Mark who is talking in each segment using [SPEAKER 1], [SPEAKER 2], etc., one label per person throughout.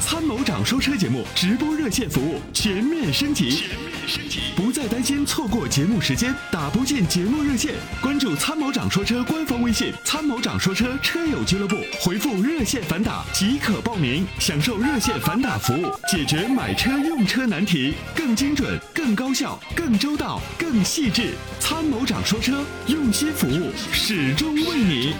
[SPEAKER 1] 参谋长说车节目直播热线服务全面升级，全面升级，不再担心错过节目时间，打不进节目热线。关注参谋长说车官方微信“参谋长说车车友俱乐部”，回复“热线反打”即可报名，享受热线反打服务，解决买车用车难题，更精准、更高效、更周到、更细致。参谋长说车，用心服务，始终为你。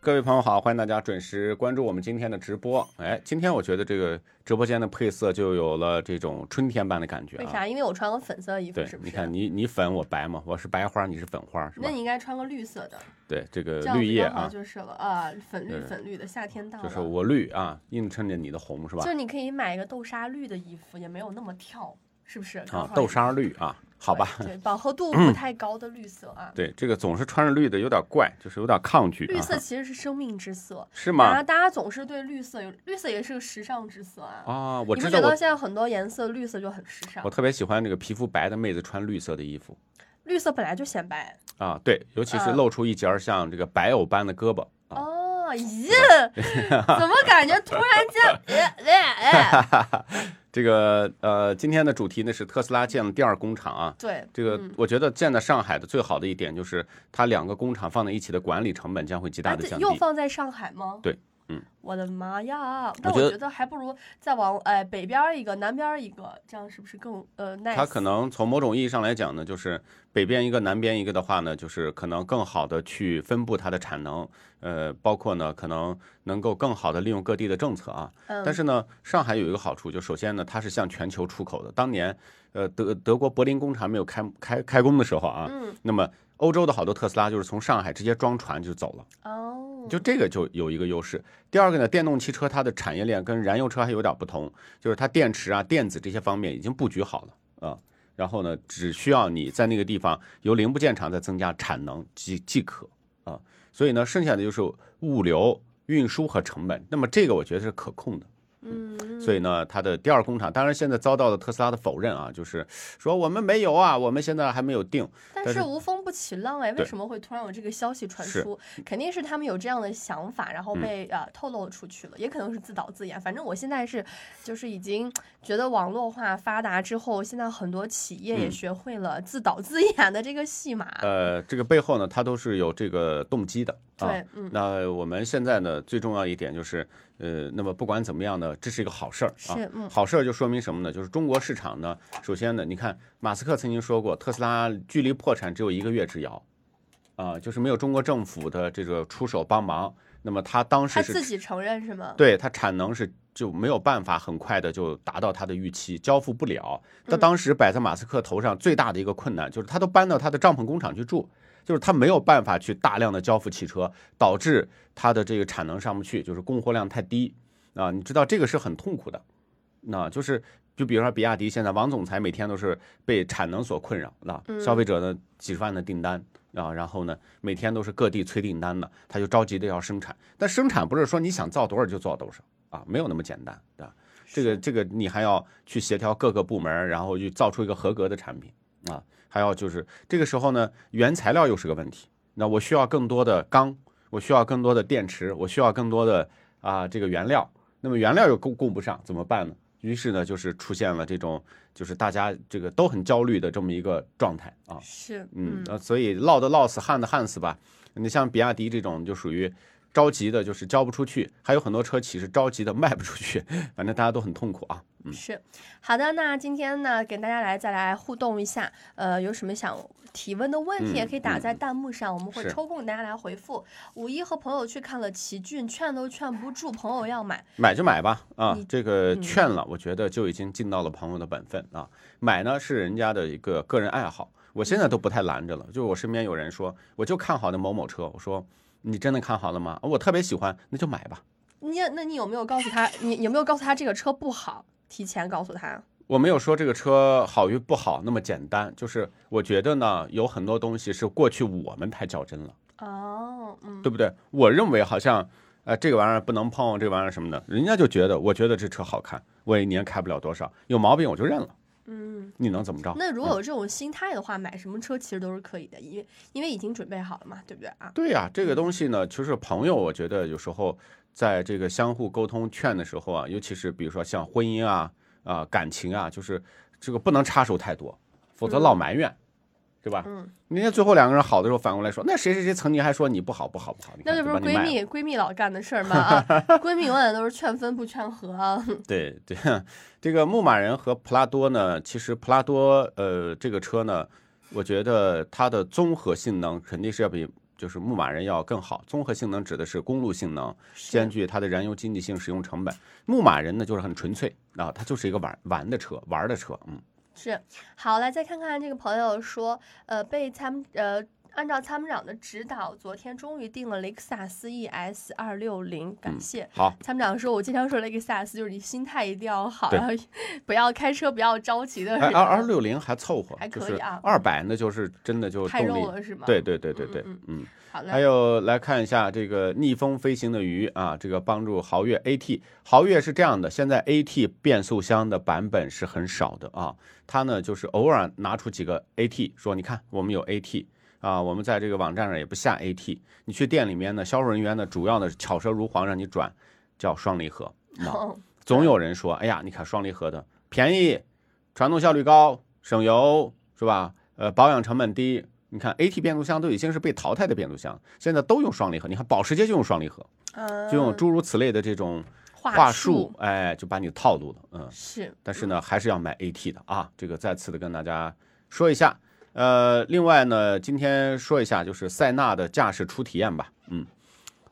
[SPEAKER 2] 各位朋友好，欢迎大家准时关注我们今天的直播。哎，今天我觉得这个直播间的配色就有了这种春天般的感觉
[SPEAKER 3] 为
[SPEAKER 2] 啊。
[SPEAKER 3] 啥？因为我穿个粉色的衣服
[SPEAKER 2] 对，
[SPEAKER 3] 是不
[SPEAKER 2] 你
[SPEAKER 3] 是？
[SPEAKER 2] 看你你粉我白嘛，我是白花，你是粉花是吧
[SPEAKER 3] 那？你应该穿个绿色的，
[SPEAKER 2] 对，这个
[SPEAKER 3] 这样
[SPEAKER 2] 绿
[SPEAKER 3] 子
[SPEAKER 2] 叶
[SPEAKER 3] 刚好
[SPEAKER 2] 啊，
[SPEAKER 3] 就是了啊，粉绿
[SPEAKER 2] 对
[SPEAKER 3] 粉绿的，夏天到了。
[SPEAKER 2] 就是我绿啊，映衬着你的红是吧
[SPEAKER 3] 就？你可以买一个豆沙绿的衣服，也没有那么跳，是不是？刚
[SPEAKER 2] 啊
[SPEAKER 3] 好，
[SPEAKER 2] 豆沙绿啊，好吧。嗯
[SPEAKER 3] 对，对饱和度不太高的绿色啊。
[SPEAKER 2] 对，这个总是穿着绿的有点怪，就是有点抗拒
[SPEAKER 3] 绿
[SPEAKER 2] 啊，
[SPEAKER 3] 色其实是生命之色，
[SPEAKER 2] 是
[SPEAKER 3] 然
[SPEAKER 2] 吗
[SPEAKER 3] 后？大家总是对绿色有绿色也是个时尚之色啊。
[SPEAKER 2] 啊，我
[SPEAKER 3] 你不
[SPEAKER 2] 知
[SPEAKER 3] 觉
[SPEAKER 2] 道
[SPEAKER 3] 得
[SPEAKER 2] 我
[SPEAKER 3] 现在很多颜色绿色就很时尚
[SPEAKER 2] 我？特别喜欢这个皮肤白的妹子穿绿色的衣服
[SPEAKER 3] 绿色本来就显白
[SPEAKER 2] 啊，对，尤其是
[SPEAKER 3] 啊
[SPEAKER 2] 露出一截儿像这个白藕般的胳膊啊，
[SPEAKER 3] 哦，咦， 怎么感觉突然间， 哎哎哎，
[SPEAKER 2] 这个呃，今天的主题呢是特斯拉建了第二工厂啊。
[SPEAKER 3] 对，
[SPEAKER 2] 这个我觉得建在上海的最好的一点就是，它两个工厂放在一起的管理成本将会极大
[SPEAKER 3] 啊，
[SPEAKER 2] 的
[SPEAKER 3] 这
[SPEAKER 2] 降低。
[SPEAKER 3] 又放在上海吗？
[SPEAKER 2] 对，嗯，
[SPEAKER 3] 我的妈呀！但
[SPEAKER 2] 觉
[SPEAKER 3] 我
[SPEAKER 2] 得
[SPEAKER 3] 觉得还不如再往哎北边儿一个，南边儿一个，这样是不是更呃 nice？
[SPEAKER 2] 它可能从某种意义上来讲呢，就是北边一个南边一个的话呢，就是可能更好的去分布它的产能，呃，包括呢可能能够更好的利用各地的政策啊。
[SPEAKER 3] 嗯，
[SPEAKER 2] 但是呢，上海有一个好处，就首先呢，它是向全球出口的。当年，呃，德德国柏林工厂没有开开开工的时候啊，
[SPEAKER 3] 嗯
[SPEAKER 2] 那么欧洲的好多特斯拉就是从上海直接装船就走了。
[SPEAKER 3] 哦，
[SPEAKER 2] 就这个就有一个优势。第二个呢，电动汽车它的产业链跟燃油车还有点不同，就是它电池啊、电子这些方面已经布局好了啊。然后呢，只需要你在那个地方由零部件厂再增加产能即即可啊。所以呢，剩下的就是物流、运输和成本。那么这个我觉得是可控的。
[SPEAKER 3] 嗯，
[SPEAKER 2] 所以呢，它的第二工厂，当然现在遭到了特斯拉的否认啊，就是说我们没有啊，我们现在还没有定。
[SPEAKER 3] 但
[SPEAKER 2] 但
[SPEAKER 3] 是
[SPEAKER 2] 是
[SPEAKER 3] 无风不起浪哎，为
[SPEAKER 2] 对
[SPEAKER 3] 什么会突然有这个消息传
[SPEAKER 2] 是
[SPEAKER 3] 出？肯定是他们有这样的想法，然后
[SPEAKER 2] 嗯
[SPEAKER 3] 被、呃透露出去了，也可能是自导自演。反正我现在是，就是已经觉得网络化发达之后，现在很多企业也
[SPEAKER 2] 嗯
[SPEAKER 3] 学会了自导自演的这个戏码。
[SPEAKER 2] 呃，这个背后呢，它都是有这个动机的啊。
[SPEAKER 3] 对，嗯，
[SPEAKER 2] 那我们现在呢，最重要一点就是，呃，那么不管怎么样呢，这是一个好事儿啊。
[SPEAKER 3] 是嗯
[SPEAKER 2] 好事儿就说明什么呢？就是中国市场呢，首先呢，你看马斯克曾经说过，特斯拉距离破产只有一个月之遥，啊，就是没有中国政府的这个出手帮忙，那么他当时
[SPEAKER 3] 他
[SPEAKER 2] 是
[SPEAKER 3] 自己承认是吗？
[SPEAKER 2] 对它产能是就没有办法很快的就达到它的预期，交付不了。那
[SPEAKER 3] 嗯
[SPEAKER 2] 当时摆在马斯克头上最大的一个困难就是他都搬到他的帐篷工厂去住，就是他没有办法去大量的交付汽车，导致它的这个产能上不去，就是供货量太低啊。你知道这个是很痛苦的，那就是。就比如说，比亚迪现在王总裁每天都是被产能所困扰，那
[SPEAKER 3] 嗯
[SPEAKER 2] 消费者呢几十万的订单啊，然后呢每天都是各地催订单的，他就着急的要生产。但生产不是说你想造多少就造多少啊，没有那么简单，啊对吧？这个这个你还要去协调各个部门儿，然后去造出一个合格的产品啊，还要就是这个时候呢，原材料又是个问题。那我需要更多的钢，我需要更多的电池，我需要更多的啊、这个原料。那么原料又供供不上，怎么办呢？于是呢，就是出现了这种就是大家这个都很焦虑的这么一个状态啊。
[SPEAKER 3] 是，
[SPEAKER 2] 嗯，呃所以涝的涝死，旱的旱死吧。你像比亚迪这种就属于着急的，就是交不出去，还有很多车企是着急的卖不出去， 反正大家都很痛苦啊。嗯
[SPEAKER 3] 是，好的，那今天呢，给大家来再来互动一下，呃，有什么想提问的问题，也
[SPEAKER 2] 嗯
[SPEAKER 3] 可以打在弹幕上，我们会
[SPEAKER 2] 是
[SPEAKER 3] 抽空大家来回复。五一和朋友去看了奇骏，劝都劝不住，朋友要买，
[SPEAKER 2] 买就买吧，啊
[SPEAKER 3] 你，
[SPEAKER 2] 这个劝了，我觉得就已经尽到了朋友的本分啊。买呢是人家的一个个人爱好，我现在都不太拦着了。就我身边有人说，我就看好的某某车，我说你真的看好了吗？我特别喜欢，那就买吧。
[SPEAKER 3] 你那你有没有告诉他，你有没有告诉他这个车不好？提前告诉他，
[SPEAKER 2] 我没有说这个车好与不好那么简单，就是我觉得呢，有很多东西是过去我们太较真了。
[SPEAKER 3] 哦，嗯，
[SPEAKER 2] 对不对？我认为好像，呃，这个玩意儿不能碰，这个玩意儿什么的，人家就觉得，我觉得这车好看，我一年开不了多少，有毛病我就认了，
[SPEAKER 3] 嗯，
[SPEAKER 2] 你能怎么着？
[SPEAKER 3] 那
[SPEAKER 2] 嗯
[SPEAKER 3] 如果有这种心态的话，买什么车其实都是可以的，因为因为已经准备好了嘛，对不对啊？
[SPEAKER 2] 对呀、这个东西呢，其实朋友，我觉得有时候在这个相互沟通劝的时候啊，尤其是比如说像婚姻啊、啊、感情啊，就是这个不能插手太多，否则老埋怨，对吧？
[SPEAKER 3] 嗯，
[SPEAKER 2] 人家最后两个人好的时候，反过来说，那谁谁谁曾经还说你不好不好不好，你看
[SPEAKER 3] 那这不
[SPEAKER 2] 就是把你卖
[SPEAKER 3] 闺
[SPEAKER 2] 了
[SPEAKER 3] 蜜闺蜜老干的事儿 嘛啊！闺蜜永远都是劝分不劝和啊。
[SPEAKER 2] 对对， 这个牧马人和普拉多呢，其实普拉多呃这个车呢，我觉得它的综合性能肯定是要比就是牧马人要更好。综合性能指的是公路性能，兼
[SPEAKER 3] 是，
[SPEAKER 2] 具它的燃油经济性、使用成本。牧马人呢就是很纯粹啊，它就是一个玩玩的车，玩的车，嗯，
[SPEAKER 3] 是，好，来再看看这个朋友说，呃，被参呃。按照参谋长的指导，昨天终于定了雷克萨斯 ES 二六零，感
[SPEAKER 2] 嗯
[SPEAKER 3] 谢。
[SPEAKER 2] 好。
[SPEAKER 3] 参谋长说：“我经常说雷克萨斯，就是你心态一定要好，
[SPEAKER 2] 对
[SPEAKER 3] 然后不要开车不要着急的
[SPEAKER 2] 哎，
[SPEAKER 3] 人。
[SPEAKER 2] 二 二六零还凑合，
[SPEAKER 3] 还
[SPEAKER 2] 就
[SPEAKER 3] 可
[SPEAKER 2] 是
[SPEAKER 3] 以啊
[SPEAKER 2] 二百那就是真的就
[SPEAKER 3] 太
[SPEAKER 2] 动
[SPEAKER 3] 肉了
[SPEAKER 2] 力，
[SPEAKER 3] 是吗？
[SPEAKER 2] 对，对对对对
[SPEAKER 3] 嗯，
[SPEAKER 2] 嗯。
[SPEAKER 3] 好嘞，
[SPEAKER 2] 还有来看一下这个逆风飞行的鱼啊，这个帮助豪越 AT。豪越是这样的，现在 AT 变速箱的版本是很少的啊，它呢就是偶尔拿出几个 AT，说你看我们有 AT 啊，我们在这个网站上也不下 AT，你去店里面呢，销售人员呢主要呢巧舌如簧让你转，叫双离合。啊，
[SPEAKER 3] 嗯
[SPEAKER 2] 总有人说，哎呀，你看双离合的便宜，传动效率高，省油是吧？呃，保养成本低。你看 AT 变速箱都已经是被淘汰的变速箱，现在都用双离合。你看保时捷就用双离合，
[SPEAKER 3] 嗯，
[SPEAKER 2] 就用诸如此类的这种
[SPEAKER 3] 话
[SPEAKER 2] 术，哎，就把你套路了。嗯，
[SPEAKER 3] 是
[SPEAKER 2] 但是呢，还是要买 AT 的啊。这个再次的跟大家说一下。呃，另外呢，今天说一下就是塞纳的驾驶初体验吧。嗯，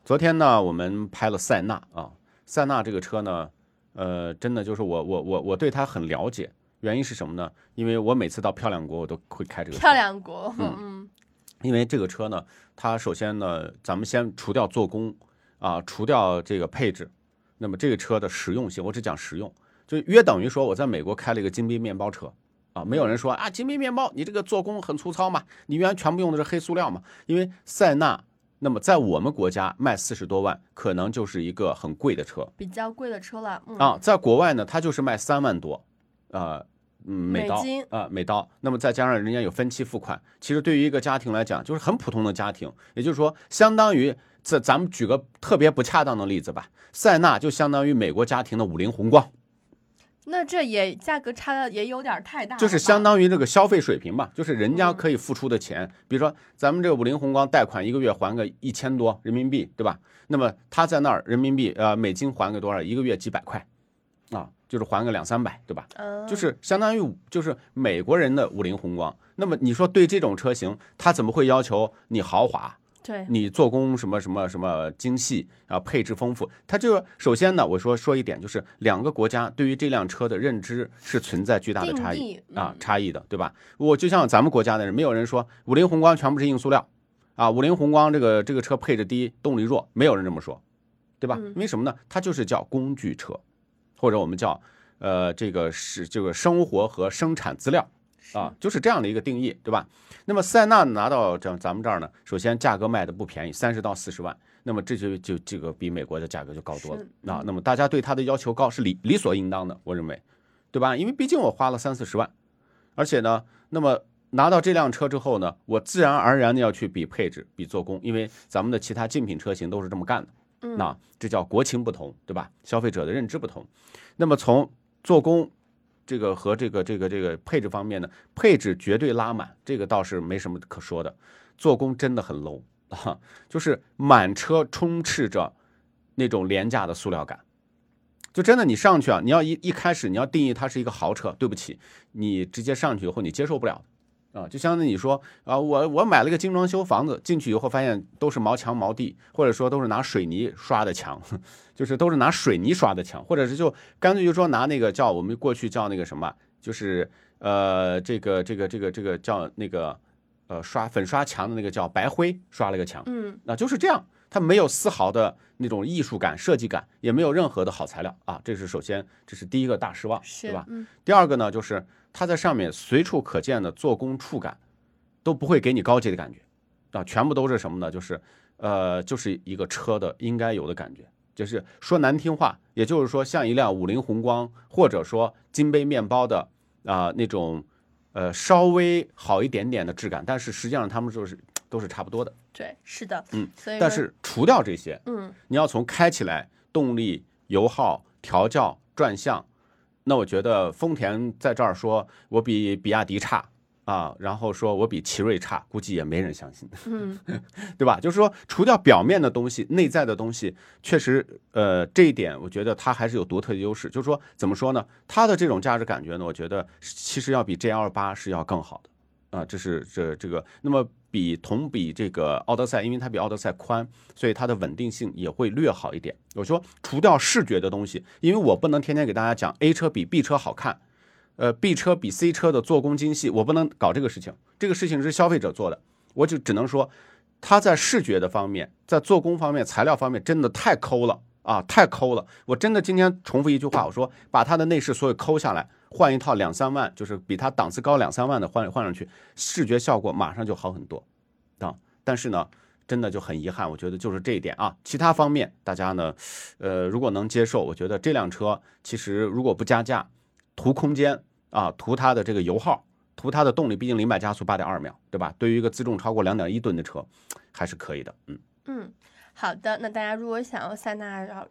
[SPEAKER 2] 昨天呢，我们拍了塞纳啊，塞纳这个车呢，呃，真的就是我我我我对它很了解，原因是什么呢？因为我每次到漂亮国，我都会开这个车。
[SPEAKER 3] 漂亮国，嗯，
[SPEAKER 2] 因为这个车呢，它首先呢，咱们先除掉做工啊，除掉这个配置，那么这个车的实用性，我只讲实用，就约等于说我在美国开了一个金杯面包车啊，没有人说啊，金杯面包你这个做工很粗糙嘛，你原来全部用的是黑塑料嘛，因为塞纳，那么在我们国家卖四十多万，可能就是一个很贵的车
[SPEAKER 3] 比较贵的车了，嗯，
[SPEAKER 2] 啊，在国外呢，它就是卖三万多，呃，嗯，美
[SPEAKER 3] 美
[SPEAKER 2] 刀
[SPEAKER 3] 金
[SPEAKER 2] 啊、美刀。那么再加上人家有分期付款，其实对于一个家庭来讲，就是很普通的家庭，也就是说，相当于这咱们举个特别不恰当的例子吧，塞纳就相当于美国家庭的五菱宏光，
[SPEAKER 3] 那这也价格差的也有点太大了吧，嗯
[SPEAKER 2] 就是相当于这个消费水平吧，就是人家可以付出的钱，比如说咱们这个五菱宏光贷款一个月还个一千多人民币，对吧？那么他在那儿人民币呃美金还个多少？一个月几百块，啊，就是还个两三百，对吧？
[SPEAKER 3] 嗯，
[SPEAKER 2] 就是相当于就是美国人的五菱宏光。那么你说对这种车型，他怎么会要求你豪华、
[SPEAKER 3] 对，
[SPEAKER 2] 你做工什么什么什么精细啊、配置丰富？他就首先呢，我说说一点，就是两个国家对于这辆车的认知是存在巨大的差异
[SPEAKER 3] 定义
[SPEAKER 2] 啊
[SPEAKER 3] 嗯，
[SPEAKER 2] 差异的，对吧？我就像咱们国家的人，没有人说五菱宏光全部是硬塑料啊，五菱宏光这个这个车配置低，动力弱，没有人这么说，对吧？
[SPEAKER 3] 嗯
[SPEAKER 2] 因为什么呢？它就是叫工具车，或者我们叫呃这个是这个生活和生产资料啊，就是这样的一个定义，对吧？那么塞纳拿到这咱们这儿呢，首先价格卖的不便宜，三十到四十万，那么这就就这个比美国的价格就高多了
[SPEAKER 3] 是
[SPEAKER 2] 啊。那么大家对它的要求高是理理所应当的，我认为，对吧？因为毕竟我花了三四十万，而且呢，那么。拿到这辆车之后呢，我自然而然的要去比配置、比做工，因为咱们的其他竞品车型都是这么干的。
[SPEAKER 3] 嗯
[SPEAKER 2] 那这叫国情不同，对吧？消费者的认知不同。那么从做工这个和这个这个这个配置方面呢，配置绝对拉满，这个倒是没什么可说的。做工真的很 low 啊，就是满车充斥着那种廉价的塑料感。就真的你上去啊，你要一一开始你要定义它是一个豪车，对不起，你直接上去以后你接受不了啊，就相当于你说啊，我我买了个精装修房子，进去以后发现都是毛墙毛地，或者说都是拿水泥刷的墙， 就是都是拿水泥刷的墙，或者是就干脆就说拿那个叫我们过去叫那个什么，就是呃这个这个这个这个叫那个呃刷粉刷墙的那个叫白灰刷了个墙，
[SPEAKER 3] 嗯，
[SPEAKER 2] 啊，就是这样，它没有丝毫的那种艺术感、设计感，也没有任何的好材料啊。这是首先，这是第一个大失望，
[SPEAKER 3] 是
[SPEAKER 2] 对吧？
[SPEAKER 3] 嗯，
[SPEAKER 2] 第二个呢，就是它在上面随处可见的做工触感，都不会给你高级的感觉啊，全部都是什么呢？就是呃，就是一个车的应该有的感觉。就是说难听话，也就是说像一辆五菱宏光，或者说金杯面包的啊、那种呃稍微好一点点的质感，但是实际上他们就是都是差不多的。
[SPEAKER 3] 对，是的，
[SPEAKER 2] 嗯，
[SPEAKER 3] 所以
[SPEAKER 2] 但
[SPEAKER 3] 说
[SPEAKER 2] 是除掉这些，
[SPEAKER 3] 嗯，
[SPEAKER 2] 你要从开起来、动力、油耗、调教、转向，那我觉得丰田在这儿说我比比亚迪差啊，然后说我比奇瑞差，估计也没人相信，
[SPEAKER 3] 嗯，
[SPEAKER 2] 对吧？就是说，除掉表面的东西，内在的东西，确实，呃，这一点我觉得它还是有独特的优势。就是说，怎么说呢？它的这种价值感觉呢，我觉得其实要比 GL 八是要更好的。啊，这是这这个，那么比同比这个奥德赛，因为它比奥德赛宽，所以它的稳定性也会略好一点。我说除掉视觉的东西，因为我不能天天给大家讲 A 车比 B 车好看，呃，B 车比 C 车的做工精细，我不能搞这个事情，这个事情是消费者做的，我就只能说，它在视觉的方面，在做工方面、材料方面真的太抠了啊，太抠了！我真的今天重复一句话，我说把它的内饰所有抠下来，换一套两三万，就是比它档次高两三万的换换上去，视觉效果马上就好很多，啊，但是呢。真的就很遗憾，我觉得就是这一点啊。其他方面，大家呢，呃，如果能接受，我觉得这辆车其实如果不加价，图空间啊，图它的这个油耗，图它的动力，毕竟零百加速八点二秒，对吧？对于一个自重超过两点一吨的车，还是可以的。嗯，
[SPEAKER 3] 嗯，好的，那大家如果想要塞纳要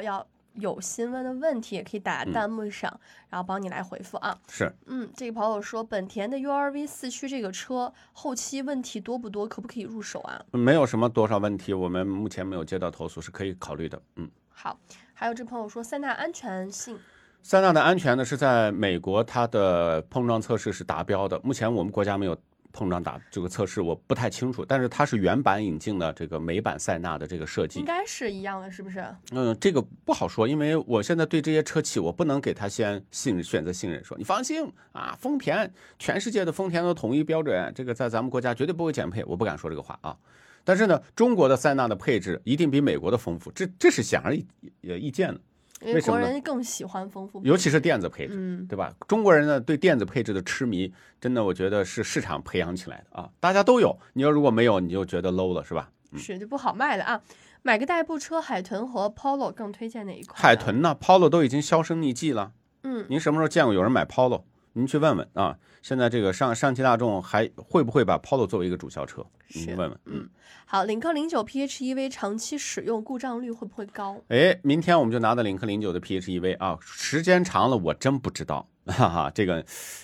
[SPEAKER 3] 要要有新问的问题，也可以打
[SPEAKER 2] 嗯
[SPEAKER 3] 弹幕上，然后帮你来回复啊。
[SPEAKER 2] 是
[SPEAKER 3] 嗯，这个朋友说，本田的 URV 四驱这个车后期问题多不多？可不可以入手啊？
[SPEAKER 2] 没有什么多少问题，我们目前没有接到投诉，是可以考虑的。嗯。
[SPEAKER 3] 好，还有这朋友说，塞纳安全性，
[SPEAKER 2] 塞纳的安全呢是在美国，它的碰撞测试是达标的。目前我们国家没有碰撞打这个测试，我不太清楚。但是它是原版引进的这个美版塞纳的这个设
[SPEAKER 3] 应
[SPEAKER 2] 计，
[SPEAKER 3] 该是一样的，是不是？
[SPEAKER 2] 嗯，这个不好说，因为我现在对这些车企，我不能给他先信任选择信任，说你放心啊，丰田全世界的丰田都统一标准，这个在咱们国家绝对不会减配，我不敢说这个话啊。但是呢，中国的塞纳的配置一定比美国的丰富，这这是显而易呃易见的，
[SPEAKER 3] 因
[SPEAKER 2] 为
[SPEAKER 3] 为
[SPEAKER 2] 什么
[SPEAKER 3] 国
[SPEAKER 2] 呢
[SPEAKER 3] 人更喜欢丰富，
[SPEAKER 2] 尤其是电子配置。
[SPEAKER 3] 嗯，
[SPEAKER 2] 对吧？中国人呢对电子配置的痴迷，真的我觉得是市场培养起来的啊，大家都有。你要如果没有，你就觉得 low 了，是吧？
[SPEAKER 3] 是就不好卖了啊。买个代步车，海豚和 Polo 更推荐哪一款？
[SPEAKER 2] 海，豚呢，Polo 都已经销声匿迹了。
[SPEAKER 3] 嗯，
[SPEAKER 2] 您什么时候见过有人买 Polo？您去问问啊。现在这个上上汽大众还会不会把 Polo 作为一个主销车？您
[SPEAKER 3] 是
[SPEAKER 2] 问问。
[SPEAKER 3] 嗯，好，领克零九 PHEV 长期使用故障率会不会高？
[SPEAKER 2] 哎，明天我们就拿到领克零九的 PHEV 啊，时间长了我真不知道， 哈哈，这个，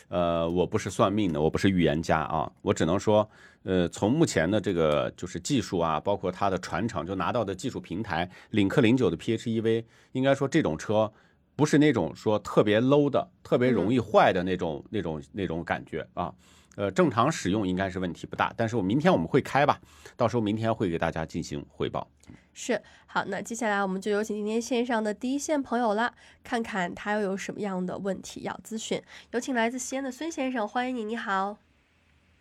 [SPEAKER 2] 呃，我不是算命的，我不是预言家啊，我只能说，呃，从目前的这个就是技术啊，包括它的传承，就拿到的技术平台，领克零九的 PHEV，应该说这种车不是那种说特别 low 的、特别容易坏的那种、那种、那种感觉啊。呃，正常使用应该是问题不大，但是我明天我们会开吧，到时候明天会给大家进行汇报。
[SPEAKER 3] 是，好，那接下来我们就有请今天线上的第一线朋友啦，看看他又有什么样的问题要咨询。有请来自西安的孙先生，欢迎你，你好，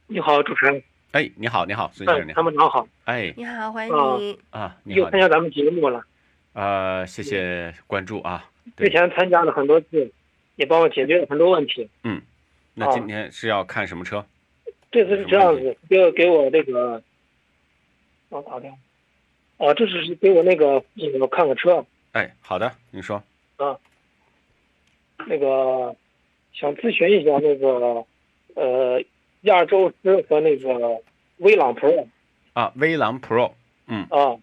[SPEAKER 4] 你好，主持人，
[SPEAKER 2] 哎，你好，你好，孙先
[SPEAKER 4] 哎
[SPEAKER 2] 生，你，好
[SPEAKER 4] 参。谋长好，
[SPEAKER 2] 哎
[SPEAKER 3] 你好，欢迎
[SPEAKER 4] 啊
[SPEAKER 3] 你。
[SPEAKER 2] 啊，你
[SPEAKER 4] 又
[SPEAKER 2] 好，
[SPEAKER 4] 参加咱们节目了。
[SPEAKER 2] 呃，谢谢关注啊。对
[SPEAKER 4] 之前参加了很多次，也帮我解决了很多问题。
[SPEAKER 2] 那今天是要看什么车？
[SPEAKER 4] 这次是这样子，给我给我那个，我打电话，哦，这次是给我那个那个看个车，
[SPEAKER 2] 哎，好的，你说。
[SPEAKER 4] 那个想咨询一下那个，呃，亚洲狮和那个威朗 Pro
[SPEAKER 2] 啊，威朗 Pro，嗯
[SPEAKER 4] 啊，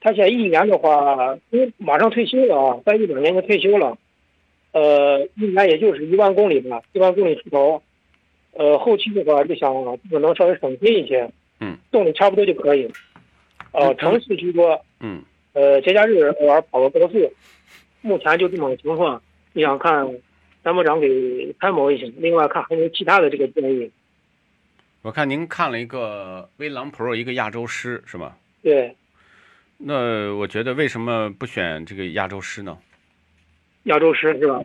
[SPEAKER 4] 他现在一年的话，因为马上退休了啊，再一两年就退休了，呃，一年也就是一万公里吧，一万公里出头，呃，后期的话就想可能稍微省心一些，
[SPEAKER 2] 嗯，
[SPEAKER 4] 动力差不多就可以，呃，城市居多，
[SPEAKER 2] 嗯，
[SPEAKER 4] 呃，节假日偶尔跑个高速，目前就这么个情况，你想看，参谋长给参谋一下，另外看还有其他的这个建议，
[SPEAKER 2] 我看您看了一个威朗 Pro，一个亚洲狮是吧？
[SPEAKER 4] 对，
[SPEAKER 2] 那我觉得为什么不选这个亚洲狮呢？
[SPEAKER 4] 亚洲狮是吧？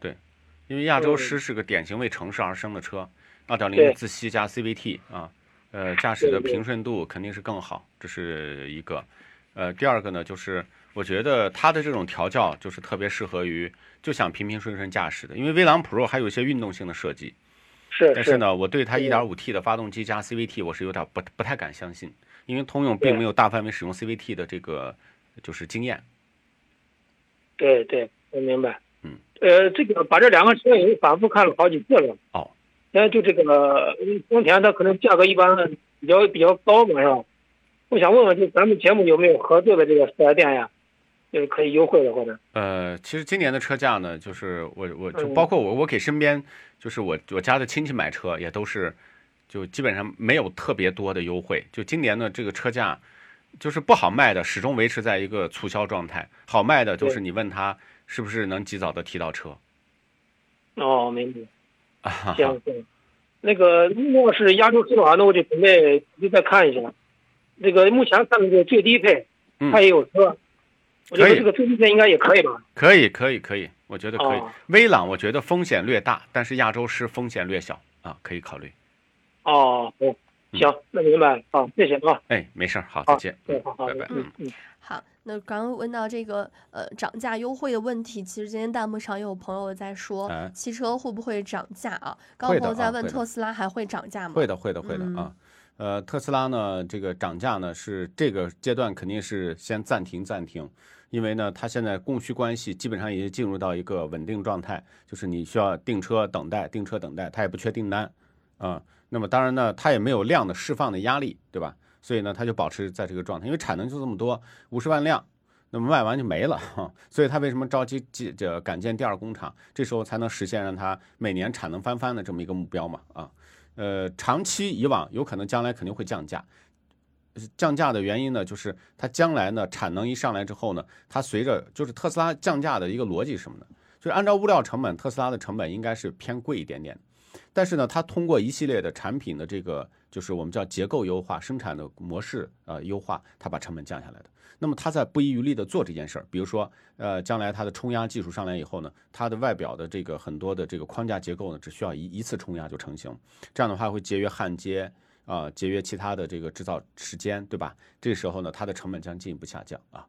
[SPEAKER 2] 因为亚洲
[SPEAKER 4] 嗯
[SPEAKER 2] 狮是个典型为城市而生的车，二点零
[SPEAKER 4] 对
[SPEAKER 2] 的自吸加 CVT 啊，呃，驾驶的
[SPEAKER 4] 对对
[SPEAKER 2] 平顺度肯定是更好，这是一个。呃，第二个呢，就是我觉得它的这种调教就是特别适合于就想平平顺顺驾驶的，因为威朗 Pro 还有一些运动性的设计，
[SPEAKER 4] 是
[SPEAKER 2] 但是
[SPEAKER 4] 是
[SPEAKER 2] 呢，我对它
[SPEAKER 4] 对
[SPEAKER 2] 1.5T 的发动机加 CVT 我是有点不不太敢相信，因为通用
[SPEAKER 4] 对
[SPEAKER 2] 并没有大范围使用 CVT 的这个就是经验。
[SPEAKER 4] 对对，我明白。
[SPEAKER 2] 嗯，
[SPEAKER 4] 呃，这个把这两个车已经反复看了好几次了。
[SPEAKER 2] 哦，
[SPEAKER 4] 那就这个嗯丰田，它可能价格一般比较比较高嘛，是吧？我想问问，就咱们节目有没有合作的这个四 S 店呀？就是可以优惠的，或者
[SPEAKER 2] 呃，其实今年的车价呢，就是我我就
[SPEAKER 4] 嗯
[SPEAKER 2] 包括我我给身边就是我我家的亲戚买车也都是，就基本上没有特别多的优惠。就今年的这个车价，就是不好卖的始终维持在一个促销状态，好卖的就是
[SPEAKER 4] 对
[SPEAKER 2] 你问他是不是能及早的提到车
[SPEAKER 4] 哦，明白。
[SPEAKER 2] 啊哈哈。
[SPEAKER 4] 行行，那个如果是亚洲狮的话，那我就准备就再看一下。那个目前看的这个最低配，
[SPEAKER 2] 嗯
[SPEAKER 4] 它也有车，我觉
[SPEAKER 2] 可
[SPEAKER 4] 得
[SPEAKER 2] 以
[SPEAKER 4] 这个最低配应该也可以吧？
[SPEAKER 2] 可以可以可以，我觉得可以
[SPEAKER 4] 哦。
[SPEAKER 2] 威朗我觉得风险略大，但是亚洲狮风险略小啊，可以考虑。
[SPEAKER 4] 哦，
[SPEAKER 2] 嗯
[SPEAKER 4] 好，行，那明白了啊，谢谢啊，
[SPEAKER 2] 哎，没事儿，好，再
[SPEAKER 4] 好
[SPEAKER 2] 见，
[SPEAKER 4] 对
[SPEAKER 2] 嗯，
[SPEAKER 4] 好好
[SPEAKER 2] 拜拜，
[SPEAKER 4] 嗯
[SPEAKER 2] 嗯。
[SPEAKER 4] 嗯。
[SPEAKER 3] 好，那刚刚问到这个呃涨价优惠的问题，其实今天弹幕上也有朋友在说
[SPEAKER 2] 哎，
[SPEAKER 3] 汽车会不会涨价啊？高
[SPEAKER 2] 会
[SPEAKER 3] 朋友
[SPEAKER 2] 的
[SPEAKER 3] 在
[SPEAKER 2] 啊
[SPEAKER 3] 问
[SPEAKER 2] 会的
[SPEAKER 3] 特斯拉还会涨价吗？
[SPEAKER 2] 会的，会的，会的
[SPEAKER 3] 嗯
[SPEAKER 2] 啊。呃，特斯拉呢，这个涨价呢是这个阶段肯定是先暂停暂停，因为呢，它现在供需关系基本上已经进入到一个稳定状态，就是你需要订车等待，订车等待，它也不缺订单啊。那么当然呢，它也没有量的释放的压力，对吧？所以呢，它就保持在这个状态，因为产能就这么多，五十万辆，那么卖完就没了，哈， 所以它为什么着急建这赶建第二工厂？这时候才能实现让它每年产能翻番的这么一个目标嘛？啊，呃，长期以往有可能将来肯定会降价。呃降价的原因呢，就是它将来呢产能一上来之后呢，它随着就是特斯拉降价的一个逻辑是什么呢？就是按照物料成本，特斯拉的成本应该是偏贵一点点，但是呢，它通过一系列的产品的这个就是我们叫结构优化、生产的模式呃优化，它把成本降下来的。那么它在不遗余力地做这件事儿，比如说，呃，将来它的冲压技术上来以后呢，它的外表的这个很多的这个框架结构呢，只需要一一次冲压就成型，这样的话会节约焊接，啊、节约其他的这个制造时间，对吧？这时候呢，它的成本将进一步下降啊。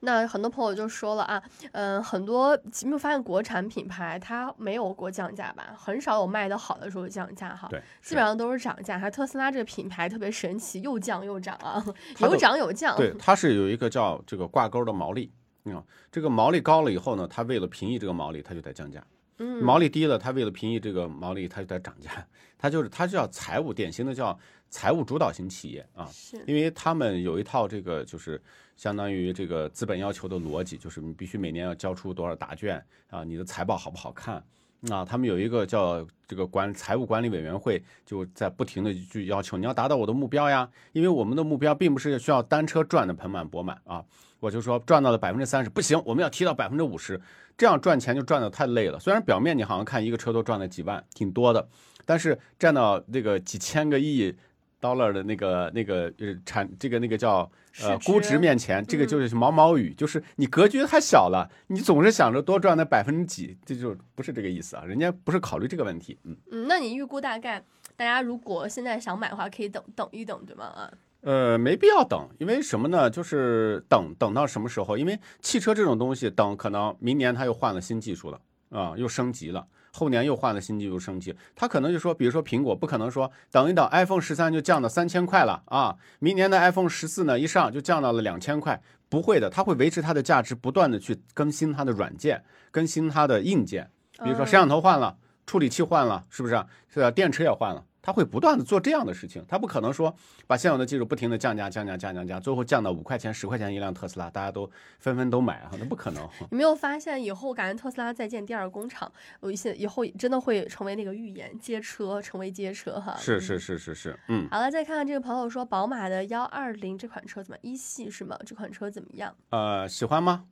[SPEAKER 3] 那很多朋友就说了啊，嗯、很多你没有发现国产品牌它没有过降价吧？很少有卖的好的时候降价哈，
[SPEAKER 2] 对，
[SPEAKER 3] 啊基本上都是涨价。还特斯拉这个品牌特别神奇，又降又涨啊，
[SPEAKER 2] 它
[SPEAKER 3] 有
[SPEAKER 2] 的
[SPEAKER 3] 涨有降。
[SPEAKER 2] 对，它是有一个叫这个挂钩的毛利。嗯，这个毛利高了以后呢，它为了平抑这个毛利，它就得降价；
[SPEAKER 3] 嗯，
[SPEAKER 2] 毛利低了，它为了平抑这个毛利，它就得涨价。它就是它叫财务典型的叫财务主导型企业啊。
[SPEAKER 3] 是，
[SPEAKER 2] 因为他们有一套这个就是相当于这个资本要求的逻辑，就是你必须每年要交出多少答卷啊，你的财报好不好看啊？他们有一个叫这个管财务管理委员会，就在不停的去要求你要达到我的目标呀，因为我们的目标并不是需要单车赚的盆满钵满啊。我就说赚到了百分之三十不行，我们要提到百分之五十，这样赚钱就赚的太累了。虽然表面你好像看一个车都赚了几万，挺多的，但是占到这个几千个亿 dollar 的那个那个呃产这个那个叫呃
[SPEAKER 3] 市值
[SPEAKER 2] 估值面前，这个
[SPEAKER 3] 嗯
[SPEAKER 2] 就是毛毛雨，就是你格局太小了，你总是想着多赚那百分之几，这就不是这个意思啊，人家不是考虑这个问题，嗯。
[SPEAKER 3] 嗯，那你预估大概大家如果现在想买的话，可以等等一等，对吗？啊，
[SPEAKER 2] 呃，没必要等，因为什么呢？就是等等到什么时候？因为汽车这种东西，等可能明年它又换了新技术了啊、又升级了，后年又换了新技术升级，它可能就说，比如说苹果不可能说等一等 iPhone 十三就降到三千块了啊，明年的 iPhone 十四呢一上就降到了两千块，不会的，它会维持它的价值，不断的去更新它的软件，更新它的硬件，比
[SPEAKER 3] 嗯
[SPEAKER 2] 如说摄像头换了，处理器换了，是不是啊？是吧？电池也换了，它会不断的做这样的事情，它不可能说把现有的技术不停的降价、降价、降价、降价，最后降到五块钱、十块钱一辆特斯拉，大家都纷纷都买啊，那不可能。
[SPEAKER 3] 你没有发现以后感觉特斯拉在建第二工厂，有一些以后真的会成为那个预言，街车成为街车哈。
[SPEAKER 2] 是
[SPEAKER 3] 嗯
[SPEAKER 2] 是是是是，嗯
[SPEAKER 3] 好了，再看看这个朋友说，宝马的幺二零这款车怎么一系是吗？这款车怎么样？
[SPEAKER 2] 呃，喜欢吗？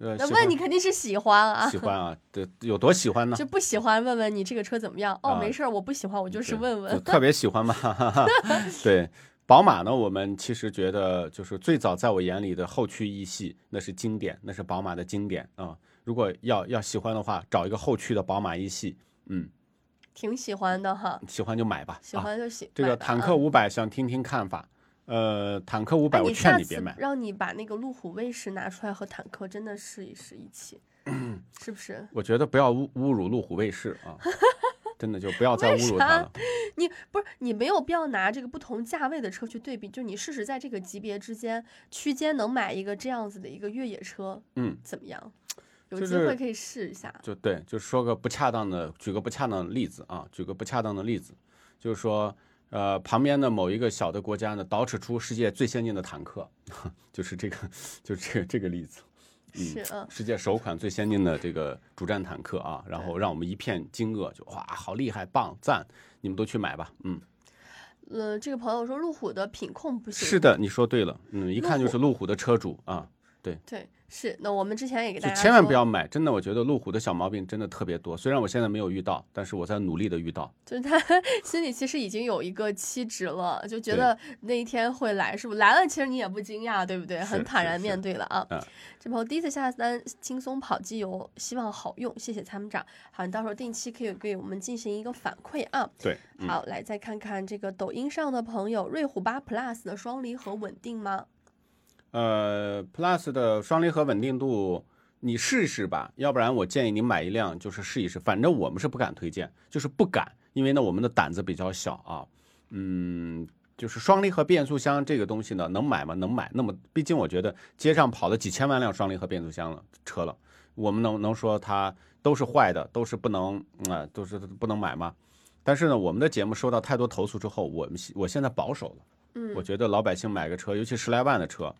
[SPEAKER 2] 呃，
[SPEAKER 3] 那
[SPEAKER 2] 喜欢
[SPEAKER 3] 问你肯定是喜欢啊
[SPEAKER 2] 喜，欢 啊，这有多喜欢呢？
[SPEAKER 3] 就不喜欢问问你这个车怎么样？哦，
[SPEAKER 2] 啊
[SPEAKER 3] 没事儿，我不喜欢，我就是
[SPEAKER 2] 对
[SPEAKER 3] 问
[SPEAKER 2] 就
[SPEAKER 3] 问。
[SPEAKER 2] 特别喜欢嘛，哈 哈哈对。宝马呢，我们其实觉得就是最早在我眼里的后驱一系，那是经典，那是宝马的经典啊、如果要要喜欢的话，找一个后驱的宝马一系，嗯，
[SPEAKER 3] 挺喜欢的哈，
[SPEAKER 2] 喜欢就买吧。
[SPEAKER 3] 喜
[SPEAKER 2] 啊、
[SPEAKER 3] 欢就喜、
[SPEAKER 2] 这
[SPEAKER 3] 买
[SPEAKER 2] 个
[SPEAKER 3] 吧
[SPEAKER 2] 坦
[SPEAKER 3] 啊
[SPEAKER 2] 克五百想听听看法，呃，坦克五
[SPEAKER 3] 哎
[SPEAKER 2] 百我
[SPEAKER 3] 你
[SPEAKER 2] 劝
[SPEAKER 3] 下
[SPEAKER 2] 你别
[SPEAKER 3] 次
[SPEAKER 2] 买。
[SPEAKER 3] 让你把那个路虎卫士拿出来和坦克真的试一试一起，
[SPEAKER 2] 嗯
[SPEAKER 3] 是不是？
[SPEAKER 2] 我觉得不要侮侮辱路虎卫士 啊，真的就不要再
[SPEAKER 3] 为
[SPEAKER 2] 侮辱
[SPEAKER 3] 啥
[SPEAKER 2] 它了。
[SPEAKER 3] 你不是你没有必要拿这个不同价位的车去对比，就你试试在这个级别之间区间能买一个这样子的一个越野车，
[SPEAKER 2] 嗯，
[SPEAKER 3] 怎么样？有
[SPEAKER 2] 就
[SPEAKER 3] 机会
[SPEAKER 2] 是
[SPEAKER 3] 可以试一下。
[SPEAKER 2] 就对，就说个不恰当的，举个不恰当的例子啊，举个不恰当的例子，就是说，呃，旁边的某一个小的国家呢，捯饬出世界最先进的坦克， 就是这个，就这个这个例子，
[SPEAKER 3] 是嗯，
[SPEAKER 2] 世界首款最先进的这个主战坦克啊，然后让我们一片惊愕，就哇，好厉害，棒，赞，你们都去买吧，嗯，
[SPEAKER 3] 呃，这个朋友说路虎的品控不行。
[SPEAKER 2] 是的，你说对了，嗯，一看
[SPEAKER 3] 路
[SPEAKER 2] 就
[SPEAKER 3] 虎
[SPEAKER 2] 是路虎的车主啊，
[SPEAKER 3] 对，是。那我们之前也给大
[SPEAKER 2] 就
[SPEAKER 3] 家
[SPEAKER 2] 千万
[SPEAKER 3] 说
[SPEAKER 2] 不要买，真的，我觉得路虎的小毛病真的特别多，虽然我现在没有遇到，但是我在努力的遇到。
[SPEAKER 3] 就是他 心里其实已经有一个期值了，就觉得那一天会来，是不是？来了，其实你也不惊讶，对不对？
[SPEAKER 2] 是
[SPEAKER 3] 很坦
[SPEAKER 2] 是
[SPEAKER 3] 然
[SPEAKER 2] 是
[SPEAKER 3] 面对了啊。
[SPEAKER 2] 嗯
[SPEAKER 3] 这朋友第一次下单，轻松跑机油，希望好用，谢谢参谋长。好，你到时候定期可以给我们进行一个反馈啊。
[SPEAKER 2] 对，嗯、
[SPEAKER 3] 好，来再看看这个抖音上的朋友，瑞虎八 Plus 的双离合稳定吗？
[SPEAKER 2] 呃，Plus 的双离合稳定度，你试试吧，要不然我建议你买一辆，就是试一试。反正我们是不敢推荐，就是不敢，因为呢我们的胆子比较小啊。嗯，就是双离合变速箱这个东西呢，能买吗？能买。那么毕竟我觉得街上跑了几千万辆双离合变速箱了车了，我们能能说它都是坏的，都是不能啊、呃都是不能买吗？但是呢，我们的节目收到太多投诉之后，我们我现在保守了。
[SPEAKER 3] 嗯
[SPEAKER 2] 我，觉得老百姓买个车，尤其十来万的车，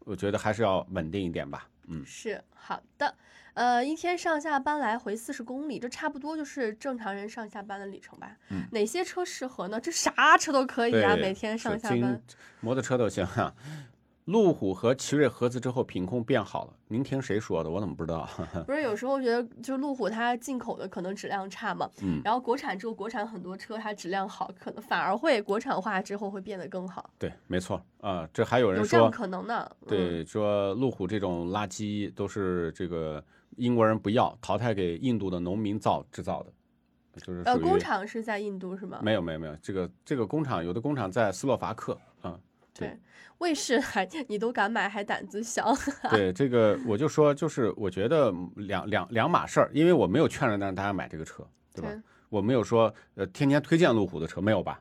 [SPEAKER 2] 我觉得还是要稳定一点吧。嗯，
[SPEAKER 3] 是好的。呃，一天上下班来回四十公里，这差不多就是正常人上下班的里程吧。
[SPEAKER 2] 嗯
[SPEAKER 3] 哪些车适合呢？这啥车都可以啊，每天
[SPEAKER 2] 是
[SPEAKER 3] 上下
[SPEAKER 2] 经
[SPEAKER 3] 班。
[SPEAKER 2] 摩托车都行啊。路虎和奇瑞合资之后，品控变好了。您听谁说的？我怎么不知道？
[SPEAKER 3] 不是有时候觉得，就路虎它进口的可能质量差嘛，
[SPEAKER 2] 嗯
[SPEAKER 3] 然后国产之后，国产很多车它质量好，可能反而会国产化之后会变得更好，
[SPEAKER 2] 对，没错啊、这还有人
[SPEAKER 3] 有这样
[SPEAKER 2] 说，
[SPEAKER 3] 可能呢。嗯，
[SPEAKER 2] 对，说路虎这种垃圾都是这个英国人不要，淘汰给印度的农民造制造的，就是
[SPEAKER 3] 呃，
[SPEAKER 2] 属于
[SPEAKER 3] 工厂是在印度是吗？
[SPEAKER 2] 没有没有没有，这个这个工厂有的工厂在斯洛伐克啊、对
[SPEAKER 3] 对，卫士还 你都敢买，还胆子小。
[SPEAKER 2] 对这个，我就说，就是我觉得两两两码事儿，因为我没有劝着让大家买这个车，对吧？
[SPEAKER 3] 对
[SPEAKER 2] 我没有说呃天天推荐路虎的车，没有吧？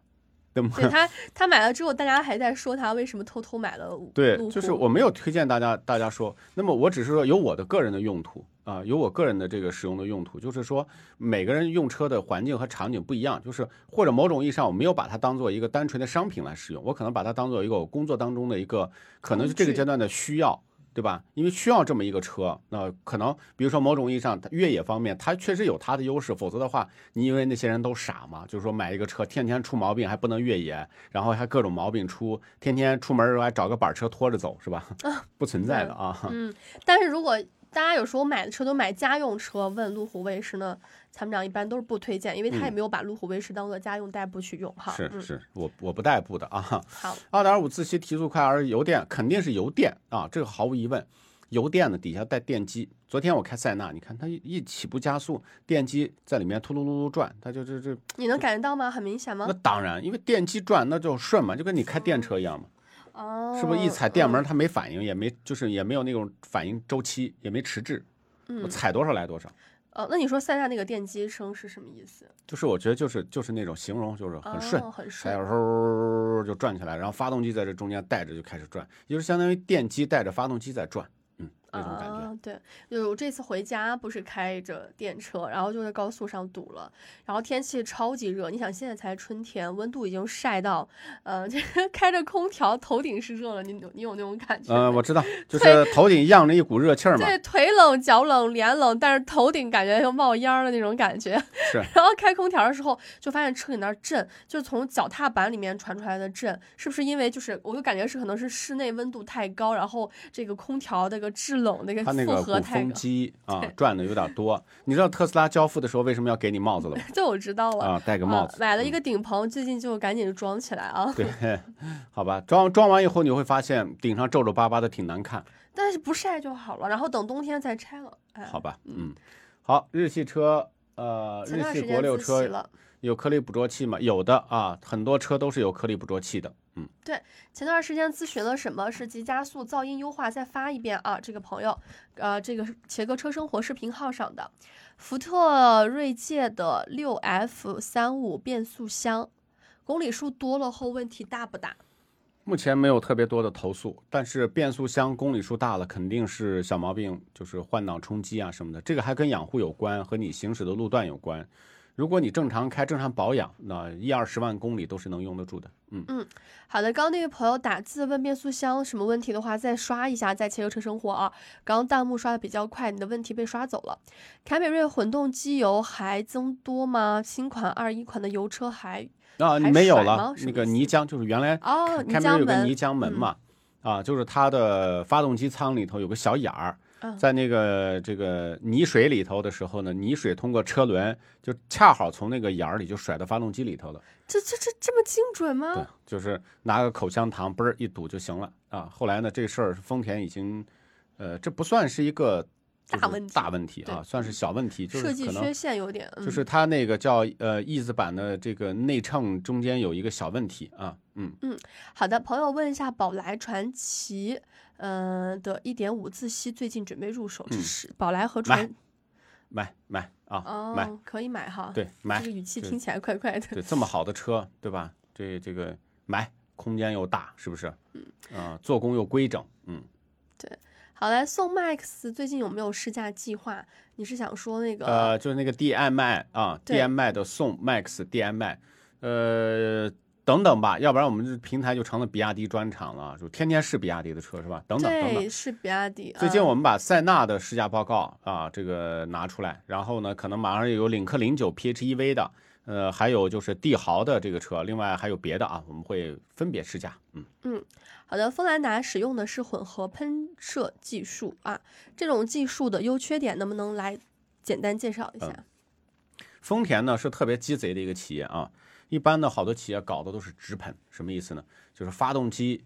[SPEAKER 2] 对 吗？
[SPEAKER 3] 对他，他买了之后，大家还在说他为什么偷偷买了路
[SPEAKER 2] 对，
[SPEAKER 3] 路嗯
[SPEAKER 2] 就是
[SPEAKER 3] 虎
[SPEAKER 2] 我没有推荐大家，大家说，那么我只是说有我的个人的用途啊、有我个人的这个使用的用途，就是说每个人用车的环境和场景不一样，就是或者某种意义上我没有把它当做一个单纯的商品来使用，我可能把它当做一个我工作当中的一个可能是这个
[SPEAKER 3] 工具
[SPEAKER 2] 阶段的需要。对吧？因为需要这么一个车，那、可能比如说某种意义上，它越野方面它确实有它的优势，否则的话，你以为那些人都傻吗？就是说买一个车，天天出毛病还不能越野，然后还各种毛病出，天天出门儿还找个板车拖着走，是吧？不存在的啊。
[SPEAKER 3] 嗯，但是如果大家有时候买的车都买家用车，问路虎卫士呢，参谋长一般都是不推荐，因为他也
[SPEAKER 2] 嗯
[SPEAKER 3] 没有把路虎卫士当做家用代步去用哈。
[SPEAKER 2] 是
[SPEAKER 3] 嗯，
[SPEAKER 2] 是，我我不代步的啊。
[SPEAKER 3] 好，
[SPEAKER 2] 二点五自吸提速快而油电肯定是油电啊，这个毫无疑问。油电呢底下带电机，昨天我开塞纳，你看它一一起步加速，电机在里面突突突突转，它就这这
[SPEAKER 3] 你能感觉到吗？很明显吗
[SPEAKER 2] 那？当然，因为电机转那就顺嘛，就跟你开电车一样嘛，
[SPEAKER 3] 哦，
[SPEAKER 2] 是不是一踩电门
[SPEAKER 3] 嗯？
[SPEAKER 2] 它没反应，也没就是也没有那种反应周期，也没迟滞，我
[SPEAKER 3] 嗯，
[SPEAKER 2] 踩多少来多少。
[SPEAKER 3] 哦，那你说塞纳那个电机声是什么意思？
[SPEAKER 2] 就是我觉得就是就是那种形容就是很顺，
[SPEAKER 3] 哦很顺
[SPEAKER 2] 还有嗖就转起来，然后发动机在这中间带着就开始转，也就是相当于电机带着发动机在转，嗯，那种感觉。
[SPEAKER 3] 啊，对，就是我这次回家不是开着电车，然后就在高速上堵了，然后天气超级热，你想现在才春天，温度已经晒到，呃， 这个开着空调头顶是热了，你有你有那种感觉
[SPEAKER 2] 呃，
[SPEAKER 3] 吗？
[SPEAKER 2] 我 知道，就是头顶漾着一股热气儿嘛，
[SPEAKER 3] 对，腿冷、脚冷、脸冷，但是头顶感觉又冒烟儿的那种感觉。
[SPEAKER 2] 是
[SPEAKER 3] 然后开空调的时候，就发现车里那儿震，就是从脚踏板里面传出来的震，是不是因为就是我就感觉是可能是室内温度太高，然后这个空调那个制冷那个
[SPEAKER 2] 它那
[SPEAKER 3] 负
[SPEAKER 2] 个
[SPEAKER 3] 荷
[SPEAKER 2] 鼓
[SPEAKER 3] 太
[SPEAKER 2] 风
[SPEAKER 3] 高。
[SPEAKER 2] 机啊
[SPEAKER 3] 对
[SPEAKER 2] 转的有点多。你知道特斯拉交付的时候为什么要给你帽子了吗？
[SPEAKER 3] 这 我知道了。
[SPEAKER 2] 啊，戴个帽
[SPEAKER 3] 啊
[SPEAKER 2] 子。
[SPEAKER 3] 买了
[SPEAKER 2] 嗯
[SPEAKER 3] 一个顶棚，最近就赶紧装起来 啊！
[SPEAKER 2] 对，好吧，装装完以后你会发现顶上皱皱巴巴的，挺难看，
[SPEAKER 3] 但是不晒就好了，然后等冬天再拆了。哎，
[SPEAKER 2] 好吧，嗯，好，日系车，呃，
[SPEAKER 3] 前
[SPEAKER 2] 日
[SPEAKER 3] 段
[SPEAKER 2] 系
[SPEAKER 3] 时
[SPEAKER 2] 国
[SPEAKER 3] 间
[SPEAKER 2] 六
[SPEAKER 3] 自习
[SPEAKER 2] 车
[SPEAKER 3] 了，
[SPEAKER 2] 有颗粒捕捉器吗？有的啊，很多车都是有颗粒捕捉器的，嗯，
[SPEAKER 3] 前段时间咨询了什么是急加速、噪音优化，再发一遍啊！这个朋友，呃，这个是茄哥车生活视频号上的，福特锐界的六 F 三五变速箱，公里数多了后问题大不大？
[SPEAKER 2] 目前没有特别多的投诉，但是变速箱公里数大了，肯定是小毛病，就是换挡冲击啊什么的。这个还跟养护有关，和你行驶的路段有关。如果你正常开、正常保养，那一二十万公里都是能用得住的。嗯，
[SPEAKER 3] 好的，刚刚那位朋友打字问变速箱什么问题的话，再刷一下，在汽油车生活啊。刚刚弹幕刷的比较快，你的问题被刷走了。凯美瑞混动机油还增多吗？新款二一款的油车还
[SPEAKER 2] 啊，
[SPEAKER 3] 还
[SPEAKER 2] 没有
[SPEAKER 3] 甩
[SPEAKER 2] 了
[SPEAKER 3] 吗，什
[SPEAKER 2] 那
[SPEAKER 3] 么
[SPEAKER 2] 个
[SPEAKER 3] 意思
[SPEAKER 2] 泥浆就是原来
[SPEAKER 3] 哦，泥
[SPEAKER 2] 开门
[SPEAKER 3] 浆
[SPEAKER 2] 有个泥
[SPEAKER 3] 门，
[SPEAKER 2] 浆门
[SPEAKER 3] 嗯
[SPEAKER 2] 嘛，啊，就是它的发动机舱里头有个小眼儿
[SPEAKER 3] 嗯，
[SPEAKER 2] 在那个这个泥水里头的时候呢，泥水通过车轮就恰好从那个眼儿里就甩到发动机里头了。
[SPEAKER 3] 这这这这么精
[SPEAKER 2] 对
[SPEAKER 3] 准吗？，
[SPEAKER 2] 就是拿个口香糖嘣儿一堵就行了啊。后来呢，这事儿丰田已经，呃，这不算是一个就
[SPEAKER 3] 大
[SPEAKER 2] 是
[SPEAKER 3] 问题
[SPEAKER 2] 大问题啊，
[SPEAKER 3] 对嗯
[SPEAKER 2] 算是小问题，就
[SPEAKER 3] 设
[SPEAKER 2] 是
[SPEAKER 3] 计
[SPEAKER 2] 可能
[SPEAKER 3] 缺陷有点，
[SPEAKER 2] 就
[SPEAKER 3] 嗯
[SPEAKER 2] 是它那个叫呃翼子板的这个内衬中间有一个小问题啊，嗯。
[SPEAKER 3] 好的，朋友问一下宝来传奇，嗯、的1.5自吸最近准备入手，这
[SPEAKER 2] 嗯
[SPEAKER 3] 是宝来和
[SPEAKER 2] 买
[SPEAKER 3] 传
[SPEAKER 2] 买买啊，买
[SPEAKER 3] 哦，可以买哈。，
[SPEAKER 2] 对买
[SPEAKER 3] 这个语气
[SPEAKER 2] 对
[SPEAKER 3] 听起来怪怪 的。
[SPEAKER 2] 对，这么好的车，对吧？这这个买，空间又大，是不是？嗯，啊，做工又规整，嗯，
[SPEAKER 3] 好来，宋 MAX 最近有没有试驾计划？你是想说那个？
[SPEAKER 2] 呃，就是那个 DMI 啊
[SPEAKER 3] 对
[SPEAKER 2] ，DMI 的宋 MAX DMI，呃，等等吧，要不然我们这平台就成了比亚迪专场了，就天天试比亚迪的车是吧？等等等等
[SPEAKER 3] 对，，呃是比亚迪。
[SPEAKER 2] 最近我
[SPEAKER 3] 嗯
[SPEAKER 2] 们把塞纳的试驾报告啊，这个拿出来，然后呢，可能马上有领克零九 PHEV 的，呃，还有就是帝豪的这个车，另外还有别的啊，我们会分别试驾，嗯。
[SPEAKER 3] 好的，锋兰达使用的是混合喷射技术啊，这种技术的优缺点能不能来简单介绍一下？
[SPEAKER 2] 嗯丰田呢是特别鸡贼的一个企业啊，一般的好多企业搞的都是直喷，什么意思呢？就是发动机，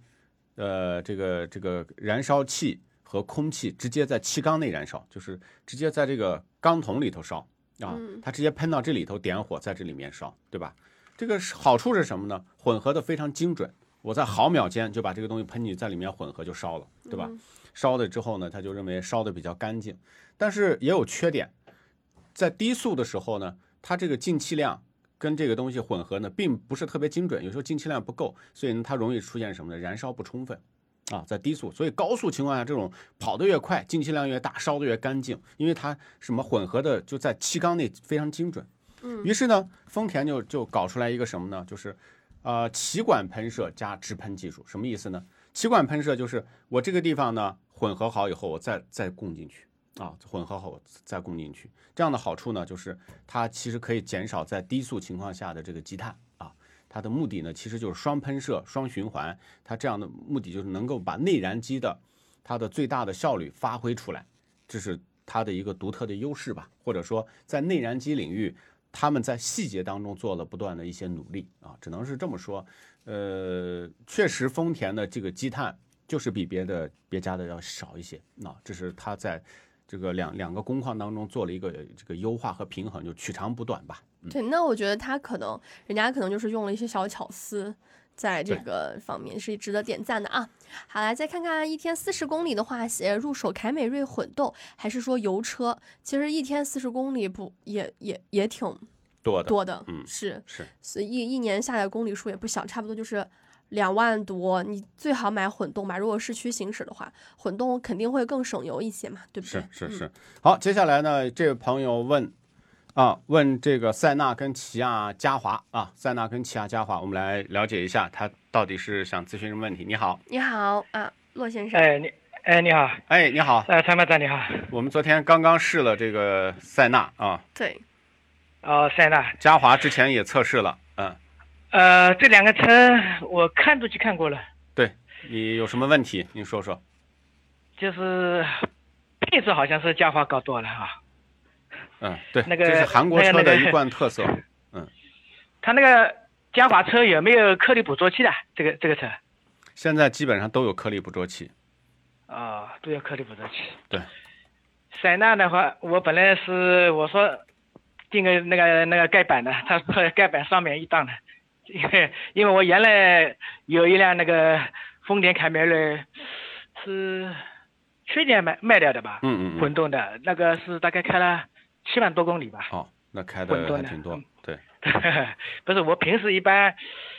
[SPEAKER 2] 呃，这个这个燃烧器和空气直接在气缸内燃烧，就是直接在这个缸筒里头烧啊，它直接喷到这里头点火，在这里面烧，对吧？这个是好处是什么呢？混合的非常精准，我在毫秒间就把这个东西喷进去，在里面混合就烧了，对
[SPEAKER 3] 嗯
[SPEAKER 2] 吧？烧了之后呢，他就认为烧的比较干净，但是也有缺点，在低速的时候呢，它这个进气量跟这个东西混合呢，并不是特别精准，有时候进气量不够，所以呢，它容易出现什么呢？燃烧不充分。啊，在低速，所以高速情况下，这种跑得越快，进气量越大，烧得越干净，因为它什么混合的就在气缸内非常精准。嗯，于是呢，丰田就就搞出来一个什么呢？就是，呃，气管喷射加直喷技术，什么意思呢？气管喷射就是我这个地方呢混合好以后，我再再供进去啊，混合好我再供进去。这样的好处呢，就是它其实可以减少在低速情况下的这个积碳啊。它的目的呢，其实就是双喷射、双循环，它这样的目的就是能够把内燃机的它的最大的效率发挥出来，这是它的一个独特的优势吧，或者说在内燃机领域。他们在细节当中做了不断的一些努力啊，只能是这么说。呃，确实，丰田的这个积碳就是比别的别家的要少一些，那、这是它在这个两两个工况当中做了一个这个优化和平衡，就取长补短吧。
[SPEAKER 3] 对，那我觉得他可能人家可能就是用了一些小巧思。在这
[SPEAKER 2] 对
[SPEAKER 3] 个方面是值得点赞的啊！好来，再看看一天四十公里的话，写入手凯美瑞混动还是说油车？其实一天四十公里不也也也挺
[SPEAKER 2] 多的
[SPEAKER 3] 多的，
[SPEAKER 2] 嗯
[SPEAKER 3] 是，
[SPEAKER 2] 是
[SPEAKER 3] 所以一一年下来公里数也不小，差不多就是两万多。你最好买混动吧，如果市区行驶的话，混动肯定会更省油一些嘛，对不对嗯
[SPEAKER 2] 是？是是。好，接下来呢，这位朋友问啊，问这个塞纳跟起亚嘉华啊，塞纳跟起亚嘉华，我们来了解一下他到底是想咨询什么问题。你好，
[SPEAKER 3] 你好啊，骆先生，
[SPEAKER 4] 哎，你哎你好，
[SPEAKER 2] 哎，你好，
[SPEAKER 4] 哎，参谋长你好，
[SPEAKER 2] 我们昨天刚刚试了这个塞纳啊，
[SPEAKER 3] 对，
[SPEAKER 4] 哦，塞纳，
[SPEAKER 2] 嘉华之前也测试了，嗯，
[SPEAKER 4] 呃，这两个车我看都去看过了，
[SPEAKER 2] 对你有什么问题，你说说。
[SPEAKER 4] 就是配置好像是嘉华搞多了啊。
[SPEAKER 2] 嗯，对，
[SPEAKER 4] 那个
[SPEAKER 2] 这是韩国
[SPEAKER 4] 那个
[SPEAKER 2] 车的
[SPEAKER 4] 那个
[SPEAKER 2] 一贯特色。
[SPEAKER 4] 他那个嘉华车有没有颗粒捕捉器的？这个这个车
[SPEAKER 2] 现在基本上都有颗粒捕捉器。
[SPEAKER 4] 啊、都要颗粒捕捉器。
[SPEAKER 2] 对，
[SPEAKER 4] 塞纳的话，我本来是我说订个那个那个盖板的， 他说盖板上面一档的，因为因为我原来有一辆那个丰田凯美瑞，是去年卖卖掉的吧，
[SPEAKER 2] 嗯嗯嗯。
[SPEAKER 4] 混动的，那个是大概开了七万多公里吧。
[SPEAKER 2] 哦，那开
[SPEAKER 4] 混
[SPEAKER 2] 的
[SPEAKER 4] 沌
[SPEAKER 2] 还
[SPEAKER 4] 的
[SPEAKER 2] 挺多
[SPEAKER 4] 嗯。
[SPEAKER 2] 对，
[SPEAKER 4] 不是，我平时一般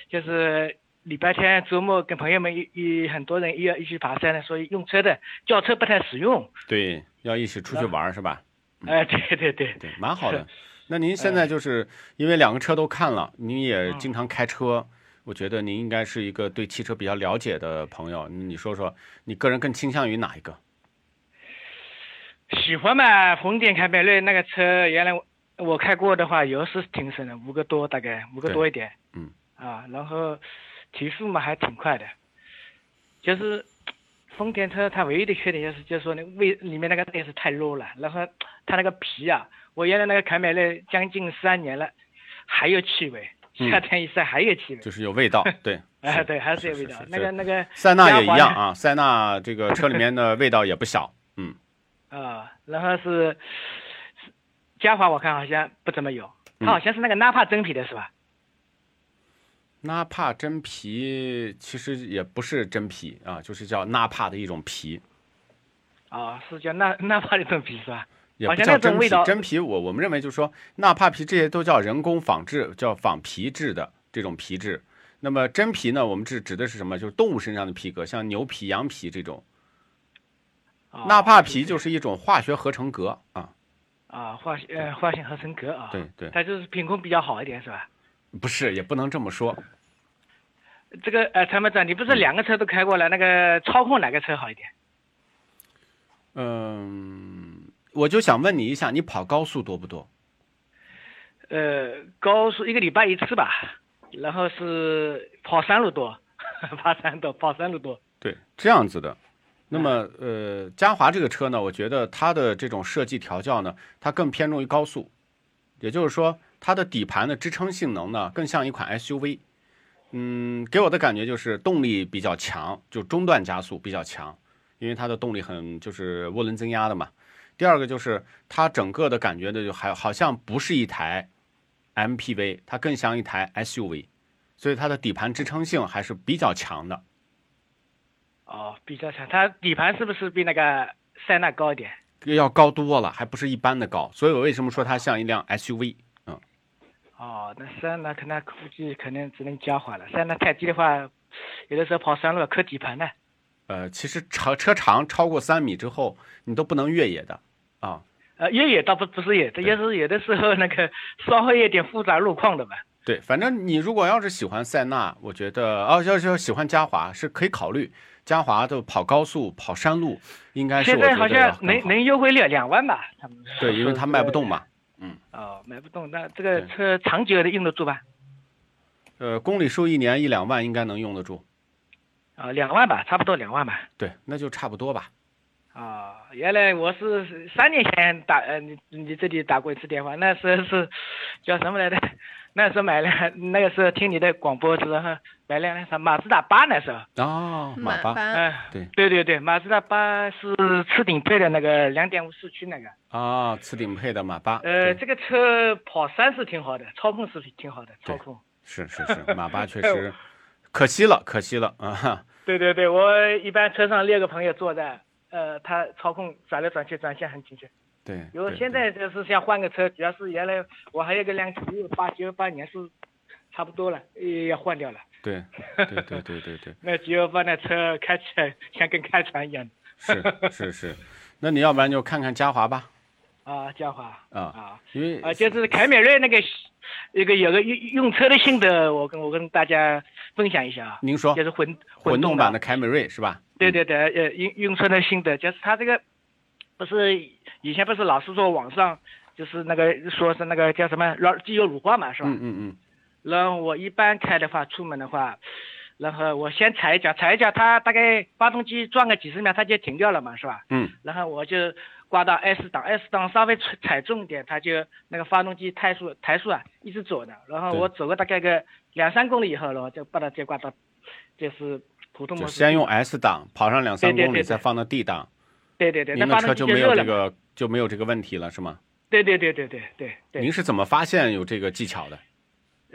[SPEAKER 4] 就是
[SPEAKER 5] 礼拜天、周末跟朋友们一一很多人一要一起爬山的，所以用车的轿车不太实用。
[SPEAKER 2] 对，要一起出去玩儿是吧？
[SPEAKER 5] 哎、对对对，
[SPEAKER 2] 对，蛮好的。那您现
[SPEAKER 5] 哎
[SPEAKER 2] 在就是因为两个车都看了，您
[SPEAKER 5] 嗯
[SPEAKER 2] 也经常开车，我觉得您应该是一个对汽车比较了解的朋友。你说说，你个人更倾向于哪一个？
[SPEAKER 5] 喜欢嘛，红点凯美瑞那个车，原来我我开过的话，油是挺省的，五个多大概，五个
[SPEAKER 2] 对
[SPEAKER 5] 多一点。
[SPEAKER 2] 嗯。
[SPEAKER 5] 啊，然后提速嘛还挺快的，就是丰田车它唯一的缺点就是就是说那位里面那个内饰太 low 了，然后它那个皮啊，我原来那个凯美瑞将近三年了，还有气味，
[SPEAKER 2] 嗯
[SPEAKER 5] 夏天一晒还有气味。
[SPEAKER 2] 就是有味道，对。
[SPEAKER 5] 哎，
[SPEAKER 2] 是
[SPEAKER 5] 对，还是有味道。那个那个
[SPEAKER 2] 塞纳也一
[SPEAKER 5] 压滑
[SPEAKER 2] 样
[SPEAKER 5] 呢
[SPEAKER 2] 啊，塞纳这个车里面 的味道也不小。嗯
[SPEAKER 5] 啊，然后是嘉华，我看好像不怎么有，
[SPEAKER 2] 嗯
[SPEAKER 5] 它好像是那个纳帕真皮的是吧？
[SPEAKER 2] 纳帕真皮其实也不是真皮啊，就是叫纳帕的一种皮，
[SPEAKER 5] 啊，是叫纳纳帕的真皮是吧？
[SPEAKER 2] 也
[SPEAKER 5] 好
[SPEAKER 2] 不
[SPEAKER 5] 像
[SPEAKER 2] 叫
[SPEAKER 5] 那种
[SPEAKER 2] 真皮
[SPEAKER 5] 味。道
[SPEAKER 2] 真皮我我们认为就是说，纳帕皮这些都叫人工仿制，叫仿皮制的这种皮质。那么真皮呢，我们指指的是什么？就是动物身上的皮革，像牛皮、羊皮这种。
[SPEAKER 5] 啊
[SPEAKER 2] 纳帕皮就是一种化学合成革啊，
[SPEAKER 5] 啊，化学呃化性合成革啊，
[SPEAKER 2] 对对
[SPEAKER 5] 它就是品控比较好一点是吧？
[SPEAKER 2] 不是，也不能这么说。
[SPEAKER 5] 这个呃，参谋长，你不是两个车都开过了，那个操控哪个车好一点？
[SPEAKER 2] 嗯，我就想问你一下，你跑高速多不多？
[SPEAKER 5] 呃，高速一个礼拜一次吧，然后是跑山路多， 爬山多，跑山路多。
[SPEAKER 2] 对，这样子的。那么，呃，嘉华这个车呢，我觉得它的这种设计调教呢，它更偏重于高速，也就是说，它的底盘的支撑性能呢，更像一款 SUV。嗯，给我的感觉就是动力比较强，就中段加速比较强，因为它的动力很就是涡轮增压的嘛。第二个就是它整个的感觉呢，就还好像不是一台 MPV，它更像一台 SUV，所以它的底盘支撑性还是比较强的。
[SPEAKER 5] 哦，比较强，它底盘是不是比那个塞纳高一点？
[SPEAKER 2] 要高多了，还不是一般的高。所以我为什么说它像一辆 SUV？嗯，
[SPEAKER 5] 哦，那山呢？可能估计可能只能加滑了。山呢太低的话，有的时候跑山路磕底盘呢。
[SPEAKER 2] 呃，其实长车长超过三米之后，你都不能越野的啊。
[SPEAKER 5] 呃，越野倒不不是越野，这也是有的时候那个稍微有点复杂路况的吧。
[SPEAKER 2] 对，反正你如果要是喜欢塞纳，我觉得哦，要要喜欢嘉华是可以考虑。嘉华的跑高速、跑山路，应该是
[SPEAKER 5] 现
[SPEAKER 2] 我觉
[SPEAKER 5] 在
[SPEAKER 2] 得
[SPEAKER 5] 好
[SPEAKER 2] 要
[SPEAKER 5] 像
[SPEAKER 2] 更
[SPEAKER 5] 能
[SPEAKER 2] 好
[SPEAKER 5] 能优惠两两万吧，他们
[SPEAKER 2] 对，因为它卖不动嘛。
[SPEAKER 5] 哦，买不动，那这个车长久的用得住吧？
[SPEAKER 2] 呃，公里数一年一两万应该能用得住。
[SPEAKER 5] 啊、两万吧，差不多两万吧。
[SPEAKER 2] 对，那就差不多吧。
[SPEAKER 5] 啊、原来我是三年前打呃你你这里打过一次电话，那时候是叫什么来着？ 那时候买了，那个时候听你的广播之后买了那啥马自达八那时候。
[SPEAKER 2] 哦，马
[SPEAKER 3] 满
[SPEAKER 2] 八
[SPEAKER 3] 班
[SPEAKER 5] 嗯，
[SPEAKER 2] 对
[SPEAKER 5] 对对对，马自达八是次顶配的那个两点五四驱那个，
[SPEAKER 2] 啊，次顶配的马八。
[SPEAKER 5] 呃，
[SPEAKER 2] 对
[SPEAKER 5] 这个车跑山是挺好的，操控是挺好的，
[SPEAKER 2] 对
[SPEAKER 5] 操控。
[SPEAKER 2] 是是是，马八确
[SPEAKER 5] 哎
[SPEAKER 2] 实可惜了，可惜了啊哈。
[SPEAKER 5] 对对对，我一般车上六个朋友坐在，呃，他操控转来转去，转向很精确。
[SPEAKER 2] 对，
[SPEAKER 5] 有
[SPEAKER 2] 对
[SPEAKER 5] 现
[SPEAKER 2] 对
[SPEAKER 5] 在就是想换个车，主要是原来我还有个辆一六八九八年是差不多了，也要换掉了。
[SPEAKER 2] 对对对对对对，
[SPEAKER 5] 那九八那车开起来像跟开船一样
[SPEAKER 2] 是是是，那你要不然就看看嘉华吧
[SPEAKER 5] 啊，嘉华
[SPEAKER 2] 啊，
[SPEAKER 5] 啊。
[SPEAKER 2] 因为
[SPEAKER 5] 啊，就是凯美瑞那个那个有个用用车的心得，我跟我跟大家分享一下啊。
[SPEAKER 2] 您说
[SPEAKER 5] 就是混
[SPEAKER 2] 嗯混动版的
[SPEAKER 5] 的，
[SPEAKER 2] 凯美瑞是吧？
[SPEAKER 5] 对
[SPEAKER 2] 嗯
[SPEAKER 5] 对对，呃，用用车的心得，就是它这个不是以前不是老是说网上就是那个说是那个叫什么软机油乳化嘛，是吧？
[SPEAKER 2] 嗯嗯嗯，
[SPEAKER 5] 然后我一般开的话，出门的话，然后我先踩一脚，踩一脚，它大概发动机转个几十秒，它就停掉了嘛，是吧？
[SPEAKER 2] 嗯。
[SPEAKER 5] 然后我就挂到 S 档，S 档稍微踩踩重一点，它就那个发动机怠速抬速啊，一直走的。然后
[SPEAKER 2] 对
[SPEAKER 5] 我走个大概个两三公里以后，然后就把它再挂到，就是普通模
[SPEAKER 2] 就
[SPEAKER 5] 式。
[SPEAKER 2] 先用 S 档跑上两三
[SPEAKER 5] 对对
[SPEAKER 2] 公里，
[SPEAKER 5] 对
[SPEAKER 2] 再
[SPEAKER 5] 对
[SPEAKER 2] 放到 D 档，
[SPEAKER 5] 对对对，
[SPEAKER 2] 您的
[SPEAKER 5] 那发
[SPEAKER 2] 车
[SPEAKER 5] 动机
[SPEAKER 2] 就
[SPEAKER 5] 就
[SPEAKER 2] 没有
[SPEAKER 5] 热
[SPEAKER 2] 这
[SPEAKER 5] 了嘛。
[SPEAKER 2] 个就没有这个问题了是吗？
[SPEAKER 5] 对对对对对对对。
[SPEAKER 2] 您是怎么发现有这个技巧的？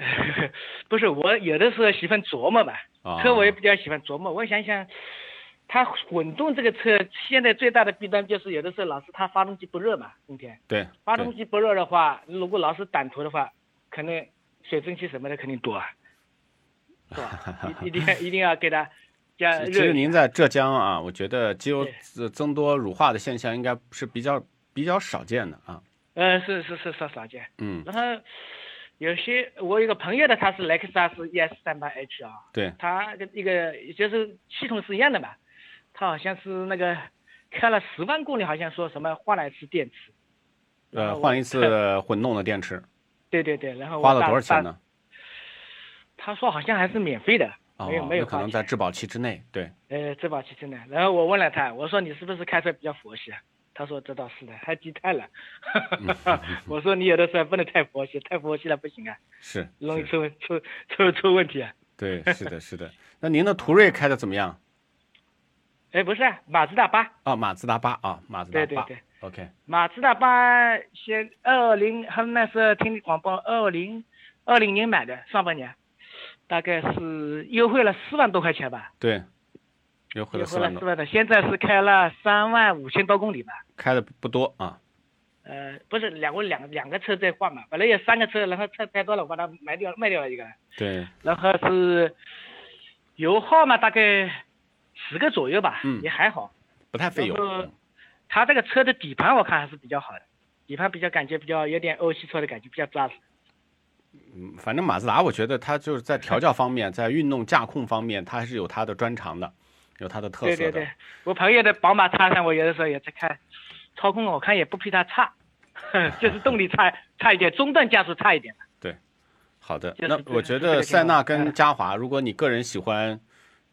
[SPEAKER 5] 不是我有的时候喜欢琢磨吧
[SPEAKER 2] 啊，
[SPEAKER 5] 车我也比较喜欢琢磨。我想想，它混动这个车现在最大的弊端就是有的时候老是它发动机不热嘛，冬天
[SPEAKER 2] 对，
[SPEAKER 5] 发
[SPEAKER 2] 对
[SPEAKER 5] 动机不热的话，如果老是短途的话，可能水蒸气什么的肯定多啊。是吧？ 一一定一定要给它加
[SPEAKER 2] 其
[SPEAKER 5] 热一下。
[SPEAKER 2] 实您在浙江啊，我觉得机油
[SPEAKER 5] 呃对
[SPEAKER 2] 增增多乳化的现象应该是比较比较少见的啊。
[SPEAKER 5] 嗯，是是是是少见。
[SPEAKER 2] 嗯，
[SPEAKER 5] 然后有些我有个朋友的，他是雷克萨斯 ES 三八 H 啊，
[SPEAKER 2] 对，
[SPEAKER 5] 他的一个就是系统是一样的嘛，他好像是那个开了十万公里，好像说什么换了一次电池。然
[SPEAKER 2] 呃，
[SPEAKER 5] 后我
[SPEAKER 2] 换一次混动的电池
[SPEAKER 5] 对对对，然后我
[SPEAKER 2] 花了
[SPEAKER 5] 大
[SPEAKER 2] 多少钱？呢？
[SPEAKER 5] 大他说好像还是免费的，
[SPEAKER 2] 哦
[SPEAKER 5] 没有，没有
[SPEAKER 2] 那可
[SPEAKER 5] 花
[SPEAKER 2] 能在
[SPEAKER 5] 钱
[SPEAKER 2] 质保期之内。对，
[SPEAKER 5] 呃，质保期之内。然后我问了他，我说你是不是开车比较佛系啊？他说这倒是的，还积碳了。
[SPEAKER 2] 嗯
[SPEAKER 5] 我说你有的时候不能太佛系，太佛系了不行啊，
[SPEAKER 2] 是，
[SPEAKER 5] 容易
[SPEAKER 2] 是
[SPEAKER 5] 出出出出问题啊。
[SPEAKER 2] 对， 是的，是的。那您的途锐开的怎么样？
[SPEAKER 5] 哎，不是啊，马自达八，
[SPEAKER 2] 啊，马自达八啊，马自达
[SPEAKER 5] 对
[SPEAKER 2] 八。
[SPEAKER 5] 对对
[SPEAKER 2] OK，
[SPEAKER 5] 马自达八先二零，他们那时候听你广播，二零二零年买的，上半年，大概是优惠了四万多块钱吧，
[SPEAKER 2] 对，优惠了
[SPEAKER 5] 优惠
[SPEAKER 2] 四
[SPEAKER 5] 了
[SPEAKER 2] 万
[SPEAKER 5] 四
[SPEAKER 2] 多，
[SPEAKER 5] 万多，现在是开了三万五千多公里吧。
[SPEAKER 2] 开的不多啊。
[SPEAKER 5] 呃，不是两我两两个车在换嘛，本来有三个车，然后车太多了，我把它卖掉卖掉了一个，
[SPEAKER 2] 对，
[SPEAKER 5] 然后是油耗嘛，大概十个左右吧，
[SPEAKER 2] 嗯
[SPEAKER 5] 也还好。
[SPEAKER 2] 不太费油。
[SPEAKER 5] 然后
[SPEAKER 2] 嗯
[SPEAKER 5] 它这个车的底盘我看还是比较好的，底盘比较感觉比较有点欧系车的感觉，比较扎实。
[SPEAKER 2] 嗯，反正马自达，我觉得它就是在调教方面，在运动驾控方面，它还是有它的专长的，有它的特色
[SPEAKER 5] 对
[SPEAKER 2] 的。
[SPEAKER 5] 对对，我朋友的宝马叉三，我有的时候也在开，操控我看也不比它差， 就是动力差差一点，中段加速差一点。
[SPEAKER 2] 好的，
[SPEAKER 5] 就是
[SPEAKER 2] 那
[SPEAKER 5] 这
[SPEAKER 2] 我
[SPEAKER 5] 个
[SPEAKER 2] 觉
[SPEAKER 5] 这个
[SPEAKER 2] 得
[SPEAKER 5] 情况
[SPEAKER 2] 塞纳跟
[SPEAKER 5] 嗯
[SPEAKER 2] 嘉华，如果你个人喜欢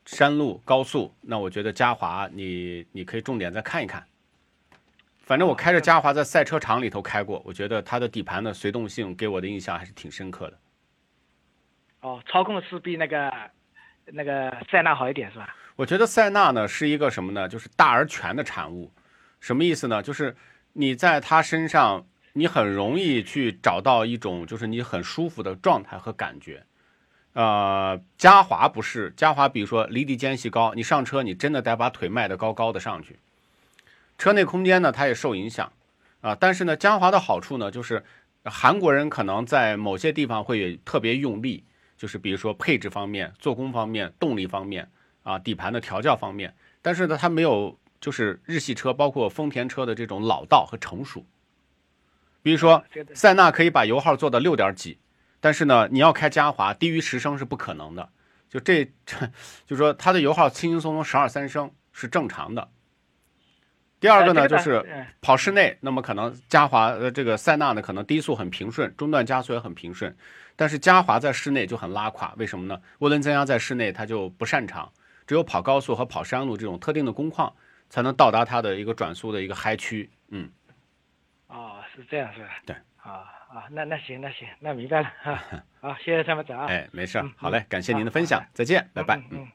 [SPEAKER 2] 山路高速，那我觉得嘉华你你可以重点再看一看。反
[SPEAKER 5] 啊
[SPEAKER 2] 正我开着嘉华在赛车场里头开过，我觉得它的底盘的随动性给我的印象还是挺深刻的。
[SPEAKER 5] 哦，操控是比那个那个塞纳好一点是吧？
[SPEAKER 2] 我觉得塞纳呢是一个什么呢？就是大而全的产物。什么意思呢？就是你在它身上，你很容易去找到一种就是你很舒服的状态和感觉。呃，嘉华不是嘉华，比如说离地间隙高，你上车你真的得把腿迈得高高的上去。车内空间呢，它也受影响啊、但是呢，嘉华的好处呢，就是韩国人可能在某些地方会特别用力，就是比如说配置方面、做工方面、动力方面啊、底盘的调教方面，但是呢，它没有就是日系车，包括丰田车的这种老道和成熟。比如说
[SPEAKER 5] 这个
[SPEAKER 2] 塞纳可以把油耗做到六点几，但是呢，你要开嘉华低于十升是不可能的。就这， 这就说它的油耗轻轻松松十二三升是正常的。第二个呢，
[SPEAKER 5] 呃
[SPEAKER 2] 就
[SPEAKER 5] 这个
[SPEAKER 2] 是
[SPEAKER 5] 倒嗯
[SPEAKER 2] 跑室内，那么可能嘉华呃这个塞纳呢，可能低速很平顺，中段加速也很平顺，但是嘉华在室内就很拉垮，为什么呢？涡轮增压在室内它就不擅长，只有跑高速和跑山路这种特定的工况，才能到达它的一个转速的一个嗨区。嗯，
[SPEAKER 5] 哦，是这样是吧？
[SPEAKER 2] 对。
[SPEAKER 5] 啊啊，那那行那行，那明白了 啊。好，谢谢参谋长啊。
[SPEAKER 2] 哎，没事儿
[SPEAKER 5] 嗯，
[SPEAKER 2] 好嘞，感谢您的
[SPEAKER 5] 好
[SPEAKER 2] 分享
[SPEAKER 5] 好，
[SPEAKER 2] 再见，拜拜
[SPEAKER 5] 嗯。
[SPEAKER 2] 嗯。
[SPEAKER 5] 嗯，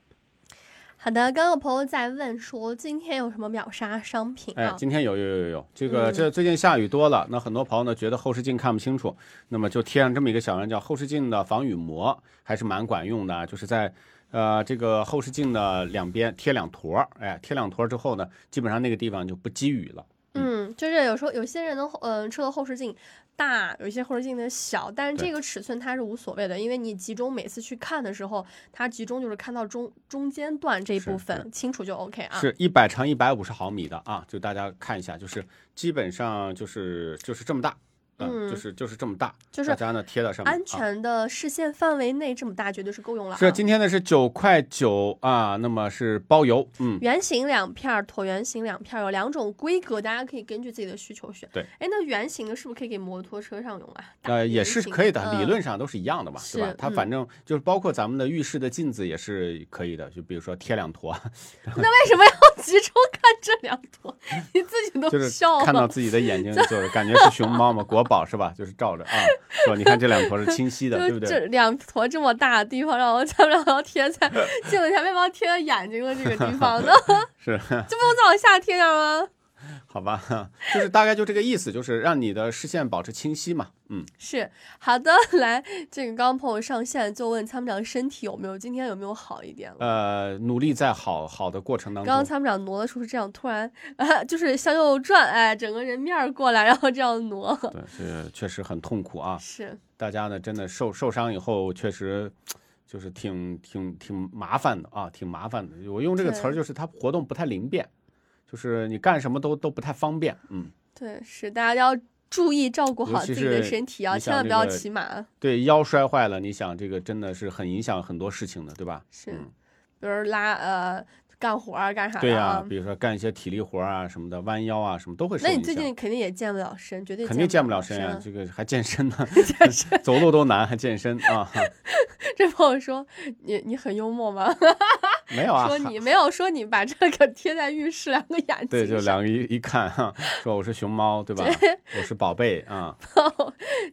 [SPEAKER 3] 好的，刚刚有朋友在问说，今天有什么秒杀商品
[SPEAKER 2] 哎
[SPEAKER 3] 啊，？
[SPEAKER 2] 今天有有有有，这
[SPEAKER 5] 嗯
[SPEAKER 2] 个这最近下雨多了，那很多朋友呢觉得后视镜看不清楚，那么就贴上这么一个小样，叫后视镜的防雨膜，还是蛮管用的啊，就是在。呃，这个后视镜的两边贴两坨儿，哎，贴两坨儿之后呢，基本上那个地方就不积雨了。
[SPEAKER 3] 嗯，就是有时候有些人的后嗯、车的后视镜大，有一些后视镜的小，但是
[SPEAKER 2] 对
[SPEAKER 3] 这个尺寸它是无所谓的，因为你集中每次去看的时候，它集中就是看到中中间段这一
[SPEAKER 2] 是
[SPEAKER 3] 部
[SPEAKER 2] 是
[SPEAKER 3] 分清楚就 OK 啊。
[SPEAKER 2] 是一百乘一百五十毫米的啊，就大家看一下，就是基本上就是就是这么大，
[SPEAKER 3] 嗯
[SPEAKER 2] 就是就是这么大，
[SPEAKER 3] 就是
[SPEAKER 2] 大家呢贴到上面，
[SPEAKER 3] 安
[SPEAKER 2] 啊
[SPEAKER 3] 全的视线范围内这么大绝对是够用了、啊。
[SPEAKER 2] 是今天呢是九块九啊，那么是包邮，嗯，
[SPEAKER 3] 圆形两片儿，椭圆形两片儿，有两种规格，大家可以根据自己的需求选。
[SPEAKER 2] 对，
[SPEAKER 3] 哎，那圆形的是不是可以给摩托车上用啊？大
[SPEAKER 2] 呃，也
[SPEAKER 3] 圆
[SPEAKER 2] 是
[SPEAKER 3] 形
[SPEAKER 2] 可以的，理
[SPEAKER 3] 嗯
[SPEAKER 2] 论上都是一样的嘛，对吧
[SPEAKER 3] 是？嗯
[SPEAKER 2] 它反正就是包括咱们的浴室的镜子也是可以的，就比如说贴两 坨，啊
[SPEAKER 3] 那为什么要集中看这两 坨？你自己都
[SPEAKER 2] 就是
[SPEAKER 3] 笑了。
[SPEAKER 2] 看到自己的眼 睛，就是感觉是熊猫嘛，国宝是吧？就是照着啊，说你看这两坨是清 晰的，对不
[SPEAKER 3] 就这
[SPEAKER 2] 对？
[SPEAKER 3] 两坨这么大的地方，让我咱们俩要贴在镜子前面，把它贴在眼睛的这个地 方呢，
[SPEAKER 2] 是。
[SPEAKER 3] 就不能再往下贴点儿吗？
[SPEAKER 2] 好吧，就是大概就这个意思，就是让你的视线保持清晰嘛。嗯，
[SPEAKER 3] 是好的， 来，这个刚刚朋友上线就问参谋长身体有没有今天有没有好一点了？
[SPEAKER 2] 呃，努力在好好的过程当
[SPEAKER 3] 刚刚
[SPEAKER 2] 中，
[SPEAKER 3] 参谋长挪的时候是这样，突然啊，就是向右转，哎，整个人面儿过来，然后这样挪，
[SPEAKER 2] 对，这确实很痛苦啊。
[SPEAKER 3] 是
[SPEAKER 2] 大家呢，真的受受伤以后，确实就是挺挺挺麻烦的啊，挺麻烦的。我用这个词儿
[SPEAKER 3] 对
[SPEAKER 2] 就是它活动不太灵便，就是你干什么都都不太方便。嗯，
[SPEAKER 3] 对，是大家要注意照顾
[SPEAKER 2] 尤
[SPEAKER 3] 好
[SPEAKER 2] 其
[SPEAKER 3] 自己的
[SPEAKER 2] 是
[SPEAKER 3] 身体啊，
[SPEAKER 2] 你
[SPEAKER 3] 千万
[SPEAKER 2] 想
[SPEAKER 3] 不
[SPEAKER 2] 这
[SPEAKER 3] 要
[SPEAKER 2] 个
[SPEAKER 3] 骑马。
[SPEAKER 2] 对，腰摔坏了，你想这个真的是很影响很多事情的，对吧？
[SPEAKER 3] 是
[SPEAKER 2] 嗯、
[SPEAKER 3] 比如拉呃干活儿啊，干啥的
[SPEAKER 2] 对呀、
[SPEAKER 3] 啊
[SPEAKER 2] 比如说干一些体力活儿啊什么的，弯腰啊什么都会受
[SPEAKER 3] 那你
[SPEAKER 2] 影
[SPEAKER 3] 最近
[SPEAKER 2] 响。
[SPEAKER 3] 肯定也健不了身，绝对
[SPEAKER 2] 肯定健不了
[SPEAKER 3] 身
[SPEAKER 2] 身啊，
[SPEAKER 3] 啊。
[SPEAKER 2] 这个还健身 呢，走路都难，还健身啊？
[SPEAKER 3] 这朋友说你你很幽默吗？
[SPEAKER 2] 没有啊，
[SPEAKER 3] 说你没有说你把这个贴在浴室两个眼睛
[SPEAKER 2] 对，就
[SPEAKER 3] 上
[SPEAKER 2] 两个一一看哈，说我是熊猫， 对吧？我是宝贝啊、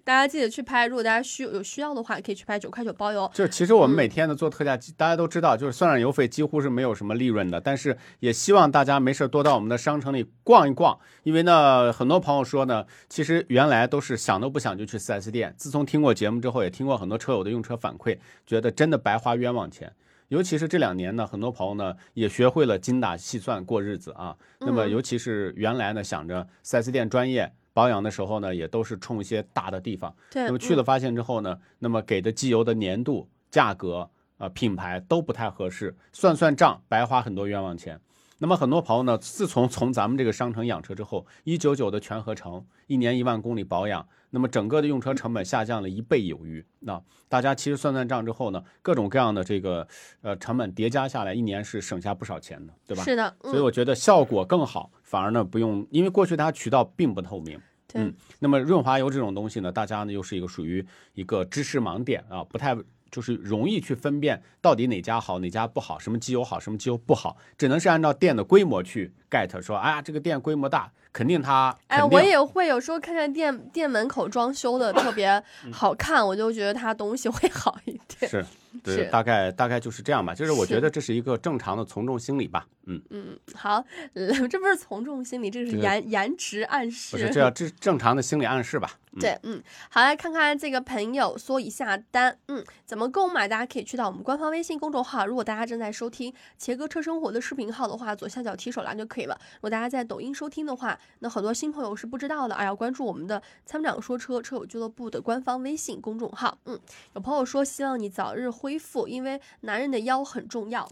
[SPEAKER 3] 大家记得去拍，如果大家需有需要的话，可以去拍九块九包邮。
[SPEAKER 2] 就是其实我们每天的做特价，大家都知道，就是算上邮费几乎是没有什么利润的。但是也希望大家没事儿多到我们的商城里逛一逛，因为呢，很多朋友说呢，其实原来都是想都不想就去 4S 店，自从听过节目之后，也听过很多车友的用车反馈，觉得真的白花冤枉钱。尤其是这两年呢，很多朋友呢也学会了精打细算过日子啊。那么
[SPEAKER 3] 嗯
[SPEAKER 2] 尤其是原来呢想着 4S 店专业保养的时候呢，也都是冲一些大的地方。
[SPEAKER 3] 对，
[SPEAKER 2] 那么去
[SPEAKER 3] 嗯
[SPEAKER 2] 了发现之后呢，那么给的机油的粘度、价格、呃品牌都不太合适，算算账白花很多冤枉钱。那么很多朋友呢，自从从咱们这个商城养车之后，一九九的全合成，一年一万公里保养，那么整个的用车成本下降了一倍有余。那、大家其实算算账之后呢，各种各样的这个呃成本叠加下来，一年是省下不少钱的，对吧？
[SPEAKER 3] 是的，
[SPEAKER 2] 所以
[SPEAKER 3] 嗯
[SPEAKER 2] 我觉得效果更好，反而呢不用，因为过去它渠道并不透明。
[SPEAKER 3] 对、
[SPEAKER 2] 嗯那么润滑油这种东西呢，大家呢又是一个属于一个知识盲点啊，不太就是容易去分辨到底哪家好，哪家不好，什么机油好，什么机油不好，只能是按照店的规模去 get，说哎呀这个店规模大，肯定它
[SPEAKER 3] 哎，
[SPEAKER 2] 肯
[SPEAKER 3] 我
[SPEAKER 2] 定
[SPEAKER 3] 也会有时候看看店店门口装修的特别好看，我就觉得它东西会好一点。
[SPEAKER 2] 嗯是。
[SPEAKER 3] 是
[SPEAKER 2] 对，大概大概就是这样吧，就是我觉
[SPEAKER 3] 是
[SPEAKER 2] 得这是一个正常的从众心理吧，嗯，
[SPEAKER 3] 嗯， 好， 呃这不是从众心理，这是
[SPEAKER 2] 这个
[SPEAKER 3] 颜颜值暗示。
[SPEAKER 2] 不是这样，这正常的心理暗示 吧，嗯、
[SPEAKER 3] 对，嗯，好，来看看这个朋友说一下单，嗯，怎么购买？大家可以去到我们官方微信公众号。如果大家正在收听杰哥车生活的视频号的话，左下角提手栏就可以了。如果大家在抖音收听的话，那很多新朋友是不知道的，啊，要关注我们的参谋长说车车友俱乐部的官方微信公众号。嗯，有朋友说希望你早日恢复，因为男人的腰很重要。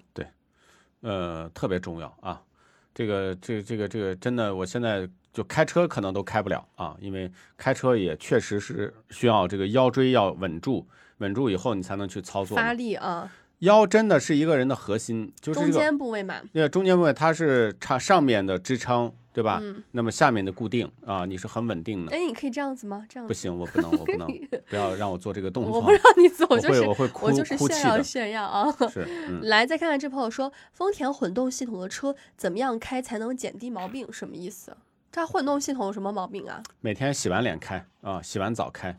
[SPEAKER 2] 呃，特别重要啊。这个，这个，这个，这个，真的，我现在就开车可能都开不了啊，因为开车也确实是需要这个腰椎要稳住，稳住以后你才能去操作嘛。
[SPEAKER 3] 发力啊，
[SPEAKER 2] 腰真的是一个人的核心，就是
[SPEAKER 3] 中
[SPEAKER 2] 这个
[SPEAKER 3] 间部位嘛，
[SPEAKER 2] 那个中间部位，它是差上面的支撑，对吧？
[SPEAKER 3] 嗯
[SPEAKER 2] 那么下面的固定啊，你是很稳定的。
[SPEAKER 3] 哎，你可以这样子吗？这样
[SPEAKER 2] 不
[SPEAKER 3] 子，
[SPEAKER 2] 行，我啊不能，我不能，不要让我做这个动
[SPEAKER 3] 我
[SPEAKER 2] 作
[SPEAKER 3] 不。知道你怎么
[SPEAKER 2] 我
[SPEAKER 3] 就
[SPEAKER 2] 会，
[SPEAKER 3] 是
[SPEAKER 2] 我会哭
[SPEAKER 3] 我就是
[SPEAKER 2] 哭
[SPEAKER 3] 炫
[SPEAKER 2] 泣
[SPEAKER 3] 耀
[SPEAKER 2] 的。
[SPEAKER 3] 炫耀啊。
[SPEAKER 2] 是，嗯，
[SPEAKER 3] 来，再看看这朋友说，丰田混动系统的车怎么样开才能减低毛病？什么意思？它混动系统有什么毛病啊？
[SPEAKER 2] 每天洗完脸开啊，洗完澡开，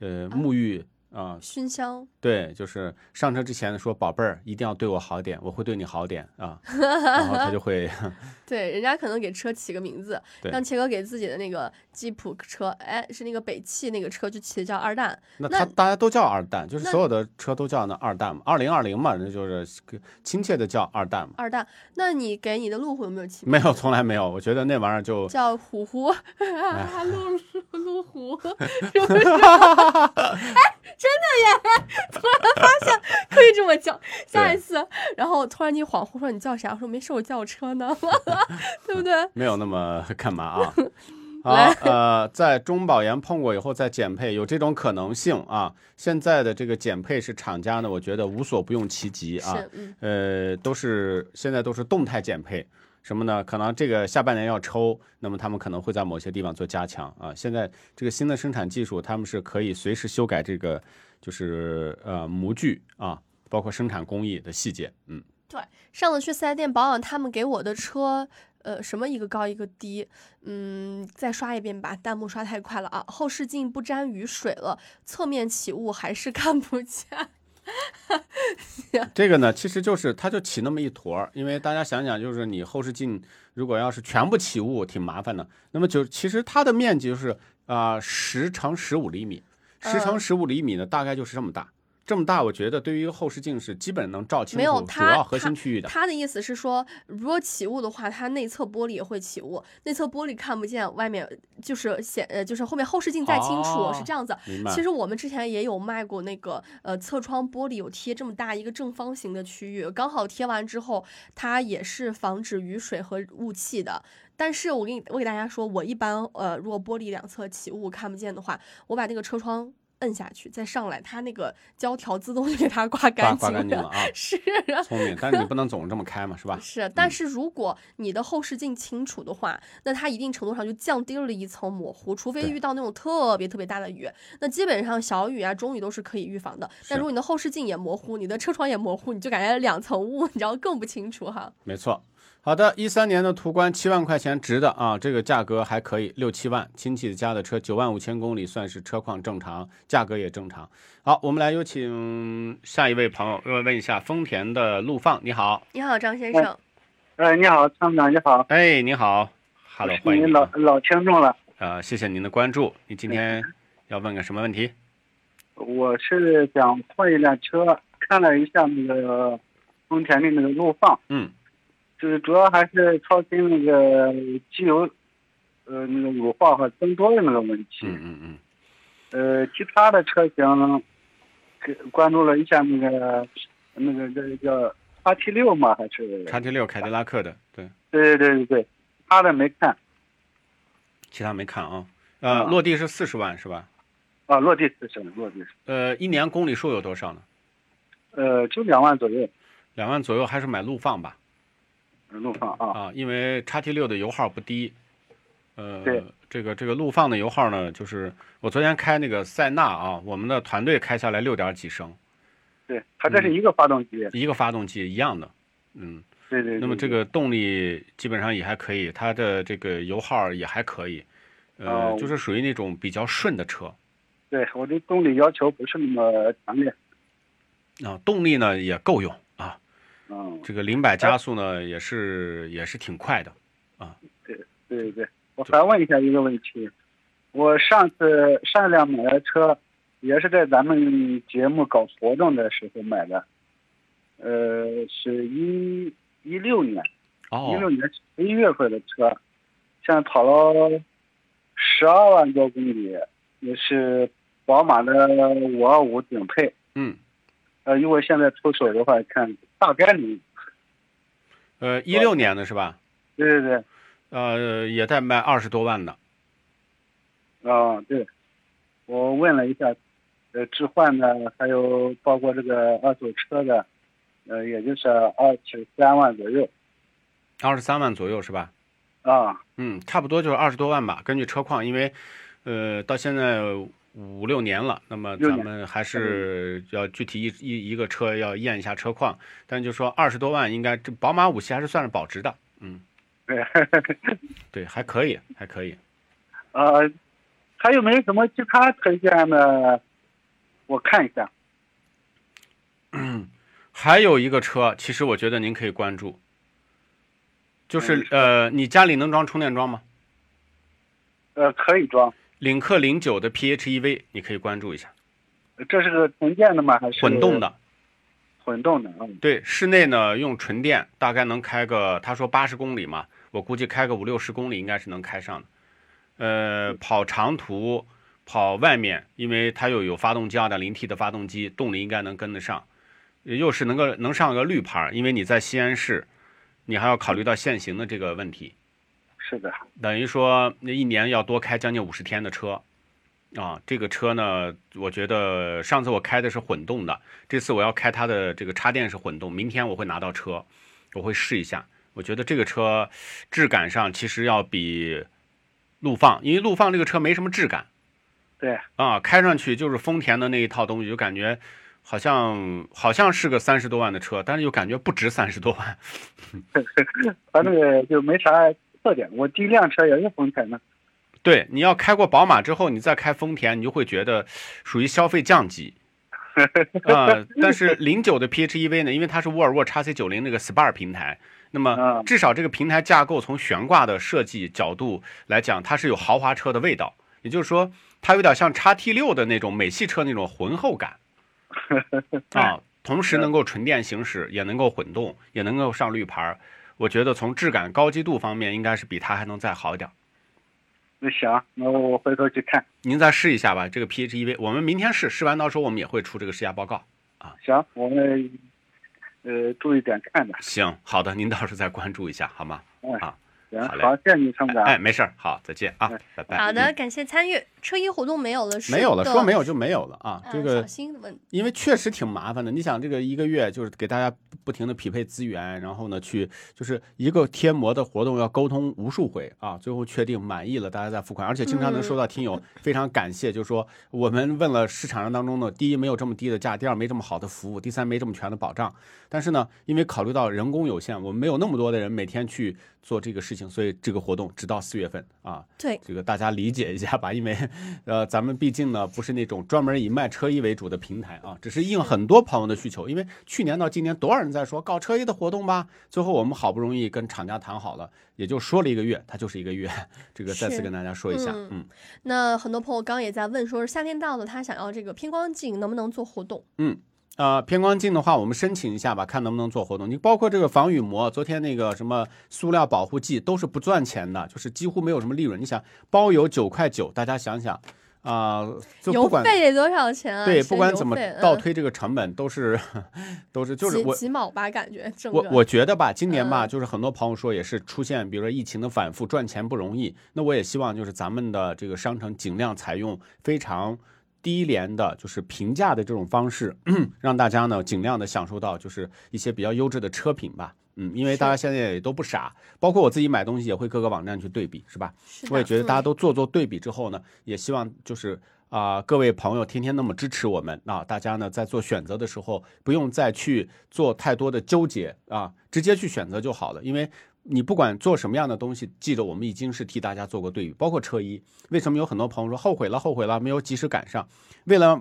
[SPEAKER 2] 呃，沐浴啊，
[SPEAKER 3] 熏香，
[SPEAKER 2] 对，就是上车之前说宝贝儿一定要对我好一点，我会对你好一点 啊，然后他就会
[SPEAKER 3] 对，人家可能给车起个名字，
[SPEAKER 2] 对
[SPEAKER 3] 像切哥给自己的那个吉普车，哎，是那个北汽那个车，就起的叫二蛋。
[SPEAKER 2] 那
[SPEAKER 3] 那
[SPEAKER 2] 他大家都叫二蛋，就是
[SPEAKER 3] 那
[SPEAKER 2] 所有的车都叫那二蛋嘛，二零二零嘛，那就是亲切的叫二蛋嘛。
[SPEAKER 3] 二蛋，那你给你的路虎有没有起名？
[SPEAKER 2] 没有，从来没有。我觉得那玩意儿 就，
[SPEAKER 3] 叫虎虎，
[SPEAKER 2] 哎
[SPEAKER 3] 啊， 路路虎， 是不是？哎，真的耶！突然发现 可以这么叫。下一次，然后突然你恍惚说你叫啥？我说没事，我叫我车呢， 对 不对？
[SPEAKER 2] 没有那么干嘛 啊？
[SPEAKER 3] 来
[SPEAKER 2] 啊，呃，在中保研碰过以后再减配，有这种可能性啊。现在的这个减配是厂家呢，我觉得无所不用其极啊。
[SPEAKER 3] 是，嗯，
[SPEAKER 2] 呃，都是现在都是动态减配，什么呢？可能这个下半年要抽，那么他们可能会在某些地方做加强啊。现在这个新的生产技术，他们是可以随时修改这个，就是呃模具啊，包括生产工艺的细节。嗯，
[SPEAKER 3] 上次去四 S 店保养，他们给我的车。呃，什么一个高一个低，嗯，再刷一遍吧，弹幕刷太快了啊！后视镜不沾雨水了，侧面起雾还是 看不见。
[SPEAKER 2] 这个呢，其实就是它就起那么一坨儿，因为大家想想，就是你后视镜如果要是全部起雾，挺麻烦的。那么就其实它的面积就是啊十乘十五厘米，十乘
[SPEAKER 3] 嗯
[SPEAKER 2] 十五厘米呢，大概就是这么大。这么大，我觉得对于一个后视镜是基本能照清
[SPEAKER 3] 没
[SPEAKER 2] 楚
[SPEAKER 3] 有
[SPEAKER 2] 主
[SPEAKER 3] 它
[SPEAKER 2] 要核
[SPEAKER 3] 它
[SPEAKER 2] 心区域的。
[SPEAKER 3] 他的意思是说，如果起雾的话，它内侧玻璃也会起雾，内侧玻璃看不见，外面就是显呃就是后面后视镜再清楚、
[SPEAKER 2] 哦
[SPEAKER 3] 是这样子。
[SPEAKER 2] 明白
[SPEAKER 3] 其实我们之前也有卖过那个呃侧窗玻璃有贴这么大一个正方形的区域，刚好贴完之后，它也是防止雨水和雾气的。但是我给你我给大家说，我一般呃如果玻璃两侧起雾看不见的话，我把那个车窗。摁下去，再上来，它那个胶条自动就给它刮
[SPEAKER 2] 刮
[SPEAKER 3] 干
[SPEAKER 2] 刮
[SPEAKER 3] 净，
[SPEAKER 2] 干净了啊
[SPEAKER 3] 是，
[SPEAKER 2] 聪明。但是你不能总是这么开嘛，是吧？
[SPEAKER 3] 是，但
[SPEAKER 2] 嗯
[SPEAKER 3] 是如果你的后视镜清楚的话，那它一定程度上就降低了一层模糊，除非
[SPEAKER 2] 对
[SPEAKER 3] 遇到那种特别特别大的雨，那基本上小雨啊、中雨都是可以预防的。
[SPEAKER 2] 是
[SPEAKER 3] 但如果你的后视镜也模糊，你的车窗也模糊，你就感觉两层雾，你知道更不清楚哈。
[SPEAKER 2] 没错。好的，一三年的途观七万块钱值的啊，这个价格还可以，六七万。亲戚家的车九万五千公里，算是车况正常，价格也正常。好，我们来有请下一位朋友，问问一下丰田的陆放，你好，
[SPEAKER 3] 你好，张先
[SPEAKER 6] 哎
[SPEAKER 3] 生，
[SPEAKER 6] 呃，你好，参谋长，你好，
[SPEAKER 2] 哎，你好
[SPEAKER 6] 我
[SPEAKER 2] ，Hello，
[SPEAKER 6] 是
[SPEAKER 2] 欢迎
[SPEAKER 6] 哎您哎
[SPEAKER 2] 你
[SPEAKER 6] 老
[SPEAKER 2] 啊、
[SPEAKER 6] 老听众了，
[SPEAKER 2] 呃，谢谢您的关注。你今天要问个什么问题？
[SPEAKER 6] 我是想换一辆车，看了一下那个丰田的那个陆放，
[SPEAKER 2] 嗯，
[SPEAKER 6] 就是主要还是操心那个机油，呃，那个乳化和增多的那个问题。
[SPEAKER 2] 嗯嗯嗯，
[SPEAKER 6] 呃，其他的车型，给关注了一下那个那个这个叫叉 T 六嘛，还是？
[SPEAKER 2] 叉 T 六凯迪拉克的，对，
[SPEAKER 6] 对对对对对，他的没看
[SPEAKER 2] 其他没看啊。呃，
[SPEAKER 6] 啊
[SPEAKER 2] 落地是四十万是吧？
[SPEAKER 6] 啊，落地四升，落地四升，
[SPEAKER 2] 呃，一年公里数有多少呢？
[SPEAKER 6] 呃，就两万左右，
[SPEAKER 2] 两万左右，还是买陆放吧？
[SPEAKER 6] 陆放啊，
[SPEAKER 2] 啊，因为叉 T 六的油耗不低，呃
[SPEAKER 6] 对，
[SPEAKER 2] 这个这个陆放的油耗呢，就是我昨天开那个塞纳啊，我们的团队开下来六点几升，
[SPEAKER 6] 对，他这是一个发动机，
[SPEAKER 2] 一个发动机一样的，嗯，
[SPEAKER 6] 对对。
[SPEAKER 2] 那么
[SPEAKER 6] 对
[SPEAKER 2] 这
[SPEAKER 6] 对
[SPEAKER 2] 个动力基本上也还可以，它的这个油耗也还可以，呃，
[SPEAKER 6] 哦
[SPEAKER 2] 就是属于那种比较顺的车
[SPEAKER 6] 对我对动力要求不是那么强烈，
[SPEAKER 2] 啊，动力呢也够用啊，
[SPEAKER 6] 嗯，
[SPEAKER 2] 这个零百加速呢也是也是挺快的，
[SPEAKER 6] 对对对。我还问一下一个问题，我上次上一辆买的车，也是在咱们节目搞活动的时候买的，呃，是一一六年，一六
[SPEAKER 2] 哦，
[SPEAKER 6] 年十一月份的车，现在跑了十二万多公里，也是宝马的五二五顶配，
[SPEAKER 2] 嗯。
[SPEAKER 6] 呃，如果现在出手的话，看大概率，
[SPEAKER 2] 呃，一六年的是吧？
[SPEAKER 6] 对对对，
[SPEAKER 2] 呃，也在卖二十多万呢。
[SPEAKER 6] 啊，对，我问了一下，呃，置换的还有包括这个二手车的，呃，也就是二十三万左右
[SPEAKER 2] 二十三万左右是吧？
[SPEAKER 6] 啊。
[SPEAKER 2] 嗯，差不多就是二十多万吧，根据车况，因为，呃，到现在五六年了，那么
[SPEAKER 6] 六
[SPEAKER 2] 咱
[SPEAKER 6] 年
[SPEAKER 2] 们还是要具体一一一个车要验一下车况，但就说二十多万应该这宝马五系还是算是保值的，嗯，
[SPEAKER 6] 对，
[SPEAKER 2] 对，还可以，还可以。
[SPEAKER 6] 呃，还有没有什么其他推荐的？我看一下
[SPEAKER 2] 还有一个车，其实我觉得您可以关注，就是呃，你家里能装充电桩吗？
[SPEAKER 6] 呃，可以装，
[SPEAKER 2] 领克零九的 PHEV 你可以关注一下，
[SPEAKER 6] 这是个纯电的吗？还是
[SPEAKER 2] 混动？的。
[SPEAKER 6] 混动的啊，
[SPEAKER 2] 对，室内呢用纯电大概能开个，他说八十公里嘛，我估计开个五六十公里应该是能开上的。呃，跑长途，跑外面，因为它又有发动机二点零 T 的发动机，动力应该能跟得上。呃又是能够能上个绿牌儿，因为你在西安市，你还要考虑到限行的这个问题，
[SPEAKER 6] 是的，
[SPEAKER 2] 等于说那一年要多开将近五十天的车。啊，这个车呢，我觉得上次我开的是混动的，这次我要开它的这个插电式混动，明天我会拿到车，我会试一下。我觉得这个车质感上其实要比陆放，因为陆放这个车没什么质感
[SPEAKER 6] 对，
[SPEAKER 2] 啊，开上去就是丰田的那一套东西，就感觉好像好像是个三十多万的车，但是又感觉不值三十多万。
[SPEAKER 6] 反正就没啥特点。我第一辆车也是丰田的，
[SPEAKER 2] 对，你要开过宝马之后，你再开丰田，你就会觉得属于消费降级。啊、但是零九的 PHEV 呢，因为它是沃尔沃 x C 9 0那个 SPA 平台，那么
[SPEAKER 6] 嗯
[SPEAKER 2] 至少这个平台架构从悬挂的设计角度来讲，它是有豪华车的味道，也就是说，它有点像 x T 6的那种美系车那种浑厚感。啊，同时能够纯电行驶，也能够混动，也能够上绿牌儿。我觉得从质感高机度方面，应该是比它还能再好一点儿。
[SPEAKER 7] 那行，那我回头去看。
[SPEAKER 2] 您再试一下吧，这个 PHEV，我们明天试，试完到时候我们也会出这个试驾报告。
[SPEAKER 7] 行，我们呃注意点看吧。
[SPEAKER 2] 行，好的，您到时候再关注一下，好吗？
[SPEAKER 7] 嗯
[SPEAKER 2] 啊，
[SPEAKER 7] 行，
[SPEAKER 2] 好嘞
[SPEAKER 7] 好，谢谢你，参谋长。
[SPEAKER 2] 哎，没事儿，好，再见啊，拜拜。
[SPEAKER 3] 好的，
[SPEAKER 2] 嗯，
[SPEAKER 3] 感谢参与。车衣活动没有了，是
[SPEAKER 2] 没有了，
[SPEAKER 3] 的
[SPEAKER 2] 说没有就没有了啊
[SPEAKER 3] 啊，
[SPEAKER 2] 这个
[SPEAKER 3] 小。心问
[SPEAKER 2] 因为确实挺麻烦的。你想，这个一个月就是给大家不不停的匹配资源，然后呢，去就是一个贴膜的活动要沟通无数回啊，最后确定满意了，大家再付款。而且经常能收到听友非常感谢，就是说我们问了市场上当中的，第一没有这么低的价，第二没这么好的服务，第三没这么全的保障。但是呢，因为考虑到人工有限，我们没有那么多的人每天去做这个事情，所以这个活动直到四月份啊，
[SPEAKER 3] 对，
[SPEAKER 2] 这个大家理解一下吧，因为呃，咱们毕竟呢不是那种专门以卖车衣为主的平台啊，只是应很多朋友的需求。因为去年到今年，多少人在说搞车衣的活动吧？最后我们好不容易跟厂家谈好了，也就说了一个月，它就是一个月。这个再次
[SPEAKER 3] 是
[SPEAKER 2] 跟大家说一下，
[SPEAKER 3] 嗯
[SPEAKER 2] 嗯
[SPEAKER 3] 那很多朋友刚刚也在问，说是夏天到了，他想要这个偏光镜，能不能做活动？
[SPEAKER 2] 呃，偏光镜的话，我们申请一下吧，看能不能做活动。你包括这个防雨膜，昨天那个什么塑料保护剂都是不赚钱的，就是几乎没有什么利润。你想包邮九块九，大家想想啊、就不
[SPEAKER 3] 邮
[SPEAKER 2] 管
[SPEAKER 3] 费得多少钱啊？
[SPEAKER 2] 对，
[SPEAKER 3] 是
[SPEAKER 2] 不管
[SPEAKER 3] 邮
[SPEAKER 2] 怎么
[SPEAKER 3] 费
[SPEAKER 2] 倒
[SPEAKER 3] 嗯
[SPEAKER 2] 推这个成本都是都是就是
[SPEAKER 3] 几
[SPEAKER 2] 我
[SPEAKER 3] 几毛吧，感觉整
[SPEAKER 2] 我
[SPEAKER 3] 个
[SPEAKER 2] 我觉得吧，今年吧，
[SPEAKER 3] 嗯
[SPEAKER 2] 就是很多朋友说也是出现，比如说疫情的反复，赚钱不容易。那我也希望就是咱们的这个商城尽量采用非常低廉的，就是平价的这种方式， 让大家呢尽量的享受到就是一些比较优质的车品吧。嗯，因为大家现在也都不傻，包括我自己买东西也会各个网站去对比，是吧？
[SPEAKER 3] 是
[SPEAKER 2] 我也
[SPEAKER 3] 的
[SPEAKER 2] 觉得大家
[SPEAKER 3] 嗯
[SPEAKER 2] 都做做对比之后呢，也希望就是啊、各位朋友天天那么支持我们啊，大家呢在做选择的时候不用再去做太多的纠结啊，直接去选择就好了，因为。你不管做什么样的东西，记得我们已经是替大家做过对比，包括车衣。为什么有很多朋友说后悔了，后悔了，没有及时赶上？为了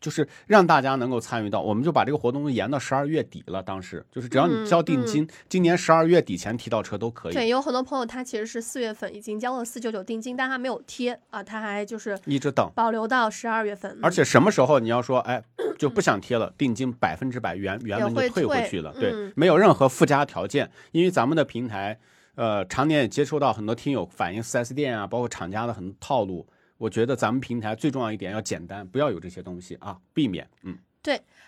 [SPEAKER 2] 就是让大家能够参与到，我们就把这个活动延到十二月底了。当时就是只要你
[SPEAKER 3] 嗯
[SPEAKER 2] 交定金，今年十二月底前提到车都可以。
[SPEAKER 3] 对，有很多朋友他其实是四月份已经交了四九九定金，但他没有贴啊，他还就是
[SPEAKER 2] 一直等
[SPEAKER 3] 保留到十二月份，嗯
[SPEAKER 2] 而且什么时候你要说，哎，就不想贴了，定金百分之百原原文就
[SPEAKER 3] 会
[SPEAKER 2] 退回
[SPEAKER 3] 退
[SPEAKER 2] 去了，对
[SPEAKER 3] 嗯，
[SPEAKER 2] 没有任何附加条件，因为咱们的平台，呃，常年也接收到很多听友反映 4S 店啊，包括厂家的很多套路。我觉得咱们平台最重要一点要简单，不要有这些东西啊，避免。嗯，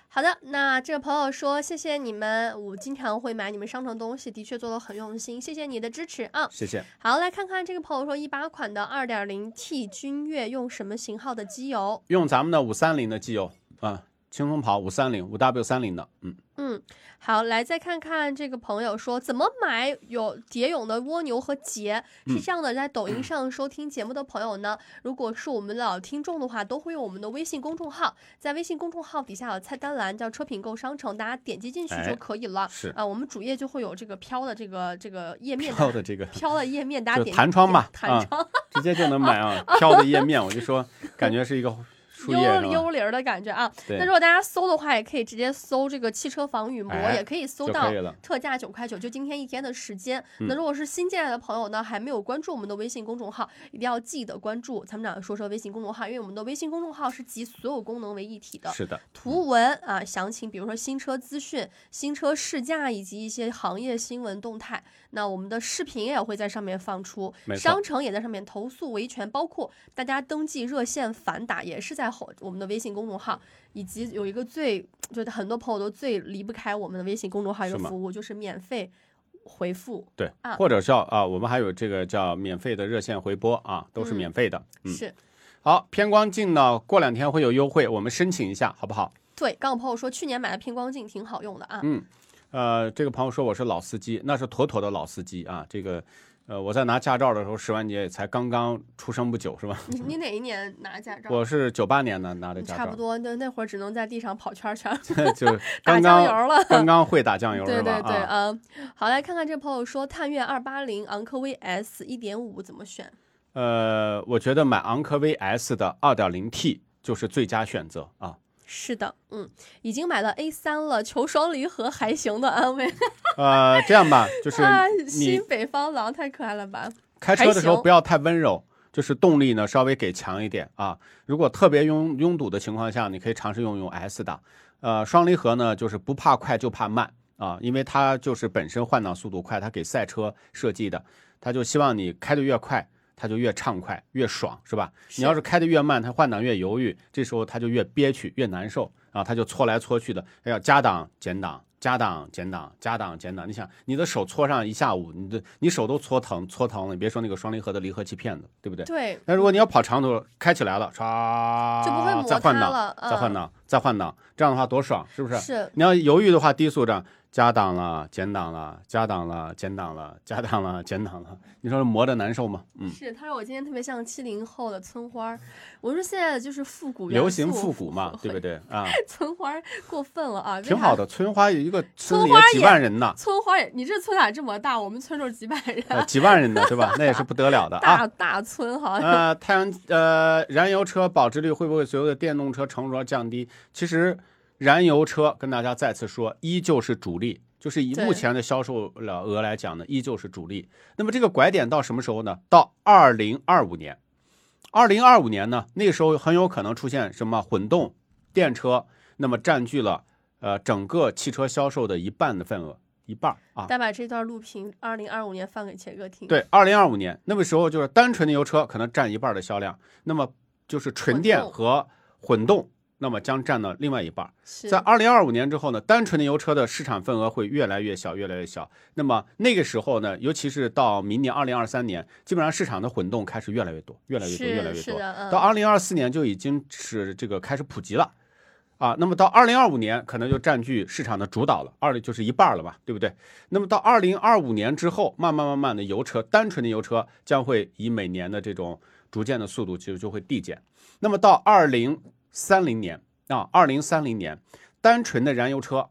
[SPEAKER 3] 好的，那这个朋友说，谢谢你们，我经常会买你们商城东西，的确做的很用心，谢谢你的支持啊。
[SPEAKER 2] 谢谢。
[SPEAKER 3] 好，来看看这个朋友说，一八款的二点零 T 君越用什么型号的机油？
[SPEAKER 2] 用咱们的五三零的机油啊，轻松跑五三零五 W 三零的，嗯，
[SPEAKER 3] 嗯，好，来再看看这个朋友说怎么买有蝶泳的蜗牛和节是
[SPEAKER 2] 嗯
[SPEAKER 3] 这样的，在抖音上收听节目的朋友呢，如果是我们老听众的话，都会用我们的微信公众号，在微信公众号底下有菜单栏叫车品购商城，大家点击进去
[SPEAKER 2] 哎
[SPEAKER 3] 就可以了。
[SPEAKER 2] 是
[SPEAKER 3] 啊，我们主页就会有这个飘的这个这个页面
[SPEAKER 2] 飘
[SPEAKER 3] 的
[SPEAKER 2] 的这个
[SPEAKER 3] 飘的页面，大家
[SPEAKER 2] 就
[SPEAKER 3] 点
[SPEAKER 2] 弹窗吧
[SPEAKER 3] 弹
[SPEAKER 2] 啊
[SPEAKER 3] 窗
[SPEAKER 2] 直接就能买啊，飘的页面，我就说感觉是一个树叶
[SPEAKER 3] 幽
[SPEAKER 2] 是吧？
[SPEAKER 3] 幽灵儿的感觉啊。那如
[SPEAKER 2] 对，
[SPEAKER 3] 果大家搜的话，也可以直接搜这个汽车防雨膜，
[SPEAKER 2] 哎
[SPEAKER 3] 也可以搜
[SPEAKER 2] 就
[SPEAKER 3] 到
[SPEAKER 2] 可以了嗯
[SPEAKER 3] 特价九块九，就今天一天的时间。那如果是新进来的朋友呢，还没有关注我们的微信公众号，一定要记得关注参谋长说车微信公众号，因为我们的微信公众号是集所有功能为一体的。
[SPEAKER 2] 是的，
[SPEAKER 3] 图文啊，详情比如说新车资讯、新车试驾以及一些行业新闻动态。那我们的视频也会在上面放出
[SPEAKER 2] 没，错
[SPEAKER 3] 商城也在上面投诉维权，包括大家登记热线反打也是在后我们的微信公众号，以及有一个最就是很多朋友都最离不开我们的微信公众号一个
[SPEAKER 2] 是吗
[SPEAKER 3] 服务，就是免费回复。
[SPEAKER 2] 对
[SPEAKER 3] 啊，
[SPEAKER 2] 或者叫啊，我们还有这个叫免费的热线回拨啊，都是
[SPEAKER 3] 嗯
[SPEAKER 2] 免费的。嗯，
[SPEAKER 3] 是
[SPEAKER 2] 好，偏光镜呢，过两天会有优惠，我们申请一下，好不好？
[SPEAKER 3] 对，刚有朋友说去年买的偏光镜挺好用的啊，
[SPEAKER 2] 嗯，呃，这个朋友说我是老司机，那是妥妥的老司机啊。这个，呃，我在拿驾照的时候，石万杰也才刚刚出生不久，是吧？
[SPEAKER 3] 你你哪一年拿驾照？
[SPEAKER 2] 我是九八年呢拿的
[SPEAKER 3] 你
[SPEAKER 2] 驾
[SPEAKER 3] 啊差不
[SPEAKER 2] 照，
[SPEAKER 3] 多那那会儿只能在地上跑圈儿圈儿。
[SPEAKER 2] 就是
[SPEAKER 3] 打
[SPEAKER 2] 刚
[SPEAKER 3] 酱油
[SPEAKER 2] 刚
[SPEAKER 3] 了
[SPEAKER 2] 刚刚会打酱油
[SPEAKER 3] 对
[SPEAKER 2] 是吧？
[SPEAKER 3] 对对，
[SPEAKER 2] 啊，
[SPEAKER 3] 嗯，好，来看看这朋友说探岳二八零昂科威 S 一点五怎么选？
[SPEAKER 2] 呃，我觉得买昂科威 S 的二点零 T 就是最佳选择啊。
[SPEAKER 3] 是的，嗯，已经买了 A 三了，求双离合还行的安慰。
[SPEAKER 2] 呃，这样吧，就是
[SPEAKER 3] 啊，
[SPEAKER 2] 你
[SPEAKER 3] 新北方狼太可爱了吧？
[SPEAKER 2] 开车的时候
[SPEAKER 3] 还行
[SPEAKER 2] 不要太温柔，就是动力呢稍微给强一点啊。如果特别拥拥堵的情况下，你可以尝试用用 S 档呃，双离合呢，就是不怕快就怕慢啊，因为它就是本身换挡速度快，它给赛车设计的，它就希望你开的越快，它就越畅快越爽，是吧？你要是开的越慢，它换挡越犹豫，这时候它就越憋屈越难受啊，它就搓来搓去的，哎呀，加档减档。加档减档，加档减档，你想你的手搓上一下午，你的你手都搓疼搓疼了，你别说那个双离合的离合器片子，对不对？
[SPEAKER 3] 对，
[SPEAKER 2] 那如果你要跑长途，开起来了，唰，
[SPEAKER 3] 就不会磨
[SPEAKER 2] 再换
[SPEAKER 3] 它
[SPEAKER 2] 挡
[SPEAKER 3] 了，
[SPEAKER 2] 再换
[SPEAKER 3] 嗯
[SPEAKER 2] 挡，再换挡，这样的话多爽，是不是？
[SPEAKER 3] 是
[SPEAKER 2] 你要犹豫的话，低速这样加档了，减档了，加档了，减档了，加档了，减档了，你说磨着难受吗？嗯，
[SPEAKER 3] 是，他说我今天特别像七零后的村花儿，我说现在的就是复古元素，
[SPEAKER 2] 流行复古 嘛，对不？对啊？
[SPEAKER 3] 村花儿过分了啊，为
[SPEAKER 2] 挺
[SPEAKER 3] 啥
[SPEAKER 2] 好的，村花有一个村
[SPEAKER 3] 村
[SPEAKER 2] 里
[SPEAKER 3] 花
[SPEAKER 2] 几
[SPEAKER 3] 也
[SPEAKER 2] 万人 呢，
[SPEAKER 3] 村花也，你这村咋这么大？我们村就是几百人，啊
[SPEAKER 2] 呃，几万人呢，对吧？那也是不得了的啊
[SPEAKER 3] 大。大村好像。
[SPEAKER 2] 呃，太阳呃，燃油车保值率会不会随着电动车成熟而降低？其实，燃油车跟大家再次说，依旧是主力，就是以
[SPEAKER 3] 对
[SPEAKER 2] 目前的销售了额来讲呢，依旧是主力。那么这个拐点到什么时候呢？到二零二五年，二零二五年呢，那时候很有可能出现什么混动电车，那么占据了呃整个汽车销售的一半的份额，一半儿啊。
[SPEAKER 3] 再把这段录屏，二零二五年放给钱哥听。，
[SPEAKER 2] 对，二零二五年那个时候就是单纯的油车可能占一半儿的销量，那么就是纯
[SPEAKER 3] 混
[SPEAKER 2] 电
[SPEAKER 3] 动
[SPEAKER 2] 和混动，那么将占了另外一半儿。
[SPEAKER 3] 是
[SPEAKER 2] 在二零二五年之后呢，单纯的油车的市场份额会越来越小，越来越小。那么那个时候呢，尤其是到明年二零二三年，基本上市场的混动开始越来越多，越来越多，
[SPEAKER 3] 是
[SPEAKER 2] 越来越
[SPEAKER 3] 是
[SPEAKER 2] 多
[SPEAKER 3] 的嗯。
[SPEAKER 2] 到二零二四年就已经是这个开始普及了。啊，那么到二零二五年可能就占据市场的主导了，二就是一半了吧，对不对？那么到二零二五年之后，慢慢慢慢的油车，单纯的油车将会以每年的这种逐渐的速度，其实就会递减。那么到二零三零年啊，二零三零年，单纯的燃油车，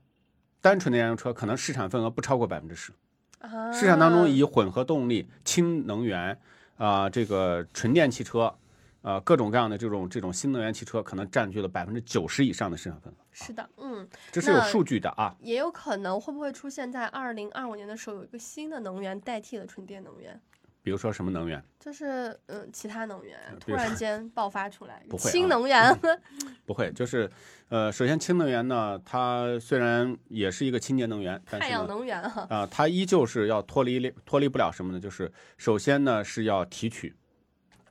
[SPEAKER 2] 单纯的燃油车可能市场份额不超过百分之十。
[SPEAKER 3] 啊
[SPEAKER 2] 市场当中以混合动力、氢能源啊、这个纯电汽车，呃，各种各样的这种这种新能源汽车，可能占据了百分之九十以上的市场份额，
[SPEAKER 3] 是的，嗯，
[SPEAKER 2] 这是有
[SPEAKER 3] 那
[SPEAKER 2] 数据的啊。
[SPEAKER 3] 也有可能会不会出现在二零二五年的时候有一个新的能源代替了纯电能源，
[SPEAKER 2] 比如说什么能源？
[SPEAKER 3] 就是嗯其他能源
[SPEAKER 2] 比
[SPEAKER 3] 突
[SPEAKER 2] 如
[SPEAKER 3] 然
[SPEAKER 2] 说
[SPEAKER 3] 间爆发出来，
[SPEAKER 2] 啊不会
[SPEAKER 3] 新
[SPEAKER 2] 啊
[SPEAKER 3] 能源
[SPEAKER 2] 不会，就是，呃，首先氢能源呢，它虽然也是一个清洁能源，但
[SPEAKER 3] 太
[SPEAKER 2] 是
[SPEAKER 3] 阳
[SPEAKER 2] 呢，
[SPEAKER 3] 能源哈、
[SPEAKER 2] 啊、它依旧是要脱离脱离不了什么呢？就是首先呢是要提取，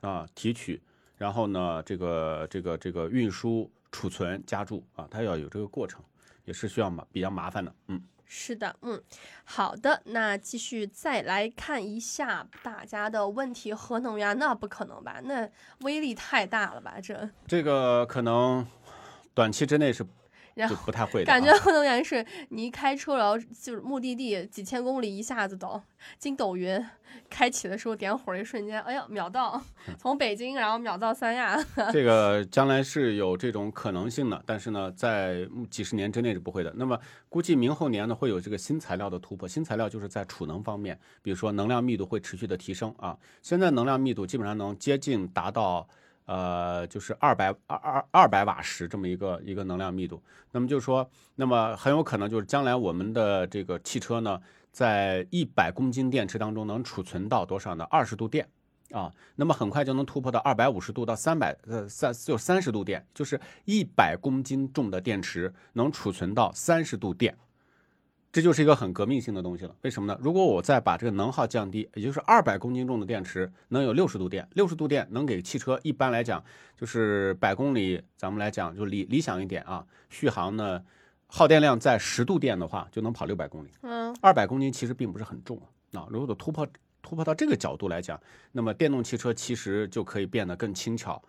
[SPEAKER 2] 啊、提取，然后呢这个这个这个运输、储存、加注啊，它要有这个过程，也是需要麻比较麻烦的。嗯，
[SPEAKER 3] 是的，嗯，好的，那继续再来看一下大家的问题。核能源那不可能吧？那威力太大了吧？这，
[SPEAKER 2] 这个可能短期之内是
[SPEAKER 3] 然
[SPEAKER 2] 就
[SPEAKER 3] 后
[SPEAKER 2] 不太会的、啊，
[SPEAKER 3] 感觉核能源是你一开车，然后就是目的地几千公里，一下子到筋斗云，开启的时候点火一瞬间，哎呀，秒到，
[SPEAKER 2] 嗯
[SPEAKER 3] 从北京然后秒到三亚。
[SPEAKER 2] 这个将来是有这种可能性的，但是呢，在嗯几十年之内是不会的。那么估计明后年呢，会有这个新材料的突破。新材料就是在储能方面，比如说能量密度会持续的提升啊。现在能量密度基本上能接近达到。呃，就是二百二二二百瓦时这么一个一个能量密度，那么就是说，那么很有可能就是将来我们的这个汽车呢，在一百公斤电池当中能储存到多少呢？二十度电啊，那么很快就能突破到二百五十度到三百呃三就三十度电，就是一百公斤重的电池能储存到三十度电，这就是一个很革命性的东西了。为什么呢？如果我再把这个能耗降低，也就是二百公斤重的电池能有六十度电，六十度电能给汽车一般来讲就是百公里，咱们来讲就理理想一点啊，续航呢耗电量在十度电的话就能跑六百公里。
[SPEAKER 3] 嗯，
[SPEAKER 2] 二百公斤其实并不是很重啊。啊，如果突破突破到这个角度来讲，那么电动汽车其实就可以变得更轻巧，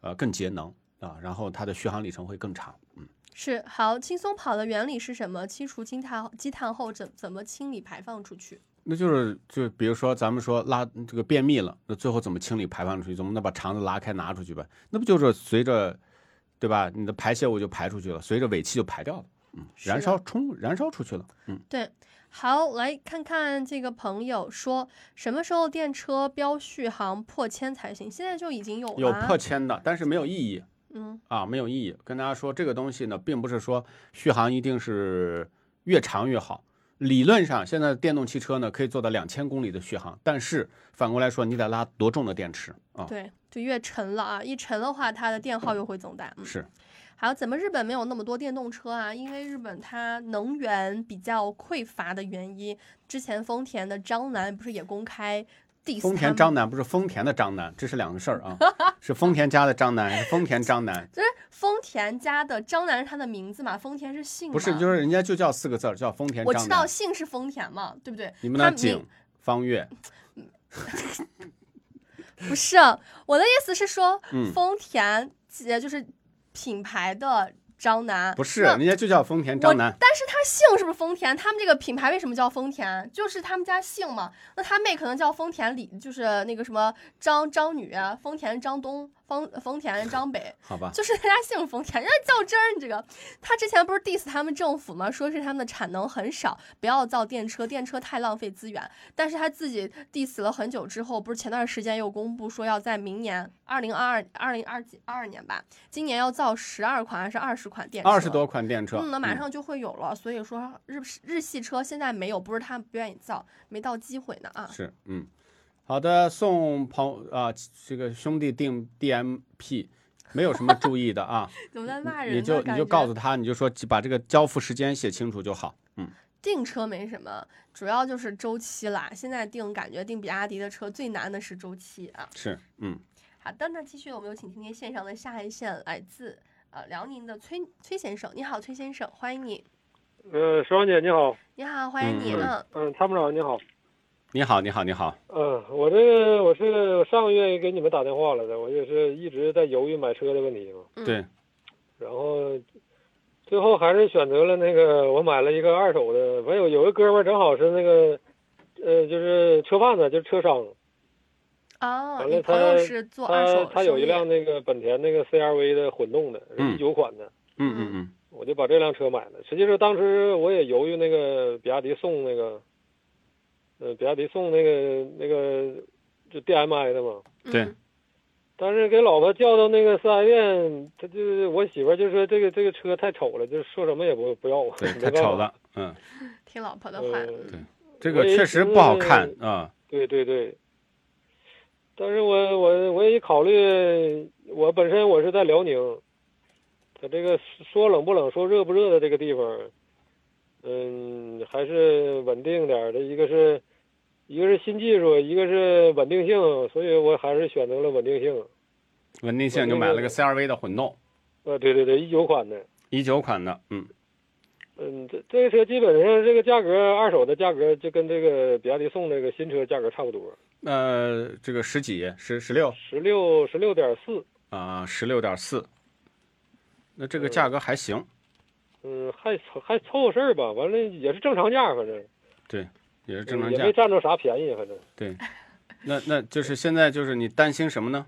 [SPEAKER 2] 呃，更节能啊，然后它的续航里程会更长。嗯
[SPEAKER 3] 是好，轻松跑的原理是什么？清除积碳积碳后怎怎么清理排放出去？
[SPEAKER 2] 那就是就比如说咱们说拉这个便秘了，那最后怎么清理排放出去？怎么能把肠子拉开拿出去呗？那不就是随着，对吧？你的排泄物就排出去了，随着尾气就排掉了，嗯，
[SPEAKER 3] 是
[SPEAKER 2] 燃
[SPEAKER 3] 的
[SPEAKER 2] 烧冲燃烧出去了。嗯
[SPEAKER 3] 对，好，来看看这个朋友说什么时候电车标续航破千才行？现在就已经有了，
[SPEAKER 2] 有破千的，但是没有意义。
[SPEAKER 3] 嗯，
[SPEAKER 2] 啊，没有意义。跟大家说，这个东西呢，并不是说续航一定是越长越好。理论上，现在电动汽车呢可以做到两千公里的续航，但是反过来说，你得拉多重的电池啊？
[SPEAKER 3] 对，就越沉了啊，一沉的话，它的电耗又会增大。嗯，
[SPEAKER 2] 是
[SPEAKER 3] 还有怎么日本没有那么多电动车啊？因为日本它能源比较匮乏的原因，之前丰田的张楠不是也公开 diss
[SPEAKER 2] 丰
[SPEAKER 3] 他
[SPEAKER 2] 田
[SPEAKER 3] 们
[SPEAKER 2] 张楠不是丰田的张楠，这是两个事 儿啊，是丰田家的张楠，是丰田张楠，
[SPEAKER 3] 就是丰田家的张楠是他的名字嘛，丰田是姓嘛，
[SPEAKER 2] 不是就是人家就叫四个字儿叫丰田
[SPEAKER 3] 我
[SPEAKER 2] 张
[SPEAKER 3] 知道
[SPEAKER 2] 楠。
[SPEAKER 3] 姓是丰田嘛，对不对？
[SPEAKER 2] 你们
[SPEAKER 3] 他
[SPEAKER 2] 的
[SPEAKER 3] 名
[SPEAKER 2] 景方月，
[SPEAKER 3] 不是我的意思是说，
[SPEAKER 2] 嗯
[SPEAKER 3] 丰田呃就是品牌的张楠，
[SPEAKER 2] 不是
[SPEAKER 3] 那
[SPEAKER 2] 人家就叫丰田
[SPEAKER 3] 我
[SPEAKER 2] 张楠，
[SPEAKER 3] 但是他姓是不是丰田？他们这个品牌为什么叫丰田？就是他们家姓嘛。那他妹可能叫丰田李，就是那个什么张张女啊，丰田张东，丰丰田张北。
[SPEAKER 2] 好吧？
[SPEAKER 3] 就是他家姓丰田，人家较真儿。你这个，他之前不是 diss 他们政府吗？说是他们的产能很少，不要造电车，电车太浪费资源。但是他自己 diss 了很久之后，不是前段时间又公布说要在明年二零二二、二零二几、二二年吧，今年要造十二款还是二十款电车？
[SPEAKER 2] 二十多款电车，
[SPEAKER 3] 嗯，那马上就会有了。所以说日日系车现在没有，不是他们不愿意造，没到机会呢啊。
[SPEAKER 2] 是，嗯，好的，送朋啊、这个兄弟定 DMP，没有什么注意的啊，
[SPEAKER 3] 怎么在 骂人呢？
[SPEAKER 2] 你就你
[SPEAKER 3] 感
[SPEAKER 2] 就
[SPEAKER 3] 觉
[SPEAKER 2] 告诉他，你就说把这个交付时间写清楚就好。嗯，
[SPEAKER 3] 订车没什么，主要就是周期啦。现在订感觉订比亚迪的车最难的是周期啊。
[SPEAKER 2] 是，嗯，
[SPEAKER 3] 好的，那继续我们有请今天线上的下一线来自呃辽宁的崔崔先生，你好，崔先生，欢迎你，
[SPEAKER 5] 嗯
[SPEAKER 4] 呃，石王姐你好，
[SPEAKER 3] 你好，欢迎你，
[SPEAKER 2] 嗯
[SPEAKER 3] 嗯
[SPEAKER 4] 嗯，参谋长你好，
[SPEAKER 2] 你好，你好，你好，
[SPEAKER 4] 嗯，我这个我是上个月也给你们打电话来的，我也是一直在犹豫买车的问题嘛，
[SPEAKER 3] 嗯
[SPEAKER 2] 对，
[SPEAKER 4] 然后最后还是选择了那个，我买了一个二手的，完有有个哥们儿正好是那个，呃，就是车贩子，就是车商，
[SPEAKER 3] 哦，
[SPEAKER 4] 完了
[SPEAKER 3] 你朋友
[SPEAKER 4] 他
[SPEAKER 3] 是做二
[SPEAKER 4] 他
[SPEAKER 3] 手
[SPEAKER 4] 他有
[SPEAKER 3] 生
[SPEAKER 4] 一
[SPEAKER 3] 意
[SPEAKER 4] 辆那个本田那个 CRV 的混动的，
[SPEAKER 2] 嗯
[SPEAKER 4] 一九款的，
[SPEAKER 2] 嗯嗯嗯，
[SPEAKER 4] 我就把这辆车买了。实际上当时我也犹豫那个比亚迪宋那个，呃，比亚迪宋那个那个就 DMI 的嘛，
[SPEAKER 2] 对
[SPEAKER 3] 嗯
[SPEAKER 4] 但是给老婆叫到那个四 S 店，她就是我媳妇儿就说这个这个车太丑了，就是说什么也不不要，
[SPEAKER 2] 对，
[SPEAKER 4] 没
[SPEAKER 2] 太
[SPEAKER 4] 办法
[SPEAKER 2] 丑。了，嗯，
[SPEAKER 3] 听老婆的话，
[SPEAKER 4] 呃
[SPEAKER 3] 嗯
[SPEAKER 2] 这
[SPEAKER 4] 我
[SPEAKER 2] 个
[SPEAKER 4] 也
[SPEAKER 2] 确实不好
[SPEAKER 4] 是
[SPEAKER 2] 看啊、
[SPEAKER 4] 对对对，但是我我我也考虑，我本身我是在辽宁，它这个说冷不冷，说热不热的这个地方，嗯，还是稳定点儿的。一个是，一个是新技术，一个是稳定性，所以我还是选择了稳定性。
[SPEAKER 2] 稳定性就买了个 CRV 的混动，
[SPEAKER 4] 啊，对对对，一九款的。
[SPEAKER 2] 一九款的，嗯，
[SPEAKER 4] 嗯，这这个车基本上这个价格，二手的价格就跟这个比亚迪宋这个新车价格差不多，
[SPEAKER 2] 呃，这个十几十十六
[SPEAKER 4] 十六十六点四，
[SPEAKER 2] 啊，十六点四，那这个价格还行，
[SPEAKER 4] 嗯，还凑还凑合事儿吧，完了也是正常价，反正
[SPEAKER 2] 也是正常
[SPEAKER 4] 也
[SPEAKER 2] 价
[SPEAKER 4] 没，占着啥便宜，反正
[SPEAKER 2] 那那就是现在就是你担心什么呢？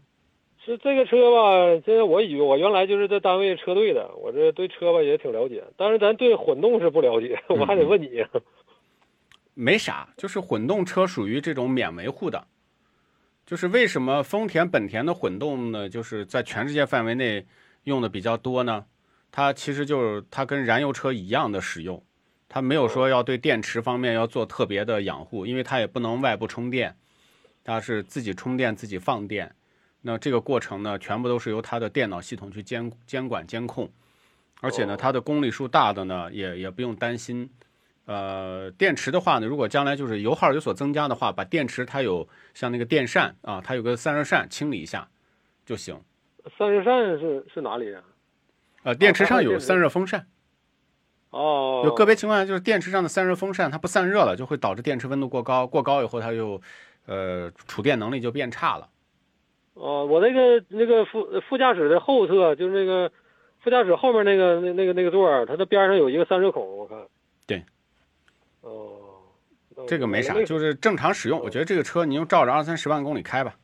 [SPEAKER 4] 是这个车吧，现在我以为我原来就是在单位车队的，我这对车吧也挺了解，但是咱对混动是不了解，我
[SPEAKER 2] 嗯
[SPEAKER 4] 还得问你，啊
[SPEAKER 2] 没啥，就是混动车属于这种免维护的，就是为什么丰田、本田的混动呢，就是在全世界范围内用的比较多呢？它其实就是它跟燃油车一样的使用，它没有
[SPEAKER 4] 嗯
[SPEAKER 2] 说要对电池方面要做特别的养护，因为它也不能外部充电，它是自己充电自己放电。那这个过程呢，全部都是由它的电脑系统去监监管监控，而且
[SPEAKER 4] 哦
[SPEAKER 2] 呢，它的公里数大的呢，也也不用担心。呃，电池的话呢，如果将来就是油耗有所增加的话，把电池它有像那个电扇啊，它有个散热扇清理一下就行。
[SPEAKER 4] 散热扇是是哪里啊呀、
[SPEAKER 2] 呃，电池上
[SPEAKER 4] 哦它会
[SPEAKER 2] 有
[SPEAKER 4] 电池
[SPEAKER 2] 散热风扇，
[SPEAKER 4] 哦，
[SPEAKER 2] 有个别情况下就是电池上的散热风扇它不散热了，就会导致电池温度过高，过高以后它就呃储电能力就变差了。
[SPEAKER 4] 哦，我那个那个副副驾驶的后侧，就是那个副驾驶后面那个那那个那个座儿，它的边上有一个散热孔，我看。
[SPEAKER 2] 对。
[SPEAKER 4] 哦。那我
[SPEAKER 2] 这个没啥
[SPEAKER 4] 那，
[SPEAKER 2] 就是正常使用。我觉得这个车你就照着二三十万公里开吧。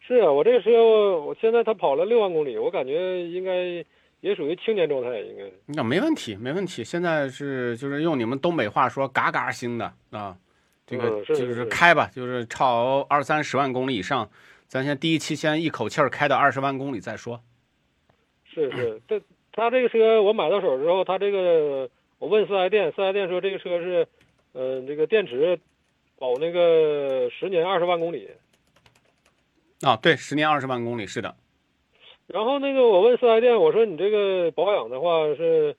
[SPEAKER 4] 是啊，我这个车我现在它跑了六万公里，我感觉应该也属于青年状态，应该。
[SPEAKER 2] 那没问题，没问题。现在是就是用你们东北话说“嘎嘎新的”啊，这个
[SPEAKER 4] 嗯是
[SPEAKER 2] 就是
[SPEAKER 4] 是
[SPEAKER 2] 开吧，就是超二三十万公里以上，咱先第一期先一口气儿开到二十万公里再说。
[SPEAKER 4] 是是，这他这个车我买到手之后，他这个我问四 S 店，四 S 店说这个车是，嗯、这个电池保那个十年二十万公里。
[SPEAKER 2] 啊，对，十年二十万公里，是的，
[SPEAKER 4] 然后那个我问四 S 店，我说你这个保养的话是，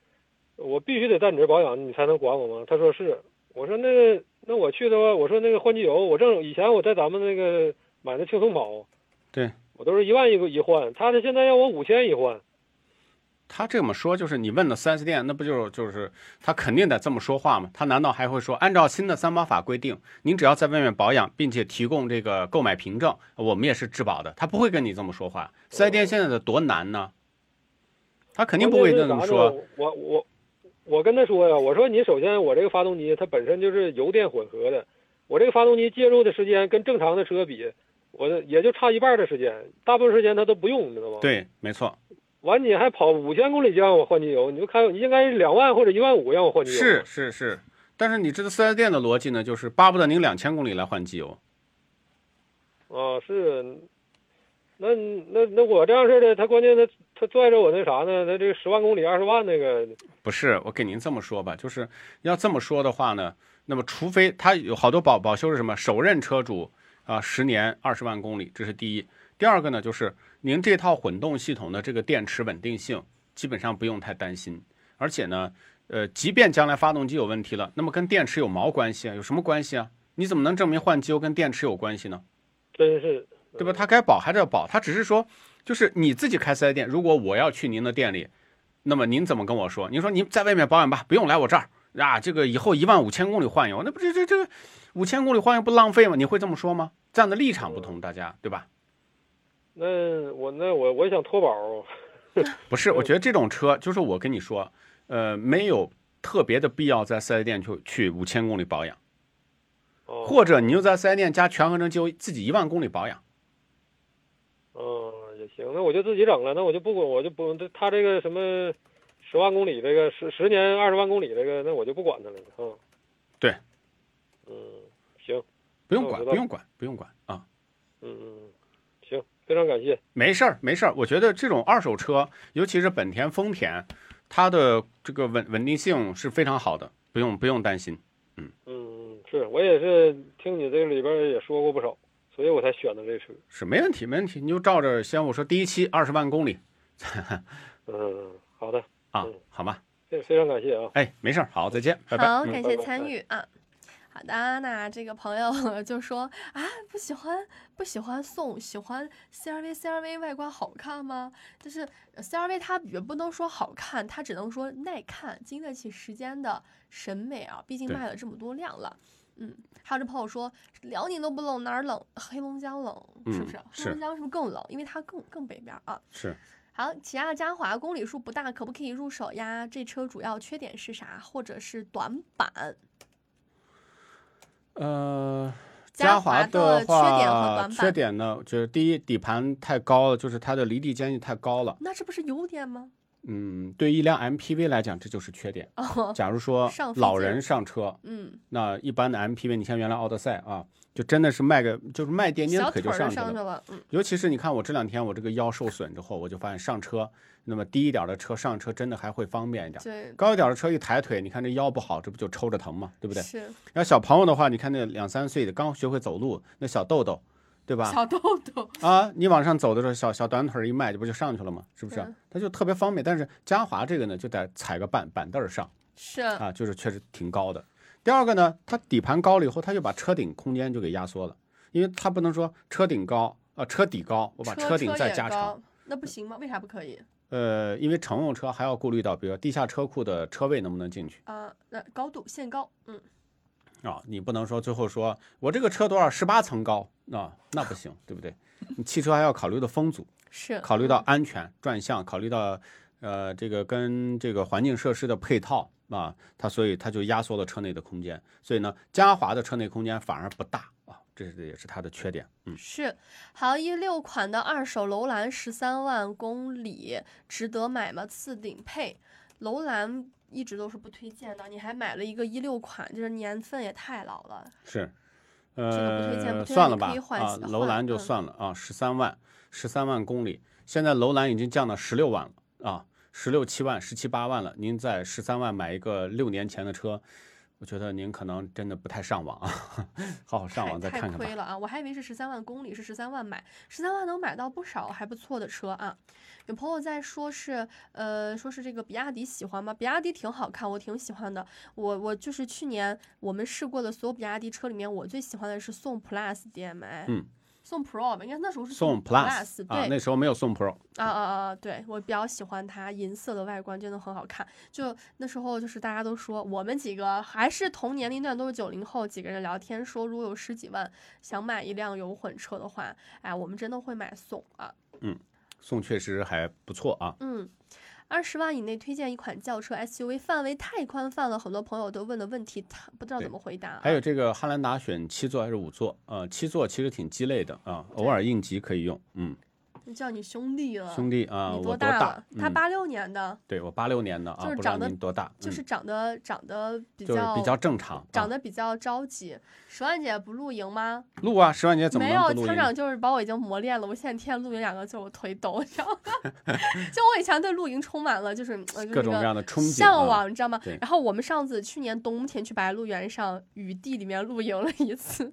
[SPEAKER 4] 我必须得在你这儿保养，你才能管我吗？他说是。我说那那我去的话，我说那个换机油，我正以前我在咱们那个买的轻松跑，
[SPEAKER 2] 对
[SPEAKER 4] 我都是一万一个一换，他是现在要我五千一换。
[SPEAKER 2] 他这么说，就是你问了4 S 店，那不就就是他肯定得这么说话吗？他难道还会说，按照新的三保法规定，您只要在外面保养，并且提供这个购买凭证，我们也是质保的？他不会跟你这么说话。4 S 店现在的多难呢？他肯定不会这
[SPEAKER 4] 关键是啥
[SPEAKER 2] 么
[SPEAKER 4] 呢
[SPEAKER 2] 说。。
[SPEAKER 4] 我我我跟他说呀，我说你首先我这个发动机它本身就是油电混合的，我这个发动机介入的时间跟正常的车比，我的也就差一半的时间，大部分时间它都不用，你知道吗？。
[SPEAKER 2] 对，没错，
[SPEAKER 4] 完你还跑五千公里就让我换机油，你就开你应该是两万或者一万五让我换机油。
[SPEAKER 2] 是。是是。但是你这个4 S 店的逻辑呢，就是巴不得您两千公里来换机油。
[SPEAKER 4] 啊，是。那那那我这样式的，他关键他他拽着我那啥呢？他这十万公里二十万那个，
[SPEAKER 2] 不是，我给您这么说吧，就是要这么说的话呢，那么除非他有好多保保修是什么，首任车主啊，十、年二十万公里，这是第一。第二个呢，就是您这套混动系统的这个电池稳定性，基本上不用太担心。而且呢，呃，即便将来发动机有问题了，那么跟电池有毛关系啊？有什么关系啊？你怎么能证明换机油跟电池有关系呢？
[SPEAKER 4] 真是
[SPEAKER 2] 对吧？他该保还是要保，他只是说，就是你自己开四 S 店，如果我要去您的店里，那么您怎么跟我说？您说您在外面保养吧，不用来我这儿啊，这个以后一万五千公里换油，那不这这这五千公里换油不浪费吗？你会这么说吗？站的立场不同，大家对吧？
[SPEAKER 4] 那我那我我想脱保，啊
[SPEAKER 2] 不是，我觉得这种车就是我跟你说，呃，没有特别的必要在四 S 店去去五千公里保养，
[SPEAKER 4] 哦、
[SPEAKER 2] 或者你就在四 S 店加全合成机油自己一万公里保养。
[SPEAKER 4] 嗯，也行，那我就自己整了，那我就不管，我就不这他这个什么十万公里这个十十年二十万公里这个，那我就不管他了啊。嗯
[SPEAKER 2] 对，
[SPEAKER 4] 嗯，行，
[SPEAKER 2] 不用
[SPEAKER 4] 那我
[SPEAKER 2] 管，
[SPEAKER 4] 知道
[SPEAKER 2] 不用管，不用管啊。
[SPEAKER 4] 嗯嗯，行，非常感谢。
[SPEAKER 2] 没事儿，没事儿。我觉得这种二手车，尤其是本田、丰田，它的这个稳稳定性是非常好的，不用不用担心。
[SPEAKER 4] 嗯，嗯，是我也是听你这里边也说过不少，所以我才选的这车。
[SPEAKER 2] 是没问题，没问题。你就照着先我说第一期二十万公里
[SPEAKER 4] 嗯，好的，
[SPEAKER 2] 啊
[SPEAKER 4] 嗯，
[SPEAKER 2] 好吧？
[SPEAKER 4] 非非常感谢啊。
[SPEAKER 2] 哎，没事儿，好，再见，拜拜。
[SPEAKER 3] 好，
[SPEAKER 2] 嗯
[SPEAKER 3] 感
[SPEAKER 4] 拜
[SPEAKER 3] 谢
[SPEAKER 4] 拜
[SPEAKER 3] 参
[SPEAKER 4] 拜
[SPEAKER 3] 与啊。好的，那这个朋友 就说啊，不喜欢不喜欢宋，喜欢 CRV CRV 外观好看吗？就是呃 CRV 它也不能说好看，它只能说耐看，经得起时间的审美啊，毕竟
[SPEAKER 2] 对
[SPEAKER 3] 卖了这么多辆了。嗯，还有这朋友说，辽宁都不冷，哪儿冷？黑龙江冷是不
[SPEAKER 2] 嗯
[SPEAKER 3] 是？
[SPEAKER 2] 是
[SPEAKER 3] 黑龙江是不是更冷？因为它更更北边儿啊。
[SPEAKER 2] 是
[SPEAKER 3] 好，起亚嘉华公里数不大，可不可以入手呀？这车主要缺点是啥，或者是短板？
[SPEAKER 2] 呃，
[SPEAKER 3] 嘉
[SPEAKER 2] 嘉
[SPEAKER 3] 华
[SPEAKER 2] 华
[SPEAKER 3] 的缺
[SPEAKER 2] 话，
[SPEAKER 3] 点和短板
[SPEAKER 2] 缺点呢，就是第一，底盘太高了，就是它的离地间距太高了。
[SPEAKER 3] 那这不是优点吗？
[SPEAKER 2] 嗯，对于一辆 MPV 来讲，这就是缺点。
[SPEAKER 3] 哦，
[SPEAKER 2] 假如说
[SPEAKER 3] 上飞
[SPEAKER 2] 老
[SPEAKER 3] 机
[SPEAKER 2] 人上车，
[SPEAKER 3] 嗯，
[SPEAKER 2] 那一般的 MPV，你像原来奥德赛啊，就真的是迈个就是迈颠颠
[SPEAKER 3] 小
[SPEAKER 2] 腿就
[SPEAKER 3] 腿儿
[SPEAKER 2] 上去
[SPEAKER 3] 就上去
[SPEAKER 2] 了。
[SPEAKER 3] 了，嗯，
[SPEAKER 2] 尤其是你看我这两天我这个腰受损之后，我就发现上车，那么低一点的车上车真的还会方便一点。
[SPEAKER 3] 对，
[SPEAKER 2] 高一点的车一抬腿，你看这腰不好，这不就抽着疼嘛，对不对？
[SPEAKER 3] 是
[SPEAKER 2] 要小朋友的话，你看那两三岁的刚学会走路，那小豆豆，对吧？
[SPEAKER 3] 小豆 豆，
[SPEAKER 2] 啊，你往上走的时候，小小短腿儿一迈，这不就上去了吗？是不是
[SPEAKER 3] 嗯？
[SPEAKER 2] 它就特别方便。但是嘉华这个呢，就得踩个板板凳儿上。
[SPEAKER 3] 是
[SPEAKER 2] 啊，就是确实挺高的。第二个呢，它底盘高了以后，它就把车顶空间就给压缩了，因为它不能说车顶高啊、车底高，我把
[SPEAKER 3] 车
[SPEAKER 2] 顶
[SPEAKER 3] 车
[SPEAKER 2] 再
[SPEAKER 3] 也
[SPEAKER 2] 加长。
[SPEAKER 3] 高，那不行吗？为啥不可以
[SPEAKER 2] 呃，因为乘用车还要顾虑到，比如地下车库的车位能不能进去
[SPEAKER 3] 啊？那高度限高，嗯，
[SPEAKER 2] 啊、你不能说最后说我这个车多少十八层高啊、那不行，对不对？你汽车还要考虑的风阻，
[SPEAKER 3] 是
[SPEAKER 2] 考虑到安全、转向，考虑到呃这个跟这个环境设施的配套啊，它所以它就压缩了车内的空间，所以呢，嘉华的车内空间反而不大啊，这是也是它的缺点。嗯，
[SPEAKER 3] 是，好一六款的二手楼兰十三万公里，值得买吗？次顶配，楼兰一直都是不推荐的，你还买了一个一六款，就是年份也太老了，
[SPEAKER 2] 是，
[SPEAKER 3] 这个不推荐
[SPEAKER 2] 呃，
[SPEAKER 3] 不推荐
[SPEAKER 2] 算
[SPEAKER 3] 你
[SPEAKER 2] 了
[SPEAKER 3] 可
[SPEAKER 2] 吧
[SPEAKER 3] 以换
[SPEAKER 2] 啊，
[SPEAKER 3] 换
[SPEAKER 2] 楼兰就
[SPEAKER 3] 嗯
[SPEAKER 2] 算了啊，十三万，十三万公里，现在楼兰已经降到十六万了啊，十六七万、十七八万了，您在十三万买一个六年前的车，我觉得您可能真的不太上网啊， 好好上
[SPEAKER 3] 太
[SPEAKER 2] 网再看
[SPEAKER 3] 太
[SPEAKER 2] 看
[SPEAKER 3] 亏
[SPEAKER 2] 吧。
[SPEAKER 3] 了啊！我还以为是十三万公里，是十三万买，十三万能买到不少还不错的车啊。有朋友在说是，呃，说是这个比亚迪喜欢吗？比亚迪挺好看，我挺喜欢的。我我就是去年我们试过的所有比亚迪车里面，我最喜欢的是宋 Plus DM-i，
[SPEAKER 2] 嗯，
[SPEAKER 3] 宋 Pro 吧，应该那时候是
[SPEAKER 2] 宋 Plus
[SPEAKER 3] 嗯对、
[SPEAKER 2] 啊，那时候没有宋 Pro，
[SPEAKER 3] 啊啊啊！对我比较喜欢它银色的外观，真的很好看。就那时候，就是大家都说我们几个还是同年龄段，都是九零后，几个人聊天说，如果有十几万想买一辆油混车的话，哎，我们真的会买宋啊。
[SPEAKER 2] 宋确实还不错啊。
[SPEAKER 3] 嗯，二十万以内推荐一款轿车 SUV，范围太宽泛了，很多朋友都问的问题，他不知道
[SPEAKER 2] 对
[SPEAKER 3] 怎么回答、啊。
[SPEAKER 2] 还有这个汉兰达选七座还是五座？呃，七座其实挺鸡肋的啊，偶尔应急可以用。嗯，
[SPEAKER 3] 啊叫你兄弟了，
[SPEAKER 2] 兄弟啊，
[SPEAKER 3] 你
[SPEAKER 2] 我多
[SPEAKER 3] 大了？他
[SPEAKER 2] 嗯
[SPEAKER 3] 八六年的，
[SPEAKER 2] 对我八六年的
[SPEAKER 3] 就
[SPEAKER 2] 啊，
[SPEAKER 3] 是
[SPEAKER 2] 不知道
[SPEAKER 3] 长得
[SPEAKER 2] 您多大，
[SPEAKER 3] 就是
[SPEAKER 2] 嗯
[SPEAKER 3] 长得、长得比
[SPEAKER 2] 就是
[SPEAKER 3] 较
[SPEAKER 2] 比较正常。
[SPEAKER 3] 长
[SPEAKER 2] 啊
[SPEAKER 3] 得比较着急。十万姐不露营吗？
[SPEAKER 2] 录啊，十万姐怎么
[SPEAKER 3] 没
[SPEAKER 2] 能
[SPEAKER 3] 有，
[SPEAKER 2] 不录
[SPEAKER 3] 厂
[SPEAKER 2] 音？
[SPEAKER 3] 长就是把我已经磨练了。我现在天天露营两个字儿，我腿抖，你知道吗？ 就我以前对露营充满了就是呃就是
[SPEAKER 2] 各种
[SPEAKER 3] 那
[SPEAKER 2] 各
[SPEAKER 3] 个
[SPEAKER 2] 样的憧憬啊
[SPEAKER 3] 向往，你知道吗
[SPEAKER 2] 对？
[SPEAKER 3] 然后我们上次去年冬天去白鹿原上雨地里面露营了一次，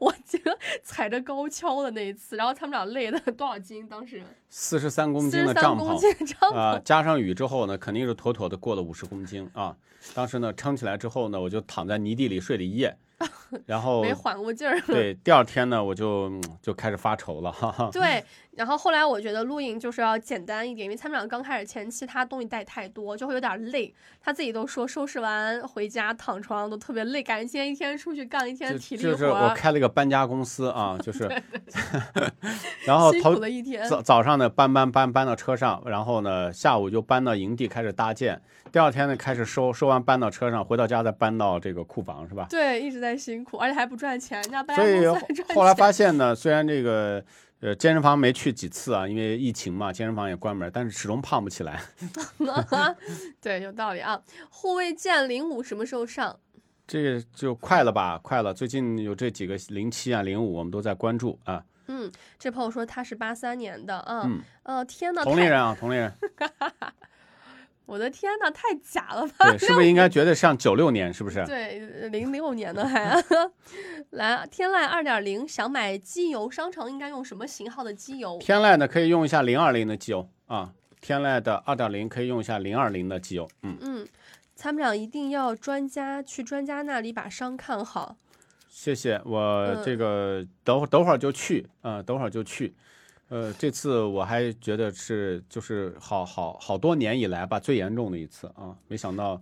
[SPEAKER 3] 我觉得踩着高跷的那一次，然后他们俩累的多少斤？当时
[SPEAKER 2] 四十三公
[SPEAKER 3] 四
[SPEAKER 2] 斤
[SPEAKER 3] 十
[SPEAKER 2] 的
[SPEAKER 3] 三
[SPEAKER 2] 帐
[SPEAKER 3] 公
[SPEAKER 2] 篷
[SPEAKER 3] 斤的帐
[SPEAKER 2] 啊、
[SPEAKER 3] 篷，
[SPEAKER 2] 加上雨之后呢，肯定是妥妥的过了五十公斤啊。当时呢，撑起来之后呢，我就躺在泥地里睡了一 夜，然后
[SPEAKER 3] 没缓过劲儿。
[SPEAKER 2] 对第二天呢，我就嗯就开始发愁了，哈哈。
[SPEAKER 3] 对，然后后来我觉得露营就是要简单一点，因为他们俩刚开始前期他东西带太多，就会有点累。他自己都说收拾完回家躺床上都特别累，感觉今天一天出去干一天
[SPEAKER 2] 就
[SPEAKER 3] 体力
[SPEAKER 2] 就
[SPEAKER 3] 活，
[SPEAKER 2] 是我开了个搬家公司 啊，就是，然后
[SPEAKER 3] 辛
[SPEAKER 2] 头
[SPEAKER 3] 苦了一天。
[SPEAKER 2] 早早上呢搬搬搬搬到车上，然后呢下午就搬到营地开始搭建，第二天呢开始收，收完搬到车上，回到家再搬到这个库房是吧？
[SPEAKER 3] 对，一直在辛苦，而且还不赚钱，人家搬
[SPEAKER 2] 所
[SPEAKER 3] 家
[SPEAKER 2] 以
[SPEAKER 3] 公司还赚钱。
[SPEAKER 2] 后来发现呢，虽然这个呃健身房没去几次啊，因为疫情嘛，健身房也关门，但是始终胖不起来。
[SPEAKER 3] 对，有道理啊。护卫舰零五什么时候上？
[SPEAKER 2] 这个就快了吧，快了。最近有这几个零七啊、零五，我们都在关注啊。
[SPEAKER 3] 嗯，这朋友说他是八三年的啊，
[SPEAKER 2] 嗯，
[SPEAKER 3] 呃，天呐，
[SPEAKER 2] 同龄
[SPEAKER 3] 太
[SPEAKER 2] 人啊，同龄人，
[SPEAKER 3] 我的天呐，太假了吧！
[SPEAKER 2] 对，是不是应该觉得像九六年？是不是？
[SPEAKER 3] 对，零六年的还啊 来天籁二点零，想买机油，商城应该用什么型号的机油？
[SPEAKER 2] 天籁呢，可以用一下零二零的机油啊。天籁的二点零可以用一下零二零的机油，嗯，
[SPEAKER 3] 嗯，参谋长一定要专家去专家那里把伤看好。
[SPEAKER 2] 谢谢，我
[SPEAKER 3] 嗯
[SPEAKER 2] 这个等会等会儿就去，啊，等会儿就去，呃，这次我还觉得是就是好好好多年以来吧最严重的一次啊，没想到，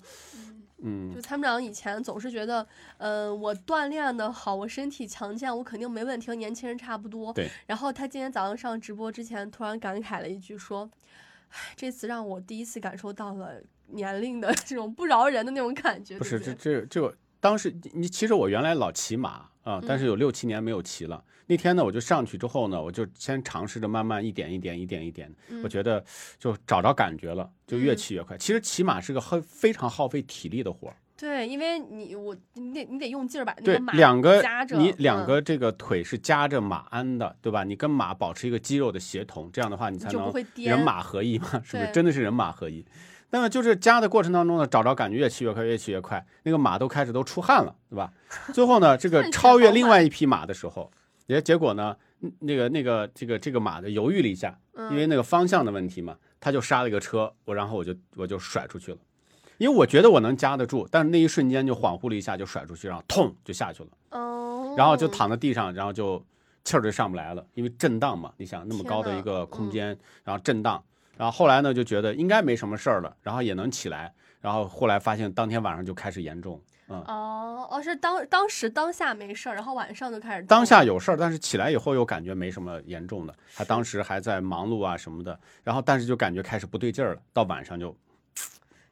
[SPEAKER 2] 嗯
[SPEAKER 3] 就，参谋长以前总是觉得，呃，我锻炼的好，我身体强健，我肯定没问题，和年轻人差不多。
[SPEAKER 2] 对。
[SPEAKER 3] 然后他今天早上上直播之前，突然感慨了一句说：“唉，这次让我第一次感受到了年龄的这种不饶人的那种感觉。”
[SPEAKER 2] 不是这
[SPEAKER 3] 对对
[SPEAKER 2] 这这个当时你其实我原来老骑马啊，但
[SPEAKER 3] 嗯
[SPEAKER 2] 是有六七年没有骑了。那天呢，我就上去之后呢，我就先尝试着慢慢一点一点一点一点，我觉得就找着感觉了，就越
[SPEAKER 3] 嗯
[SPEAKER 2] 骑越快。其实骑马是个很非常耗费体力的活儿，
[SPEAKER 3] 对，因为你我你得你得用劲儿把那
[SPEAKER 2] 对
[SPEAKER 3] 个马，
[SPEAKER 2] 两个
[SPEAKER 3] 夹着，
[SPEAKER 2] 你两
[SPEAKER 3] 嗯
[SPEAKER 2] 个这个腿是夹着马鞍的，对吧？你跟马保持一个肌肉的协同，这样的话你才
[SPEAKER 3] 就不
[SPEAKER 2] 能
[SPEAKER 3] 会
[SPEAKER 2] 人
[SPEAKER 3] 颠
[SPEAKER 2] 马合一嘛，是不是？
[SPEAKER 3] 对
[SPEAKER 2] 真的是人马合一。那么就是夹的过程当中呢，找着感觉越骑越快，越骑越快，那个马都开始都出汗了，对吧？最后呢，这个
[SPEAKER 3] 汗水
[SPEAKER 2] 超越
[SPEAKER 3] 饱
[SPEAKER 2] 另
[SPEAKER 3] 满
[SPEAKER 2] 外一匹马的时候，也结果呢，嗯那个那个这个这个马的犹豫了一下，因
[SPEAKER 3] 嗯
[SPEAKER 2] 为那个方向的问题嘛，他就刹了一个车，我然后我就我就甩出去了。因为我觉得我能夹得住，但是那一瞬间就恍惚了一下，就甩出去，然后痛就下去了。
[SPEAKER 3] 哦，
[SPEAKER 2] 然后就躺在地上，然后就气儿就上不来了，因为震荡嘛，你想那么
[SPEAKER 3] 天
[SPEAKER 2] 高的
[SPEAKER 3] 呐
[SPEAKER 2] 一个空
[SPEAKER 3] 嗯
[SPEAKER 2] 间，然后震荡，然后后来呢就觉得应该没什么事儿了，然后也能起来，然后后来发现当天晚上就开始严重，嗯，
[SPEAKER 3] 哦哦，是当当时当下没事儿，然后晚上就开始
[SPEAKER 2] 当
[SPEAKER 3] 痛
[SPEAKER 2] 下有事儿，但是起来以后又感觉没什么严重的，他当时还在忙碌啊什么的，然后但是就感觉开始不对劲儿了，到晚上就，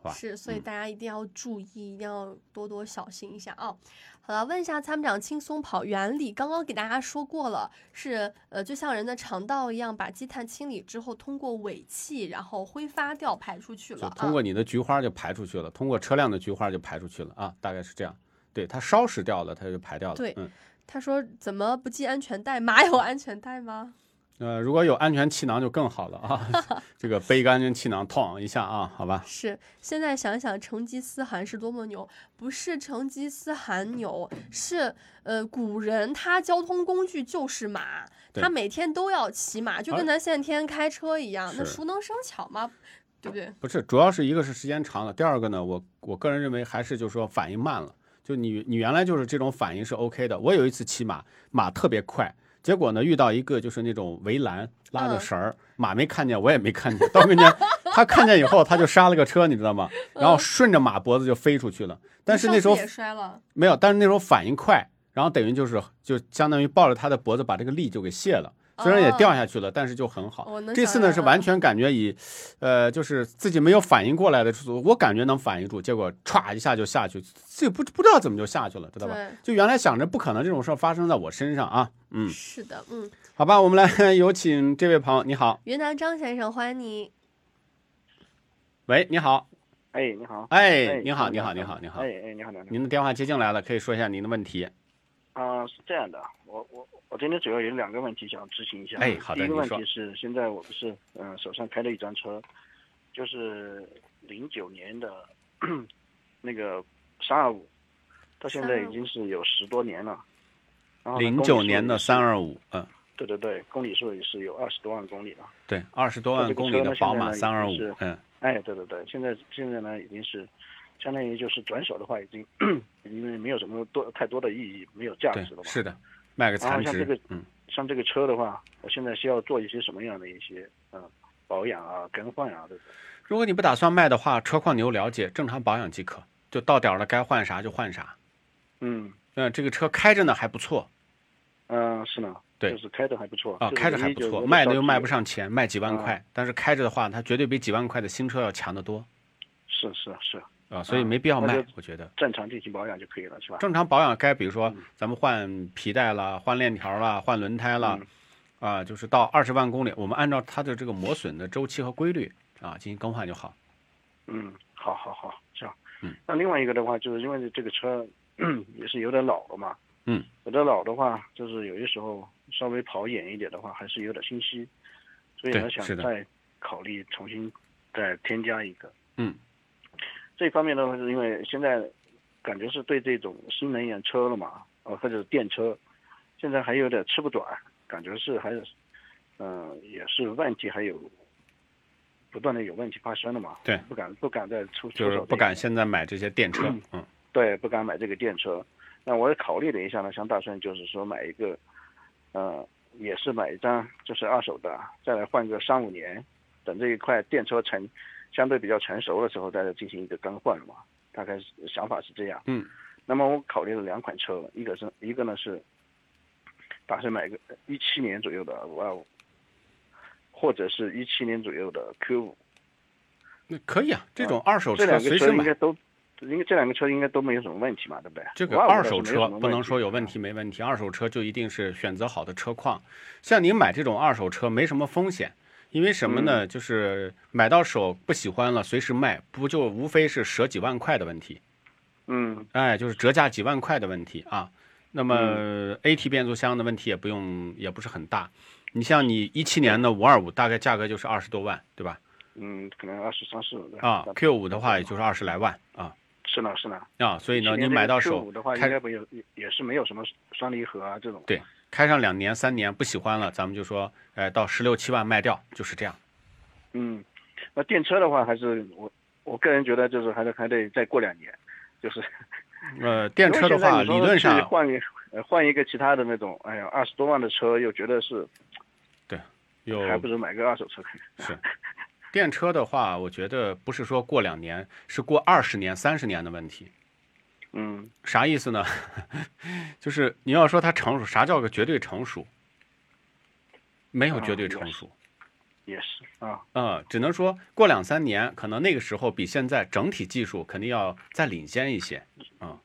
[SPEAKER 2] 吧
[SPEAKER 3] 是，所以
[SPEAKER 2] 嗯
[SPEAKER 3] 大家一定要注意，一定要多多小心一下啊、好了，问一下参谋长，轻松跑原理刚刚给大家说过了，是呃，就像人的肠道一样，把积碳清理之后，通过尾气然后挥发掉排出去了
[SPEAKER 2] 就
[SPEAKER 3] 啊。
[SPEAKER 2] 通过你的菊花就排出去了，通过车辆的菊花就排出去了啊，大概是这样，对，它烧蚀掉了，它就排掉了，
[SPEAKER 3] 对
[SPEAKER 2] 嗯，
[SPEAKER 3] 他说怎么不系安全带？马有安全带吗？
[SPEAKER 2] 呃，如果有安全气囊就更好了啊 ，这个背个安全气囊， 哐一下啊，好吧，
[SPEAKER 3] 是，现在想想成吉思汗是多么牛，不是成吉思汗牛，是呃古人他交通工具就是马，
[SPEAKER 2] 对
[SPEAKER 3] 他每天都要骑马，就
[SPEAKER 2] 而
[SPEAKER 3] 跟咱现在天天开车一样，那
[SPEAKER 2] 是
[SPEAKER 3] 熟能生巧嘛，对不对？
[SPEAKER 2] 不是，主要是一个是时间长了，第二个呢，我我个人认为还是就是说反应慢了。就你你原来就是这种反应是 OK 的。我有一次骑马，马特别快，结果呢遇到一个就是那种围栏拉着
[SPEAKER 3] 嗯
[SPEAKER 2] 绳儿，马没看见，我也没看见，到跟前他看见以后他就刹了个车，你知道吗？然后顺着马脖子就飞出去了。但
[SPEAKER 3] 你
[SPEAKER 2] 是
[SPEAKER 3] 嗯上
[SPEAKER 2] 那
[SPEAKER 3] 次
[SPEAKER 2] 时候
[SPEAKER 3] 也摔了，
[SPEAKER 2] 没有，但是那时候反应快，然后等于就是就相当于抱着他的脖子把这个力就给卸了，虽然也掉下去了，但是就很好
[SPEAKER 3] 我能。
[SPEAKER 2] 这
[SPEAKER 3] 想
[SPEAKER 2] 次呢
[SPEAKER 3] 象
[SPEAKER 2] 是
[SPEAKER 3] 到
[SPEAKER 2] 完全感觉以，呃，就是自己没有反应过来的时候，我感觉能反应住，结果歘一下就下去，自己不不知道怎么就下去了，知道吧
[SPEAKER 3] 对？
[SPEAKER 2] 就原来想着不可能这种事儿发生在我身上啊， 嗯，
[SPEAKER 3] 是的，嗯，
[SPEAKER 2] 好吧，我们来呃有请这位朋友，你好，
[SPEAKER 3] 云南张先生，欢迎你，
[SPEAKER 2] 喂，你好，
[SPEAKER 6] 哎，你好。
[SPEAKER 2] 哎，你好，你好，你好，你好
[SPEAKER 6] 哎，哎，你好，你好。
[SPEAKER 2] 您的电话接进来了，可以说一下您的问题，
[SPEAKER 6] 啊、是这样的，我我我今天主要有两个问题想咨询一下。啊
[SPEAKER 2] 哎好的
[SPEAKER 6] 第一个
[SPEAKER 2] 您
[SPEAKER 6] 问
[SPEAKER 2] 说
[SPEAKER 6] 题是，现在我不是嗯、呃手上开了一张车，就是零九年的那个三二五，到现在已经是有十多年了。然后呢
[SPEAKER 2] 零九年的三，
[SPEAKER 6] 公里数也是
[SPEAKER 2] 二五，嗯。
[SPEAKER 6] 对对对，公里数也是有二十多万公里了。
[SPEAKER 2] 对，二十多
[SPEAKER 6] 那
[SPEAKER 2] 万
[SPEAKER 6] 这个
[SPEAKER 2] 公
[SPEAKER 6] 车
[SPEAKER 2] 里的
[SPEAKER 6] 呢现
[SPEAKER 2] 宝
[SPEAKER 6] 在
[SPEAKER 2] 马
[SPEAKER 6] 呢已
[SPEAKER 2] 三二五
[SPEAKER 6] 经是，
[SPEAKER 2] 嗯，
[SPEAKER 6] 哎，对对对，现在现在呢已经是，相当于就是转手的话，已经 因为没有什么多太多的意义，没有价
[SPEAKER 2] 对
[SPEAKER 6] 值了，嘛。
[SPEAKER 2] 是的，卖个
[SPEAKER 6] 然后
[SPEAKER 2] 残
[SPEAKER 6] 像
[SPEAKER 2] 值
[SPEAKER 6] 这个，
[SPEAKER 2] 嗯，
[SPEAKER 6] 像这个车的话，我现在需要做一些什么样的一些嗯保养啊、更换啊这种？
[SPEAKER 2] 如果你不打算卖的话，车况你又了解，正常保养即可，就到点儿了该换啥就换啥。
[SPEAKER 6] 嗯
[SPEAKER 2] 嗯，这个车开着呢还不错
[SPEAKER 6] 嗯、呃是呢，
[SPEAKER 2] 对
[SPEAKER 6] 就是开的还不错
[SPEAKER 2] 啊，
[SPEAKER 6] 就是
[SPEAKER 2] 开着
[SPEAKER 6] 唯
[SPEAKER 2] 还
[SPEAKER 6] 一
[SPEAKER 2] 不
[SPEAKER 6] 就是
[SPEAKER 2] 错，
[SPEAKER 6] 说
[SPEAKER 2] 卖
[SPEAKER 6] 着
[SPEAKER 2] 的又
[SPEAKER 6] 急
[SPEAKER 2] 卖不，上钱，卖几万
[SPEAKER 6] 啊
[SPEAKER 2] 块，但是开着的话，它绝对比几万块的新车要强得多
[SPEAKER 6] 是是是，
[SPEAKER 2] 啊，所以
[SPEAKER 6] 啊
[SPEAKER 2] 没必要
[SPEAKER 6] 那
[SPEAKER 2] 卖
[SPEAKER 6] 就，
[SPEAKER 2] 我觉得。
[SPEAKER 6] 正常进行保养就可以了，是吧？
[SPEAKER 2] 正常保养该，比如
[SPEAKER 6] 嗯
[SPEAKER 2] 说咱们换皮带啦、换链条啦、换轮胎
[SPEAKER 6] 嗯
[SPEAKER 2] 啦，啊，就是到二十万公里，我们按照它的这个磨损的周期和规律啊进行更换就好。
[SPEAKER 6] 嗯，好好好，这样。
[SPEAKER 2] 嗯。
[SPEAKER 6] 那另外一个的话，就是因为这个车 也是有点老了嘛。
[SPEAKER 2] 嗯。
[SPEAKER 6] 有点老的话，就是有些时候稍微跑远一点的话，还是有点清晰，所以
[SPEAKER 2] 对
[SPEAKER 6] 呢，想
[SPEAKER 2] 是的
[SPEAKER 6] 再考虑重新再添加一个。
[SPEAKER 2] 嗯。
[SPEAKER 6] 这方面的话，是因为现在感觉是对这种新能源车了嘛，呃，或者是电车，现在还有点吃不转，感觉是还是，嗯、也是问题还有不断的有问题发生的嘛。
[SPEAKER 2] 对
[SPEAKER 6] 不敢不敢再出，
[SPEAKER 2] 就是
[SPEAKER 6] 出手
[SPEAKER 2] 不敢
[SPEAKER 6] 这个
[SPEAKER 2] 现在买这些电车，嗯，
[SPEAKER 6] 对不敢买这个电车。那我也考虑了一下呢，想打算就是说买一个，呃，也是买一张就是二手的，再来换个三五年，等这一块电车成相对比较成熟的时候，再来进行一个更换嘛。大概是想法是这样。
[SPEAKER 2] 嗯。
[SPEAKER 6] 那么我考虑了两款车，一个是一个呢是打算买一个一七年左右的五二五，或者是一七年左右的 Q 五。
[SPEAKER 2] 那可以啊，这种二手
[SPEAKER 6] 这
[SPEAKER 2] 车
[SPEAKER 6] 两个
[SPEAKER 2] 随
[SPEAKER 6] 车
[SPEAKER 2] 时
[SPEAKER 6] 应该
[SPEAKER 2] 买。
[SPEAKER 6] 都，应该这两个车应该都没有什么问题嘛，对不对？
[SPEAKER 2] 这个
[SPEAKER 6] 我
[SPEAKER 2] 二
[SPEAKER 6] 倒是
[SPEAKER 2] 手
[SPEAKER 6] 没有
[SPEAKER 2] 车
[SPEAKER 6] 什么啊
[SPEAKER 2] 不能说有问题没问题，二手车就一定是选择好的车况。像您买这种二手车没什么风险，因为什么
[SPEAKER 6] 嗯
[SPEAKER 2] 呢？就是买到手不喜欢了，随时卖，不就无非是折几万块的问题，
[SPEAKER 6] 嗯
[SPEAKER 2] 哎，就是折价几万块的问题啊。那么
[SPEAKER 6] 嗯
[SPEAKER 2] AT 变速箱的问题也不用，也不是很大。你像你一七年的五二五，大概价格就是二十多万，对吧？
[SPEAKER 6] 嗯，可能二十三四对吧
[SPEAKER 2] 啊，Q 五的话也就是二十来万啊
[SPEAKER 6] 是呢是呢。
[SPEAKER 2] 啊，所以呢，
[SPEAKER 6] 去年
[SPEAKER 2] 您
[SPEAKER 6] 这
[SPEAKER 2] 买
[SPEAKER 6] 个
[SPEAKER 2] 到
[SPEAKER 6] Q
[SPEAKER 2] 手
[SPEAKER 6] 5的话，
[SPEAKER 2] 开
[SPEAKER 6] 应该没有，也也是没有什么双离合啊这种。
[SPEAKER 2] 对，开上两年三年不喜欢了，咱们就说，哎，到十六七万卖掉，就是这样。
[SPEAKER 6] 嗯，那电车的话，还是我我个人觉得就是还得还得再过两年，就是
[SPEAKER 2] 呃， 电车的话，理论
[SPEAKER 6] 因为现在你说去
[SPEAKER 2] 上
[SPEAKER 6] 换一呃换一个其他的那种，哎呀，二十多万的车又觉得是
[SPEAKER 2] 有
[SPEAKER 6] 还不如买个二手车。
[SPEAKER 2] 是电车的话，我觉得不是说过两年，是过二十年、三十年的问题。
[SPEAKER 6] 嗯
[SPEAKER 2] 啥意思呢？ 就是你要说它成熟，啥叫个绝对成熟？没有
[SPEAKER 6] 嗯
[SPEAKER 2] 绝对成熟，
[SPEAKER 6] 也是啊，
[SPEAKER 2] 嗯，只能说过两三年，可能那个时候比现在整体技术肯定要再领先一些。
[SPEAKER 6] 啊，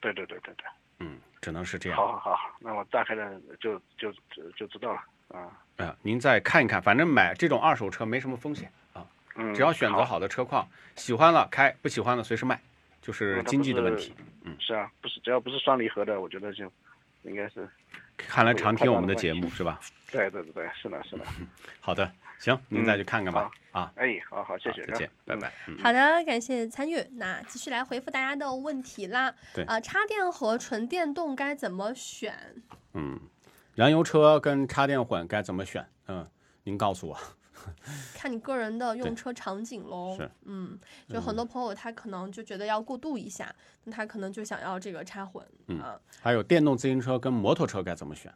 [SPEAKER 6] 对对对对对。
[SPEAKER 2] 嗯，只能是这样。
[SPEAKER 6] 好好好，那我大概的就就就就知道了啊。
[SPEAKER 2] 啊、您再看一看，反正买这种二手车没什么风险啊，
[SPEAKER 6] 嗯，
[SPEAKER 2] 只要选择好的车况，喜欢了开，不喜欢了随时卖，就
[SPEAKER 6] 嗯
[SPEAKER 2] 是
[SPEAKER 6] 它
[SPEAKER 2] 经
[SPEAKER 6] 不
[SPEAKER 2] 济的问
[SPEAKER 6] 是
[SPEAKER 2] 题。嗯
[SPEAKER 6] 是啊，不是只要不是双离合的，我觉得就应该是
[SPEAKER 2] 看来常听我们的节目是吧？
[SPEAKER 6] 对对对对，是的，是的。
[SPEAKER 2] 好的，行，您再去看看吧。啊，
[SPEAKER 6] 哎，嗯好好，谢
[SPEAKER 2] 好
[SPEAKER 6] 谢啊，
[SPEAKER 2] 再见，拜拜。嗯。
[SPEAKER 3] 好的，感谢参与。那继续来回复大家的问题啦。
[SPEAKER 2] 对
[SPEAKER 3] 啊、插电和纯电动该怎么选？
[SPEAKER 2] 嗯，燃油车跟插电混该怎么选？嗯，您告诉我。
[SPEAKER 3] 看你个人的
[SPEAKER 2] 对
[SPEAKER 3] 用车场景喽。
[SPEAKER 2] 是
[SPEAKER 3] 嗯，就很多朋友他可能就觉得要过渡一下，那他可能就想要这个插混
[SPEAKER 2] 嗯
[SPEAKER 3] 啊。
[SPEAKER 2] 还有电动自行车跟摩托车该怎么选，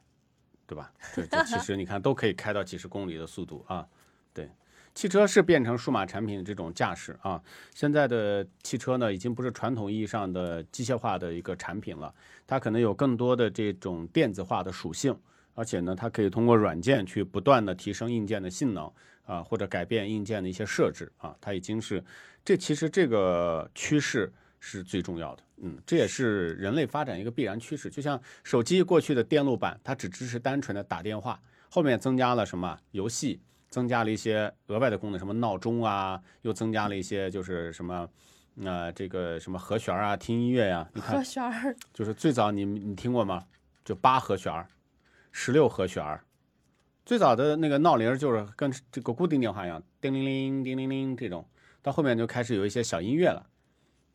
[SPEAKER 2] 对吧？这这其实你看都可以开到几十公里的速度啊。对，汽车是变成数码产品的这种架势啊。现在的汽车呢，已经不是传统意义上的机械化的一个产品了，它可能有更多的这种电子化的属性，而且呢，它可以通过软件去不断的提升硬件的性能。啊，或者改变硬件的一些设置啊，它已经是这其实这个趋势是最重要的，嗯，这也是人类发展一个必然趋势。就像手机过去的电路板，它只支持单纯的打电话，后面增加了什么游戏，增加了一些额外的功能，什么闹钟啊，又增加了一些就是什么。呃，这个什么和弦啊，听音乐呀、你看
[SPEAKER 3] 和弦儿，
[SPEAKER 2] 就是最早你你听过吗？就八和弦儿，十六和弦儿。最早的那个闹铃儿就是跟这个固定电话一样，叮铃铃、叮铃铃这种。到后面就开始有一些小音乐了。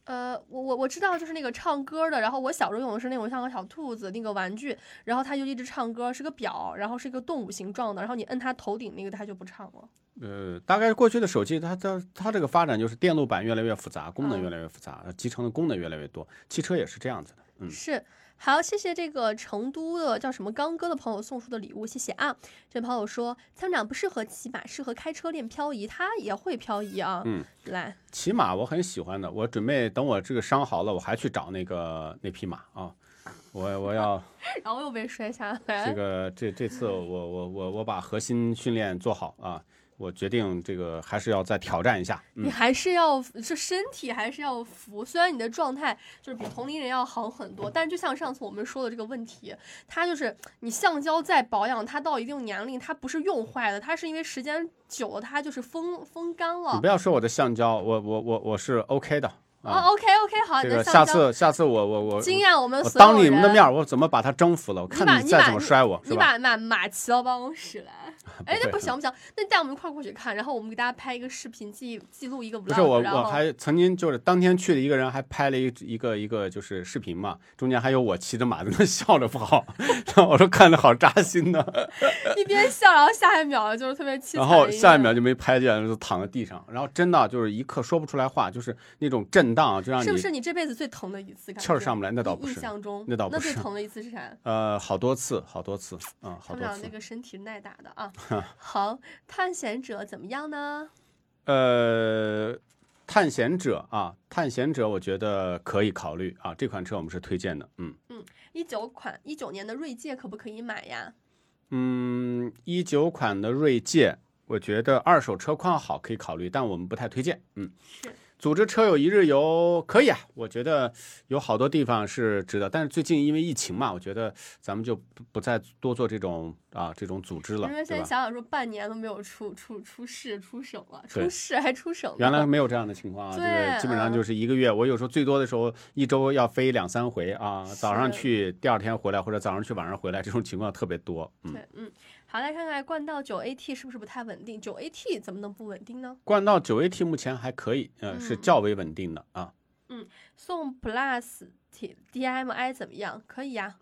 [SPEAKER 3] 呃，我我我知道，就是那个唱歌的。然后我小时候用的是那种像个小兔子那个玩具，然后它就一直唱歌，是个表，然后是一个动物形状的。然后你摁它头顶那个，它就不唱了。
[SPEAKER 2] 呃，大概过去的手机，它它它这个发展就是电路板越来越复杂，功能越来越复杂，集成的功能越来越多。汽车也是这样子的。嗯，
[SPEAKER 3] 是，好，谢谢这个成都的叫什么刚哥的朋友送出的礼物，谢谢啊。这朋友说，参谋长不适合骑马，适合开车练漂移，他也会漂移啊。
[SPEAKER 2] 嗯，
[SPEAKER 3] 来，
[SPEAKER 2] 骑马我很喜欢的，我准备等我这个伤好了，我还去找那个那匹马啊。我我要
[SPEAKER 3] 然后又被摔下来。
[SPEAKER 2] 这个这这次我我我我把核心训练做好啊，我决定这个还是要再挑战一下。
[SPEAKER 3] 你
[SPEAKER 2] 嗯，
[SPEAKER 3] 还是要这身体还是要服，虽然你的状态就是比同龄人要好很多，但是就像上次我们说的这个问题，它就是你橡胶再保养，它到一定年龄，它不是用坏的，它是因为时间久了，它就是风风干
[SPEAKER 2] 你
[SPEAKER 3] 了哦
[SPEAKER 2] 不。要说我的橡胶，我我我我是 OK 的啊。
[SPEAKER 3] 啊，OK OK，好，
[SPEAKER 2] 这
[SPEAKER 3] 你
[SPEAKER 2] 个
[SPEAKER 3] 的
[SPEAKER 2] 下
[SPEAKER 3] 橡胶
[SPEAKER 2] 次下次我我我
[SPEAKER 3] 惊艳我们
[SPEAKER 2] 我
[SPEAKER 3] 所有人。
[SPEAKER 2] 当你们的面，我怎么把它征服了？我
[SPEAKER 3] 把
[SPEAKER 2] 看
[SPEAKER 3] 你
[SPEAKER 2] 再
[SPEAKER 3] 把
[SPEAKER 2] 怎么摔我，是
[SPEAKER 3] 你
[SPEAKER 2] 吧？
[SPEAKER 3] 把马马骑到办公室来，哎，那
[SPEAKER 2] 会嗯
[SPEAKER 3] 不行不行，那你带我们一块儿过去看，然后我们给大家拍一个视频，记记录一个 vlog，
[SPEAKER 2] 不是我，
[SPEAKER 3] 然
[SPEAKER 2] 我
[SPEAKER 3] 后
[SPEAKER 2] 还曾经就是当天去的一个人还拍了一一个一个就是视频嘛，中间还有我骑着马在那笑着跑， 然后我说看的好扎心呢。
[SPEAKER 3] 一边笑，然后下一秒就是特别凄惨。
[SPEAKER 2] 然后下一秒。就没拍见，就躺在地上。然后真的就是一刻说不出来话，就是那种震荡，啊就让你
[SPEAKER 3] 是不是你这辈子最疼的一次？感
[SPEAKER 2] 气儿
[SPEAKER 3] 觉
[SPEAKER 2] 上不来那倒
[SPEAKER 3] 印
[SPEAKER 2] 不是
[SPEAKER 3] 印象中
[SPEAKER 2] 那倒不
[SPEAKER 3] 最
[SPEAKER 2] 是
[SPEAKER 3] 疼的一次是啥？
[SPEAKER 2] 呃好多次，好多次，嗯，
[SPEAKER 3] 他
[SPEAKER 2] 好
[SPEAKER 3] 们
[SPEAKER 2] 多
[SPEAKER 3] 俩那
[SPEAKER 2] 次。
[SPEAKER 3] 个身体是耐打的 啊。好，探险者怎么样呢？
[SPEAKER 2] 呃，探险者啊，探险者，我觉得可以考虑啊，这款车我们是推荐的，嗯
[SPEAKER 3] 一九款一九年的锐界可不可以买呀？
[SPEAKER 2] 嗯，一九款的锐界，我觉得二手车况好可以考虑，但我们不太推荐，嗯。
[SPEAKER 3] 是
[SPEAKER 2] 组织车友一日游可以啊，我觉得有好多地方是值得，但是最近因为疫情嘛，我觉得咱们就不不再多做这种啊这种组织了
[SPEAKER 3] 因为，
[SPEAKER 2] 对
[SPEAKER 3] 现在
[SPEAKER 2] 吧？
[SPEAKER 3] 想想说，半年都没有出出出市出省了，
[SPEAKER 2] 对
[SPEAKER 3] 出市还出省了。
[SPEAKER 2] 原来没有这样的情况啊，这
[SPEAKER 3] 对
[SPEAKER 2] 个基本上
[SPEAKER 3] 嗯
[SPEAKER 2] 就是一个月，我有时候最多的时候一周要飞两三回啊，早上
[SPEAKER 3] 是
[SPEAKER 2] 去，第二天回来，或者早上去晚上回来，这种情况特别多。嗯，
[SPEAKER 3] 对，嗯，好，来看看冠道九 AT 是不是不太稳定？九 AT 怎么能不稳定呢？
[SPEAKER 2] 冠道九 AT 目前还可以，呃，是
[SPEAKER 3] 嗯
[SPEAKER 2] 较为稳定的啊。
[SPEAKER 3] 送 Plus T DMI 怎么样？可以呀、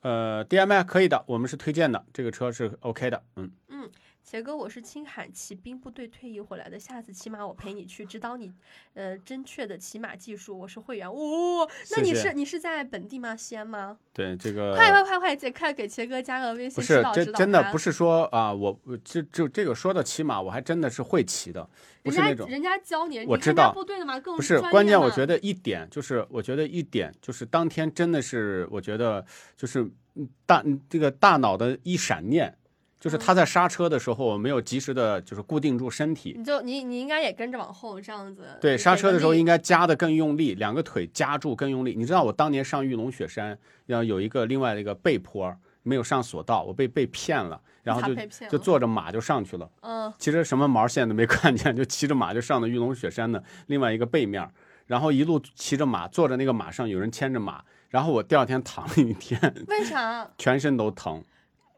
[SPEAKER 2] 呃，DMI 可以的，我们是推荐的，这个车是 OK 的。嗯，
[SPEAKER 3] 杰哥，我是青海骑兵部队退役回来的，下次骑马我陪你去，指导你，呃，正确的骑马技术。我是会员，哦，那
[SPEAKER 2] 谢
[SPEAKER 3] 你
[SPEAKER 2] 谢
[SPEAKER 3] 是你是在本地吗？西安吗？
[SPEAKER 2] 对这个
[SPEAKER 3] 快快快快，姐快给杰哥加个微信，
[SPEAKER 2] 不是
[SPEAKER 3] 指，导
[SPEAKER 2] 这
[SPEAKER 3] 指导
[SPEAKER 2] 真的
[SPEAKER 3] 他
[SPEAKER 2] 不，是说啊，我我这这这个说到骑马，我还真的是会骑的，不
[SPEAKER 3] 人
[SPEAKER 2] 是
[SPEAKER 3] 家
[SPEAKER 2] 那种。
[SPEAKER 3] 人家教你，
[SPEAKER 2] 我
[SPEAKER 3] 你
[SPEAKER 2] 知
[SPEAKER 3] 参加
[SPEAKER 2] 道
[SPEAKER 3] 部队的嘛，更
[SPEAKER 2] 不是
[SPEAKER 3] 专
[SPEAKER 2] 关
[SPEAKER 3] 业
[SPEAKER 2] 键，我
[SPEAKER 3] 嘛
[SPEAKER 2] 觉得一点就是，我觉得一点就是当天真的是，我觉得就是嗯大嗯这个大脑的一闪念，
[SPEAKER 3] 嗯
[SPEAKER 2] 就是他在刹车的时候，我没有及时的就是固定住身体，
[SPEAKER 3] 你就你你应该也跟着往后这样子，
[SPEAKER 2] 对，刹车的时候应
[SPEAKER 3] 该
[SPEAKER 2] 该夹得更用力，两个腿夹住更用力。你知道我当年上玉龙雪山，然后有一个另外的一个背坡，没有上索道，我被被骗了，然后
[SPEAKER 3] 咋
[SPEAKER 2] 就
[SPEAKER 3] 被骗
[SPEAKER 2] 就
[SPEAKER 3] 了
[SPEAKER 2] 坐着马就上去了。
[SPEAKER 3] 嗯。
[SPEAKER 2] 其实什么毛线都没看见，就骑着马就上的玉龙雪山的另外一个背面儿。然后一路骑着马，坐着那个马上有人牵着马，然后我第二天躺了一天，
[SPEAKER 3] 为啥
[SPEAKER 2] 全身都疼。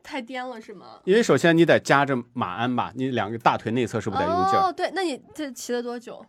[SPEAKER 3] 太颠了是吗？
[SPEAKER 2] 因为首先你得夹着马鞍吧，你两个大腿内侧是不是得用劲儿？
[SPEAKER 3] 哦，对，那你这骑了多久？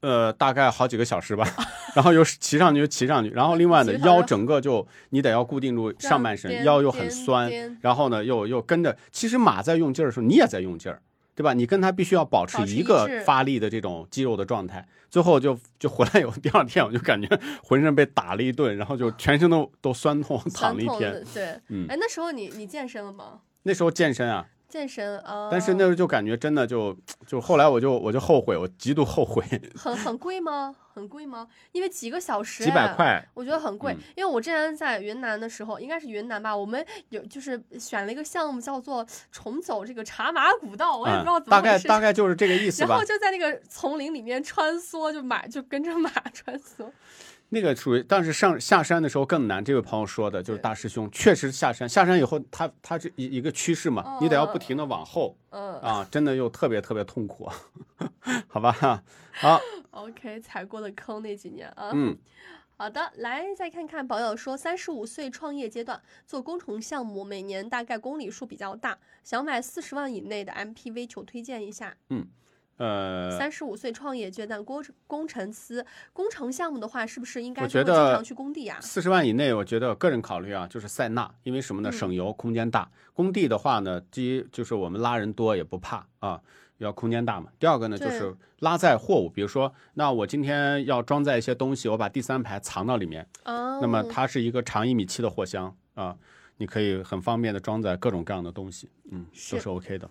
[SPEAKER 2] 呃，大概好几个小时吧，然后又是骑上去就骑上去，然后另外呢
[SPEAKER 3] 骑上
[SPEAKER 2] 腰
[SPEAKER 3] 去
[SPEAKER 2] 整个就你得要固定住
[SPEAKER 3] 这样
[SPEAKER 2] 上半身，
[SPEAKER 3] 颠
[SPEAKER 2] 腰又很
[SPEAKER 3] 颠
[SPEAKER 2] 酸
[SPEAKER 3] 颠，
[SPEAKER 2] 然后呢又又跟着，其实马在用劲儿的时候你也在用劲儿，对吧？你跟它必须要保持
[SPEAKER 3] 保持
[SPEAKER 2] 一
[SPEAKER 3] 一
[SPEAKER 2] 个
[SPEAKER 3] 致
[SPEAKER 2] 发力的这种肌肉的状态，最后就就回来有第二天我就感觉 浑身被打了一顿，然后就全身都都酸痛，躺了一
[SPEAKER 3] 酸痛
[SPEAKER 2] 天
[SPEAKER 3] 的。对，
[SPEAKER 2] 嗯
[SPEAKER 3] 哎，那时候你你健身了吗？
[SPEAKER 2] 那时候健身啊，
[SPEAKER 3] 健身啊，
[SPEAKER 2] 但是那时候就感觉真的就就后来我就我就后悔，我极度后悔，
[SPEAKER 3] 很很贵吗？很贵吗？因为几个小时
[SPEAKER 2] 几百
[SPEAKER 3] 哎
[SPEAKER 2] 块。
[SPEAKER 3] 我觉得很贵，
[SPEAKER 2] 嗯
[SPEAKER 3] 因为我之前在云南的时候，应该是云南吧，我们有就是选了一个项目叫做重走这个茶马古道，我也不知道
[SPEAKER 2] 嗯
[SPEAKER 3] 怎么
[SPEAKER 2] 大
[SPEAKER 3] 回
[SPEAKER 2] 概
[SPEAKER 3] 事。
[SPEAKER 2] 大概就是这个意思
[SPEAKER 3] 然
[SPEAKER 2] 吧
[SPEAKER 3] 后。就在那个丛林里面穿梭，就马就跟着马 穿梭，
[SPEAKER 2] 那个属于，但是上下山的时候更难。这位朋友说的就是
[SPEAKER 3] 对
[SPEAKER 2] 大师兄，确实下山，下山以后它它是一一个趋势
[SPEAKER 3] 哦
[SPEAKER 2] 嘛，你得要不停的往后
[SPEAKER 3] 嗯、
[SPEAKER 2] 啊，真的又特别特别痛苦， 好吧？好，
[SPEAKER 3] o k 踩过的坑那几年啊，
[SPEAKER 2] 嗯，
[SPEAKER 3] 好的，来再看看朋友说，三十五岁创业阶段做工程项目，每年大概公里数比较大，想买四十万以内的 MPV，求推荐一下。
[SPEAKER 2] 呃，
[SPEAKER 3] 哦三十五岁创业阶段，工程工程师，工程项目的话，是不是应该
[SPEAKER 2] 我觉
[SPEAKER 3] 就会经
[SPEAKER 2] 得
[SPEAKER 3] 常去工地啊？
[SPEAKER 2] 四十万以内，我觉得个人考虑啊，就是塞纳，因为什么呢？
[SPEAKER 3] 嗯
[SPEAKER 2] 省油，空间大。工地的话呢，第一就是我们拉人多也不怕啊，要空间大嘛。第二个呢，就
[SPEAKER 3] 对
[SPEAKER 2] 是拉载货物，比如说，那我今天要装载一些东西，我把第三排藏到里面，
[SPEAKER 3] 哦，
[SPEAKER 2] 那么它是一个长一米七的货箱啊，你可以很方便的装载各种各样的东西，嗯，都
[SPEAKER 3] 是
[SPEAKER 2] 是 OK 的。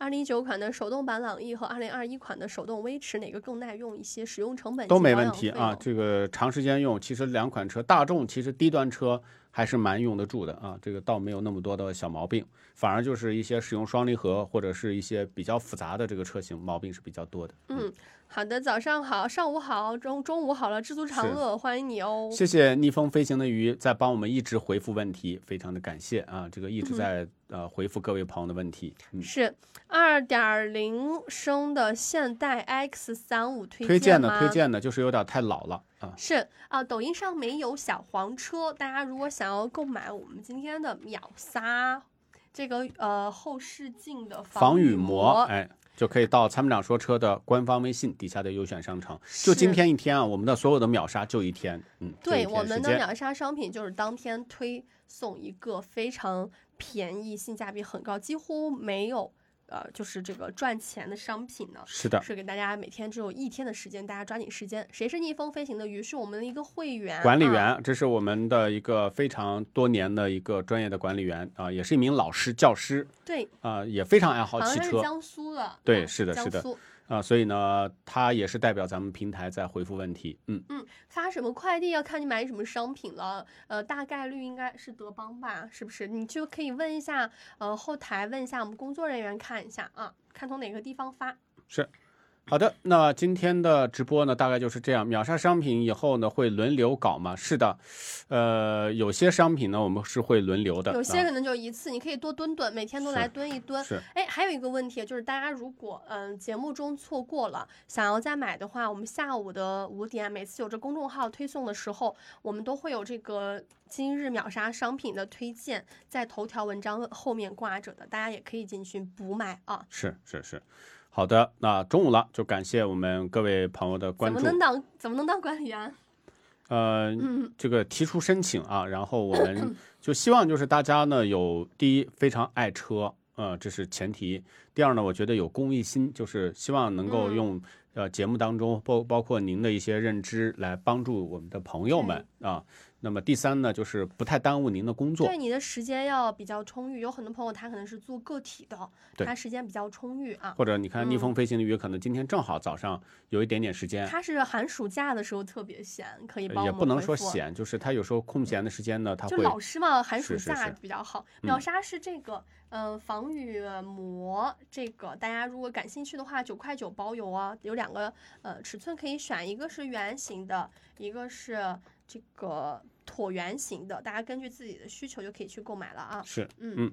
[SPEAKER 3] 二零一九款的手动版朗逸和二零二一款的手动威驰哪个更耐用一些？使用成本
[SPEAKER 2] 都
[SPEAKER 3] 及
[SPEAKER 2] 没
[SPEAKER 3] 保
[SPEAKER 2] 问
[SPEAKER 3] 养
[SPEAKER 2] 题
[SPEAKER 3] 费
[SPEAKER 2] 啊。
[SPEAKER 3] 用
[SPEAKER 2] 这个长时间用，其实两款车，大众其实低端车还是蛮用得住的啊，这个倒没有那么多的小毛病，反而就是一些使用双离合或者是一些比较复杂的这个车型毛病是比较多的。
[SPEAKER 3] 嗯，好的，早上好，上午好，中中午好了，知足常
[SPEAKER 2] 是
[SPEAKER 3] 乐，欢迎你哦。
[SPEAKER 2] 嗯谢谢逆风飞行的鱼在帮我们一直回复问题，非常的感谢啊，这个一直在、呃回复各位朋友的问题。嗯，
[SPEAKER 3] 嗯是二点零升的现代 X 三五推
[SPEAKER 2] 推荐呢，
[SPEAKER 3] 吗
[SPEAKER 2] 推荐呢，就是有点太老了啊。
[SPEAKER 3] 是啊，抖音上没有小黄车，大家如果想要购买我们今天的秒杀这个呃后视镜的
[SPEAKER 2] 防
[SPEAKER 3] 雨
[SPEAKER 2] 雨膜，哎，就可以到参谋长说车的官方微信底下的优选商城。就今
[SPEAKER 3] 是
[SPEAKER 2] 天一天啊，我们的所有的秒杀就一天，嗯，就一
[SPEAKER 3] 对，
[SPEAKER 2] 天
[SPEAKER 3] 我
[SPEAKER 2] 时
[SPEAKER 3] 们的
[SPEAKER 2] 间
[SPEAKER 3] 秒杀商品就是当天推送一个非常便宜、性价比很高，几乎没有呃就是这个赚钱的商品呢。
[SPEAKER 2] 是的，
[SPEAKER 3] 是给大家每天只有一天的时间，大家抓紧时间。谁是逆风飞行的鱼？是我们的一个会员
[SPEAKER 2] 管理
[SPEAKER 3] 啊
[SPEAKER 2] 员，这是我们的一个非常多年的一个专业的管理员啊、也是一名老师、教师
[SPEAKER 3] 对，
[SPEAKER 2] 啊、也非常爱好
[SPEAKER 3] 好像
[SPEAKER 2] 汽
[SPEAKER 3] 他是
[SPEAKER 2] 车啊、
[SPEAKER 3] 江苏的，
[SPEAKER 2] 对
[SPEAKER 3] 啊
[SPEAKER 2] 是的
[SPEAKER 3] 江
[SPEAKER 2] 是的
[SPEAKER 3] 苏
[SPEAKER 2] 所以呢，他也是代表咱们平台在回复问题，嗯，
[SPEAKER 3] 嗯，发什么快递要看你买什么商品了，呃，大概率应该是德邦吧，是不是？你就可以问一下，呃，后台问一下我们工作人员看一下啊，看从哪个地方发。
[SPEAKER 2] 好的，那今天的直播呢，大概就是这样。秒杀商品以后呢，会轮流搞吗？是的，呃，有些商品呢，我们是会轮流的。
[SPEAKER 3] 有些
[SPEAKER 2] 啊
[SPEAKER 3] 可能就一次，你可以多蹲蹲，每天都来
[SPEAKER 2] 是
[SPEAKER 3] 蹲一蹲。
[SPEAKER 2] 是
[SPEAKER 3] 哎，还有一个问题就是，大家如果嗯节目中错过了，想要再买的话，我们下午的五点，每次有这公众号推送的时候，我们都会有这个今日秒杀商品的推荐，在头条文章后面挂着的，大家也可以进去补买啊。
[SPEAKER 2] 是是是，好的，那中午了，就感谢我们各位朋友的关
[SPEAKER 3] 怎么
[SPEAKER 2] 注。
[SPEAKER 3] 能当怎么能当管理员？
[SPEAKER 2] 呃，
[SPEAKER 3] 嗯
[SPEAKER 2] 这个提出申请啊，然后我们 就希望就是大家呢有第一非常爱车，呃，这是前提。第二呢，我觉得有公益心，就是希望能够
[SPEAKER 3] 嗯
[SPEAKER 2] 用、呃节目当中包包括您的一些认知来帮助我们的朋友们啊。那么第三呢，就是不太耽误您的工作
[SPEAKER 3] 对，你的时间要比较充裕，有很多朋友他可能是做个体的，
[SPEAKER 2] 对
[SPEAKER 3] 他时间比较充裕啊。
[SPEAKER 2] 或者你看逆
[SPEAKER 3] 嗯
[SPEAKER 2] 风飞行的鱼，可能今天正好早上有一点点时间，
[SPEAKER 3] 他是寒暑假的时候特别闲，可以帮我
[SPEAKER 2] 呃也
[SPEAKER 3] 们
[SPEAKER 2] 不能
[SPEAKER 3] 回
[SPEAKER 2] 说
[SPEAKER 3] 复，
[SPEAKER 2] 闲，就是他有时候空闲的时间呢，他
[SPEAKER 3] 就
[SPEAKER 2] 会
[SPEAKER 3] 老师嘛，寒暑
[SPEAKER 2] 是是
[SPEAKER 3] 假
[SPEAKER 2] 是
[SPEAKER 3] 比较好。
[SPEAKER 2] 嗯
[SPEAKER 3] 秒杀是这个，嗯、防雨膜这个，大家如果感兴趣的话，九块九包邮啊，有两个呃尺寸可以选，一个是圆形的，一个是这个椭圆形的，大家根据自己的需求就可以去购买了啊。
[SPEAKER 2] 是
[SPEAKER 3] 嗯
[SPEAKER 2] 嗯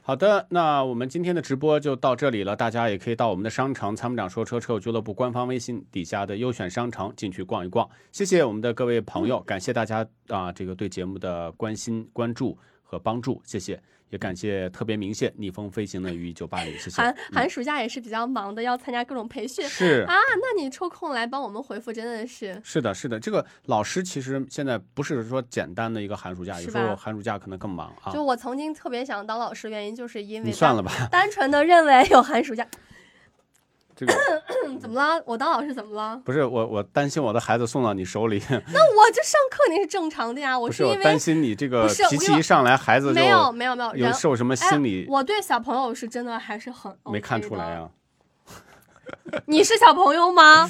[SPEAKER 2] 好的，那我们今天的直播就到这里了，大家也可以到我们的商场“参谋长说车”车友俱乐部官方微信底下的优选商城进去逛一逛。谢谢我们的各位朋
[SPEAKER 3] 嗯
[SPEAKER 2] 友，感谢大家啊、这个对节目的关心、关注和帮助，谢谢，也感
[SPEAKER 3] 嗯
[SPEAKER 2] 谢特别鸣谢逆风飞行的于一九八零，谢谢。
[SPEAKER 3] 寒
[SPEAKER 2] 嗯
[SPEAKER 3] 寒暑假也是比较忙的，要参加各种培训
[SPEAKER 2] 是
[SPEAKER 3] 啊。那你抽空来帮我们回复，真的是
[SPEAKER 2] 是的，是的，这个老师其实现在不是说简单的一个寒暑假，有
[SPEAKER 3] 是
[SPEAKER 2] 时候
[SPEAKER 3] 吧
[SPEAKER 2] 寒暑假可能更忙啊。
[SPEAKER 3] 就我曾经特别想当老师，原因就是因为
[SPEAKER 2] 你算
[SPEAKER 3] 单
[SPEAKER 2] 了吧，
[SPEAKER 3] 单纯的认为有寒暑假，
[SPEAKER 2] 这个
[SPEAKER 3] 嗯，怎么了？我当老师怎么了？
[SPEAKER 2] 不是我，我担心我的孩子送到你手里，
[SPEAKER 3] 那我这上课肯定是正常的呀，我
[SPEAKER 2] 不
[SPEAKER 3] 因
[SPEAKER 2] 我
[SPEAKER 3] 为
[SPEAKER 2] 担心你这个
[SPEAKER 3] 不是我
[SPEAKER 2] 脾气
[SPEAKER 3] 因为
[SPEAKER 2] 一上来，孩子就
[SPEAKER 3] 没有没有没有
[SPEAKER 2] 有
[SPEAKER 3] 人
[SPEAKER 2] 受什么
[SPEAKER 3] 哎
[SPEAKER 2] 心理
[SPEAKER 3] 我对小朋友是真的还是很 OK
[SPEAKER 2] 没看出来
[SPEAKER 3] 的
[SPEAKER 2] 啊？
[SPEAKER 3] 你是小朋友 吗？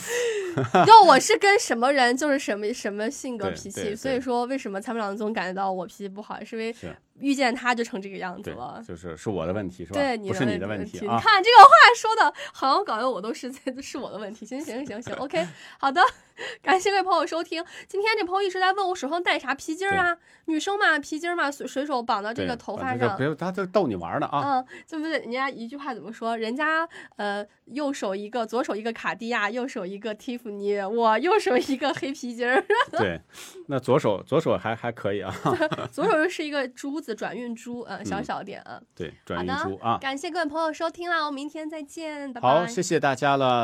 [SPEAKER 3] 要我是跟什么人就是什么什么性格
[SPEAKER 2] 对
[SPEAKER 3] 脾
[SPEAKER 2] 对
[SPEAKER 3] 气，
[SPEAKER 2] 对
[SPEAKER 3] 所以说为什么参谋长总感觉到我脾气不好，是因为
[SPEAKER 2] 是
[SPEAKER 3] 遇见他就成这个样子
[SPEAKER 2] 对
[SPEAKER 3] 了，。
[SPEAKER 2] 就是是我的问题是吧？
[SPEAKER 3] 对你
[SPEAKER 2] 不是你的
[SPEAKER 3] 问
[SPEAKER 2] 题
[SPEAKER 3] 你
[SPEAKER 2] 啊。
[SPEAKER 3] 看这个话说的，好像搞得我都是在 是我的问题。行行行 行，OK，好的，感谢各位朋友收听。今天这朋友一直在问我手上戴啥皮筋儿啊，女生嘛皮筋儿嘛，随随手绑到这
[SPEAKER 2] 对
[SPEAKER 3] 个头
[SPEAKER 2] 反
[SPEAKER 3] 发
[SPEAKER 2] 正
[SPEAKER 3] 上
[SPEAKER 2] 别，他就逗你玩呢啊！
[SPEAKER 3] 嗯，就不是人家一句话怎么说？人家呃，右手一个，左手一个卡地亚，右手一个蒂芙尼，我右手一个黑皮筋儿，
[SPEAKER 2] 对，那左手左手还还可以啊，
[SPEAKER 3] 左手又是一个珠子转运珠，嗯、小
[SPEAKER 2] 嗯
[SPEAKER 3] 小点啊。
[SPEAKER 2] 对，
[SPEAKER 3] 好
[SPEAKER 2] 转运
[SPEAKER 3] 的
[SPEAKER 2] 珠啊。
[SPEAKER 3] 感谢各位朋友收听啦，我们明天再见，拜拜。
[SPEAKER 2] 好，谢谢大家了。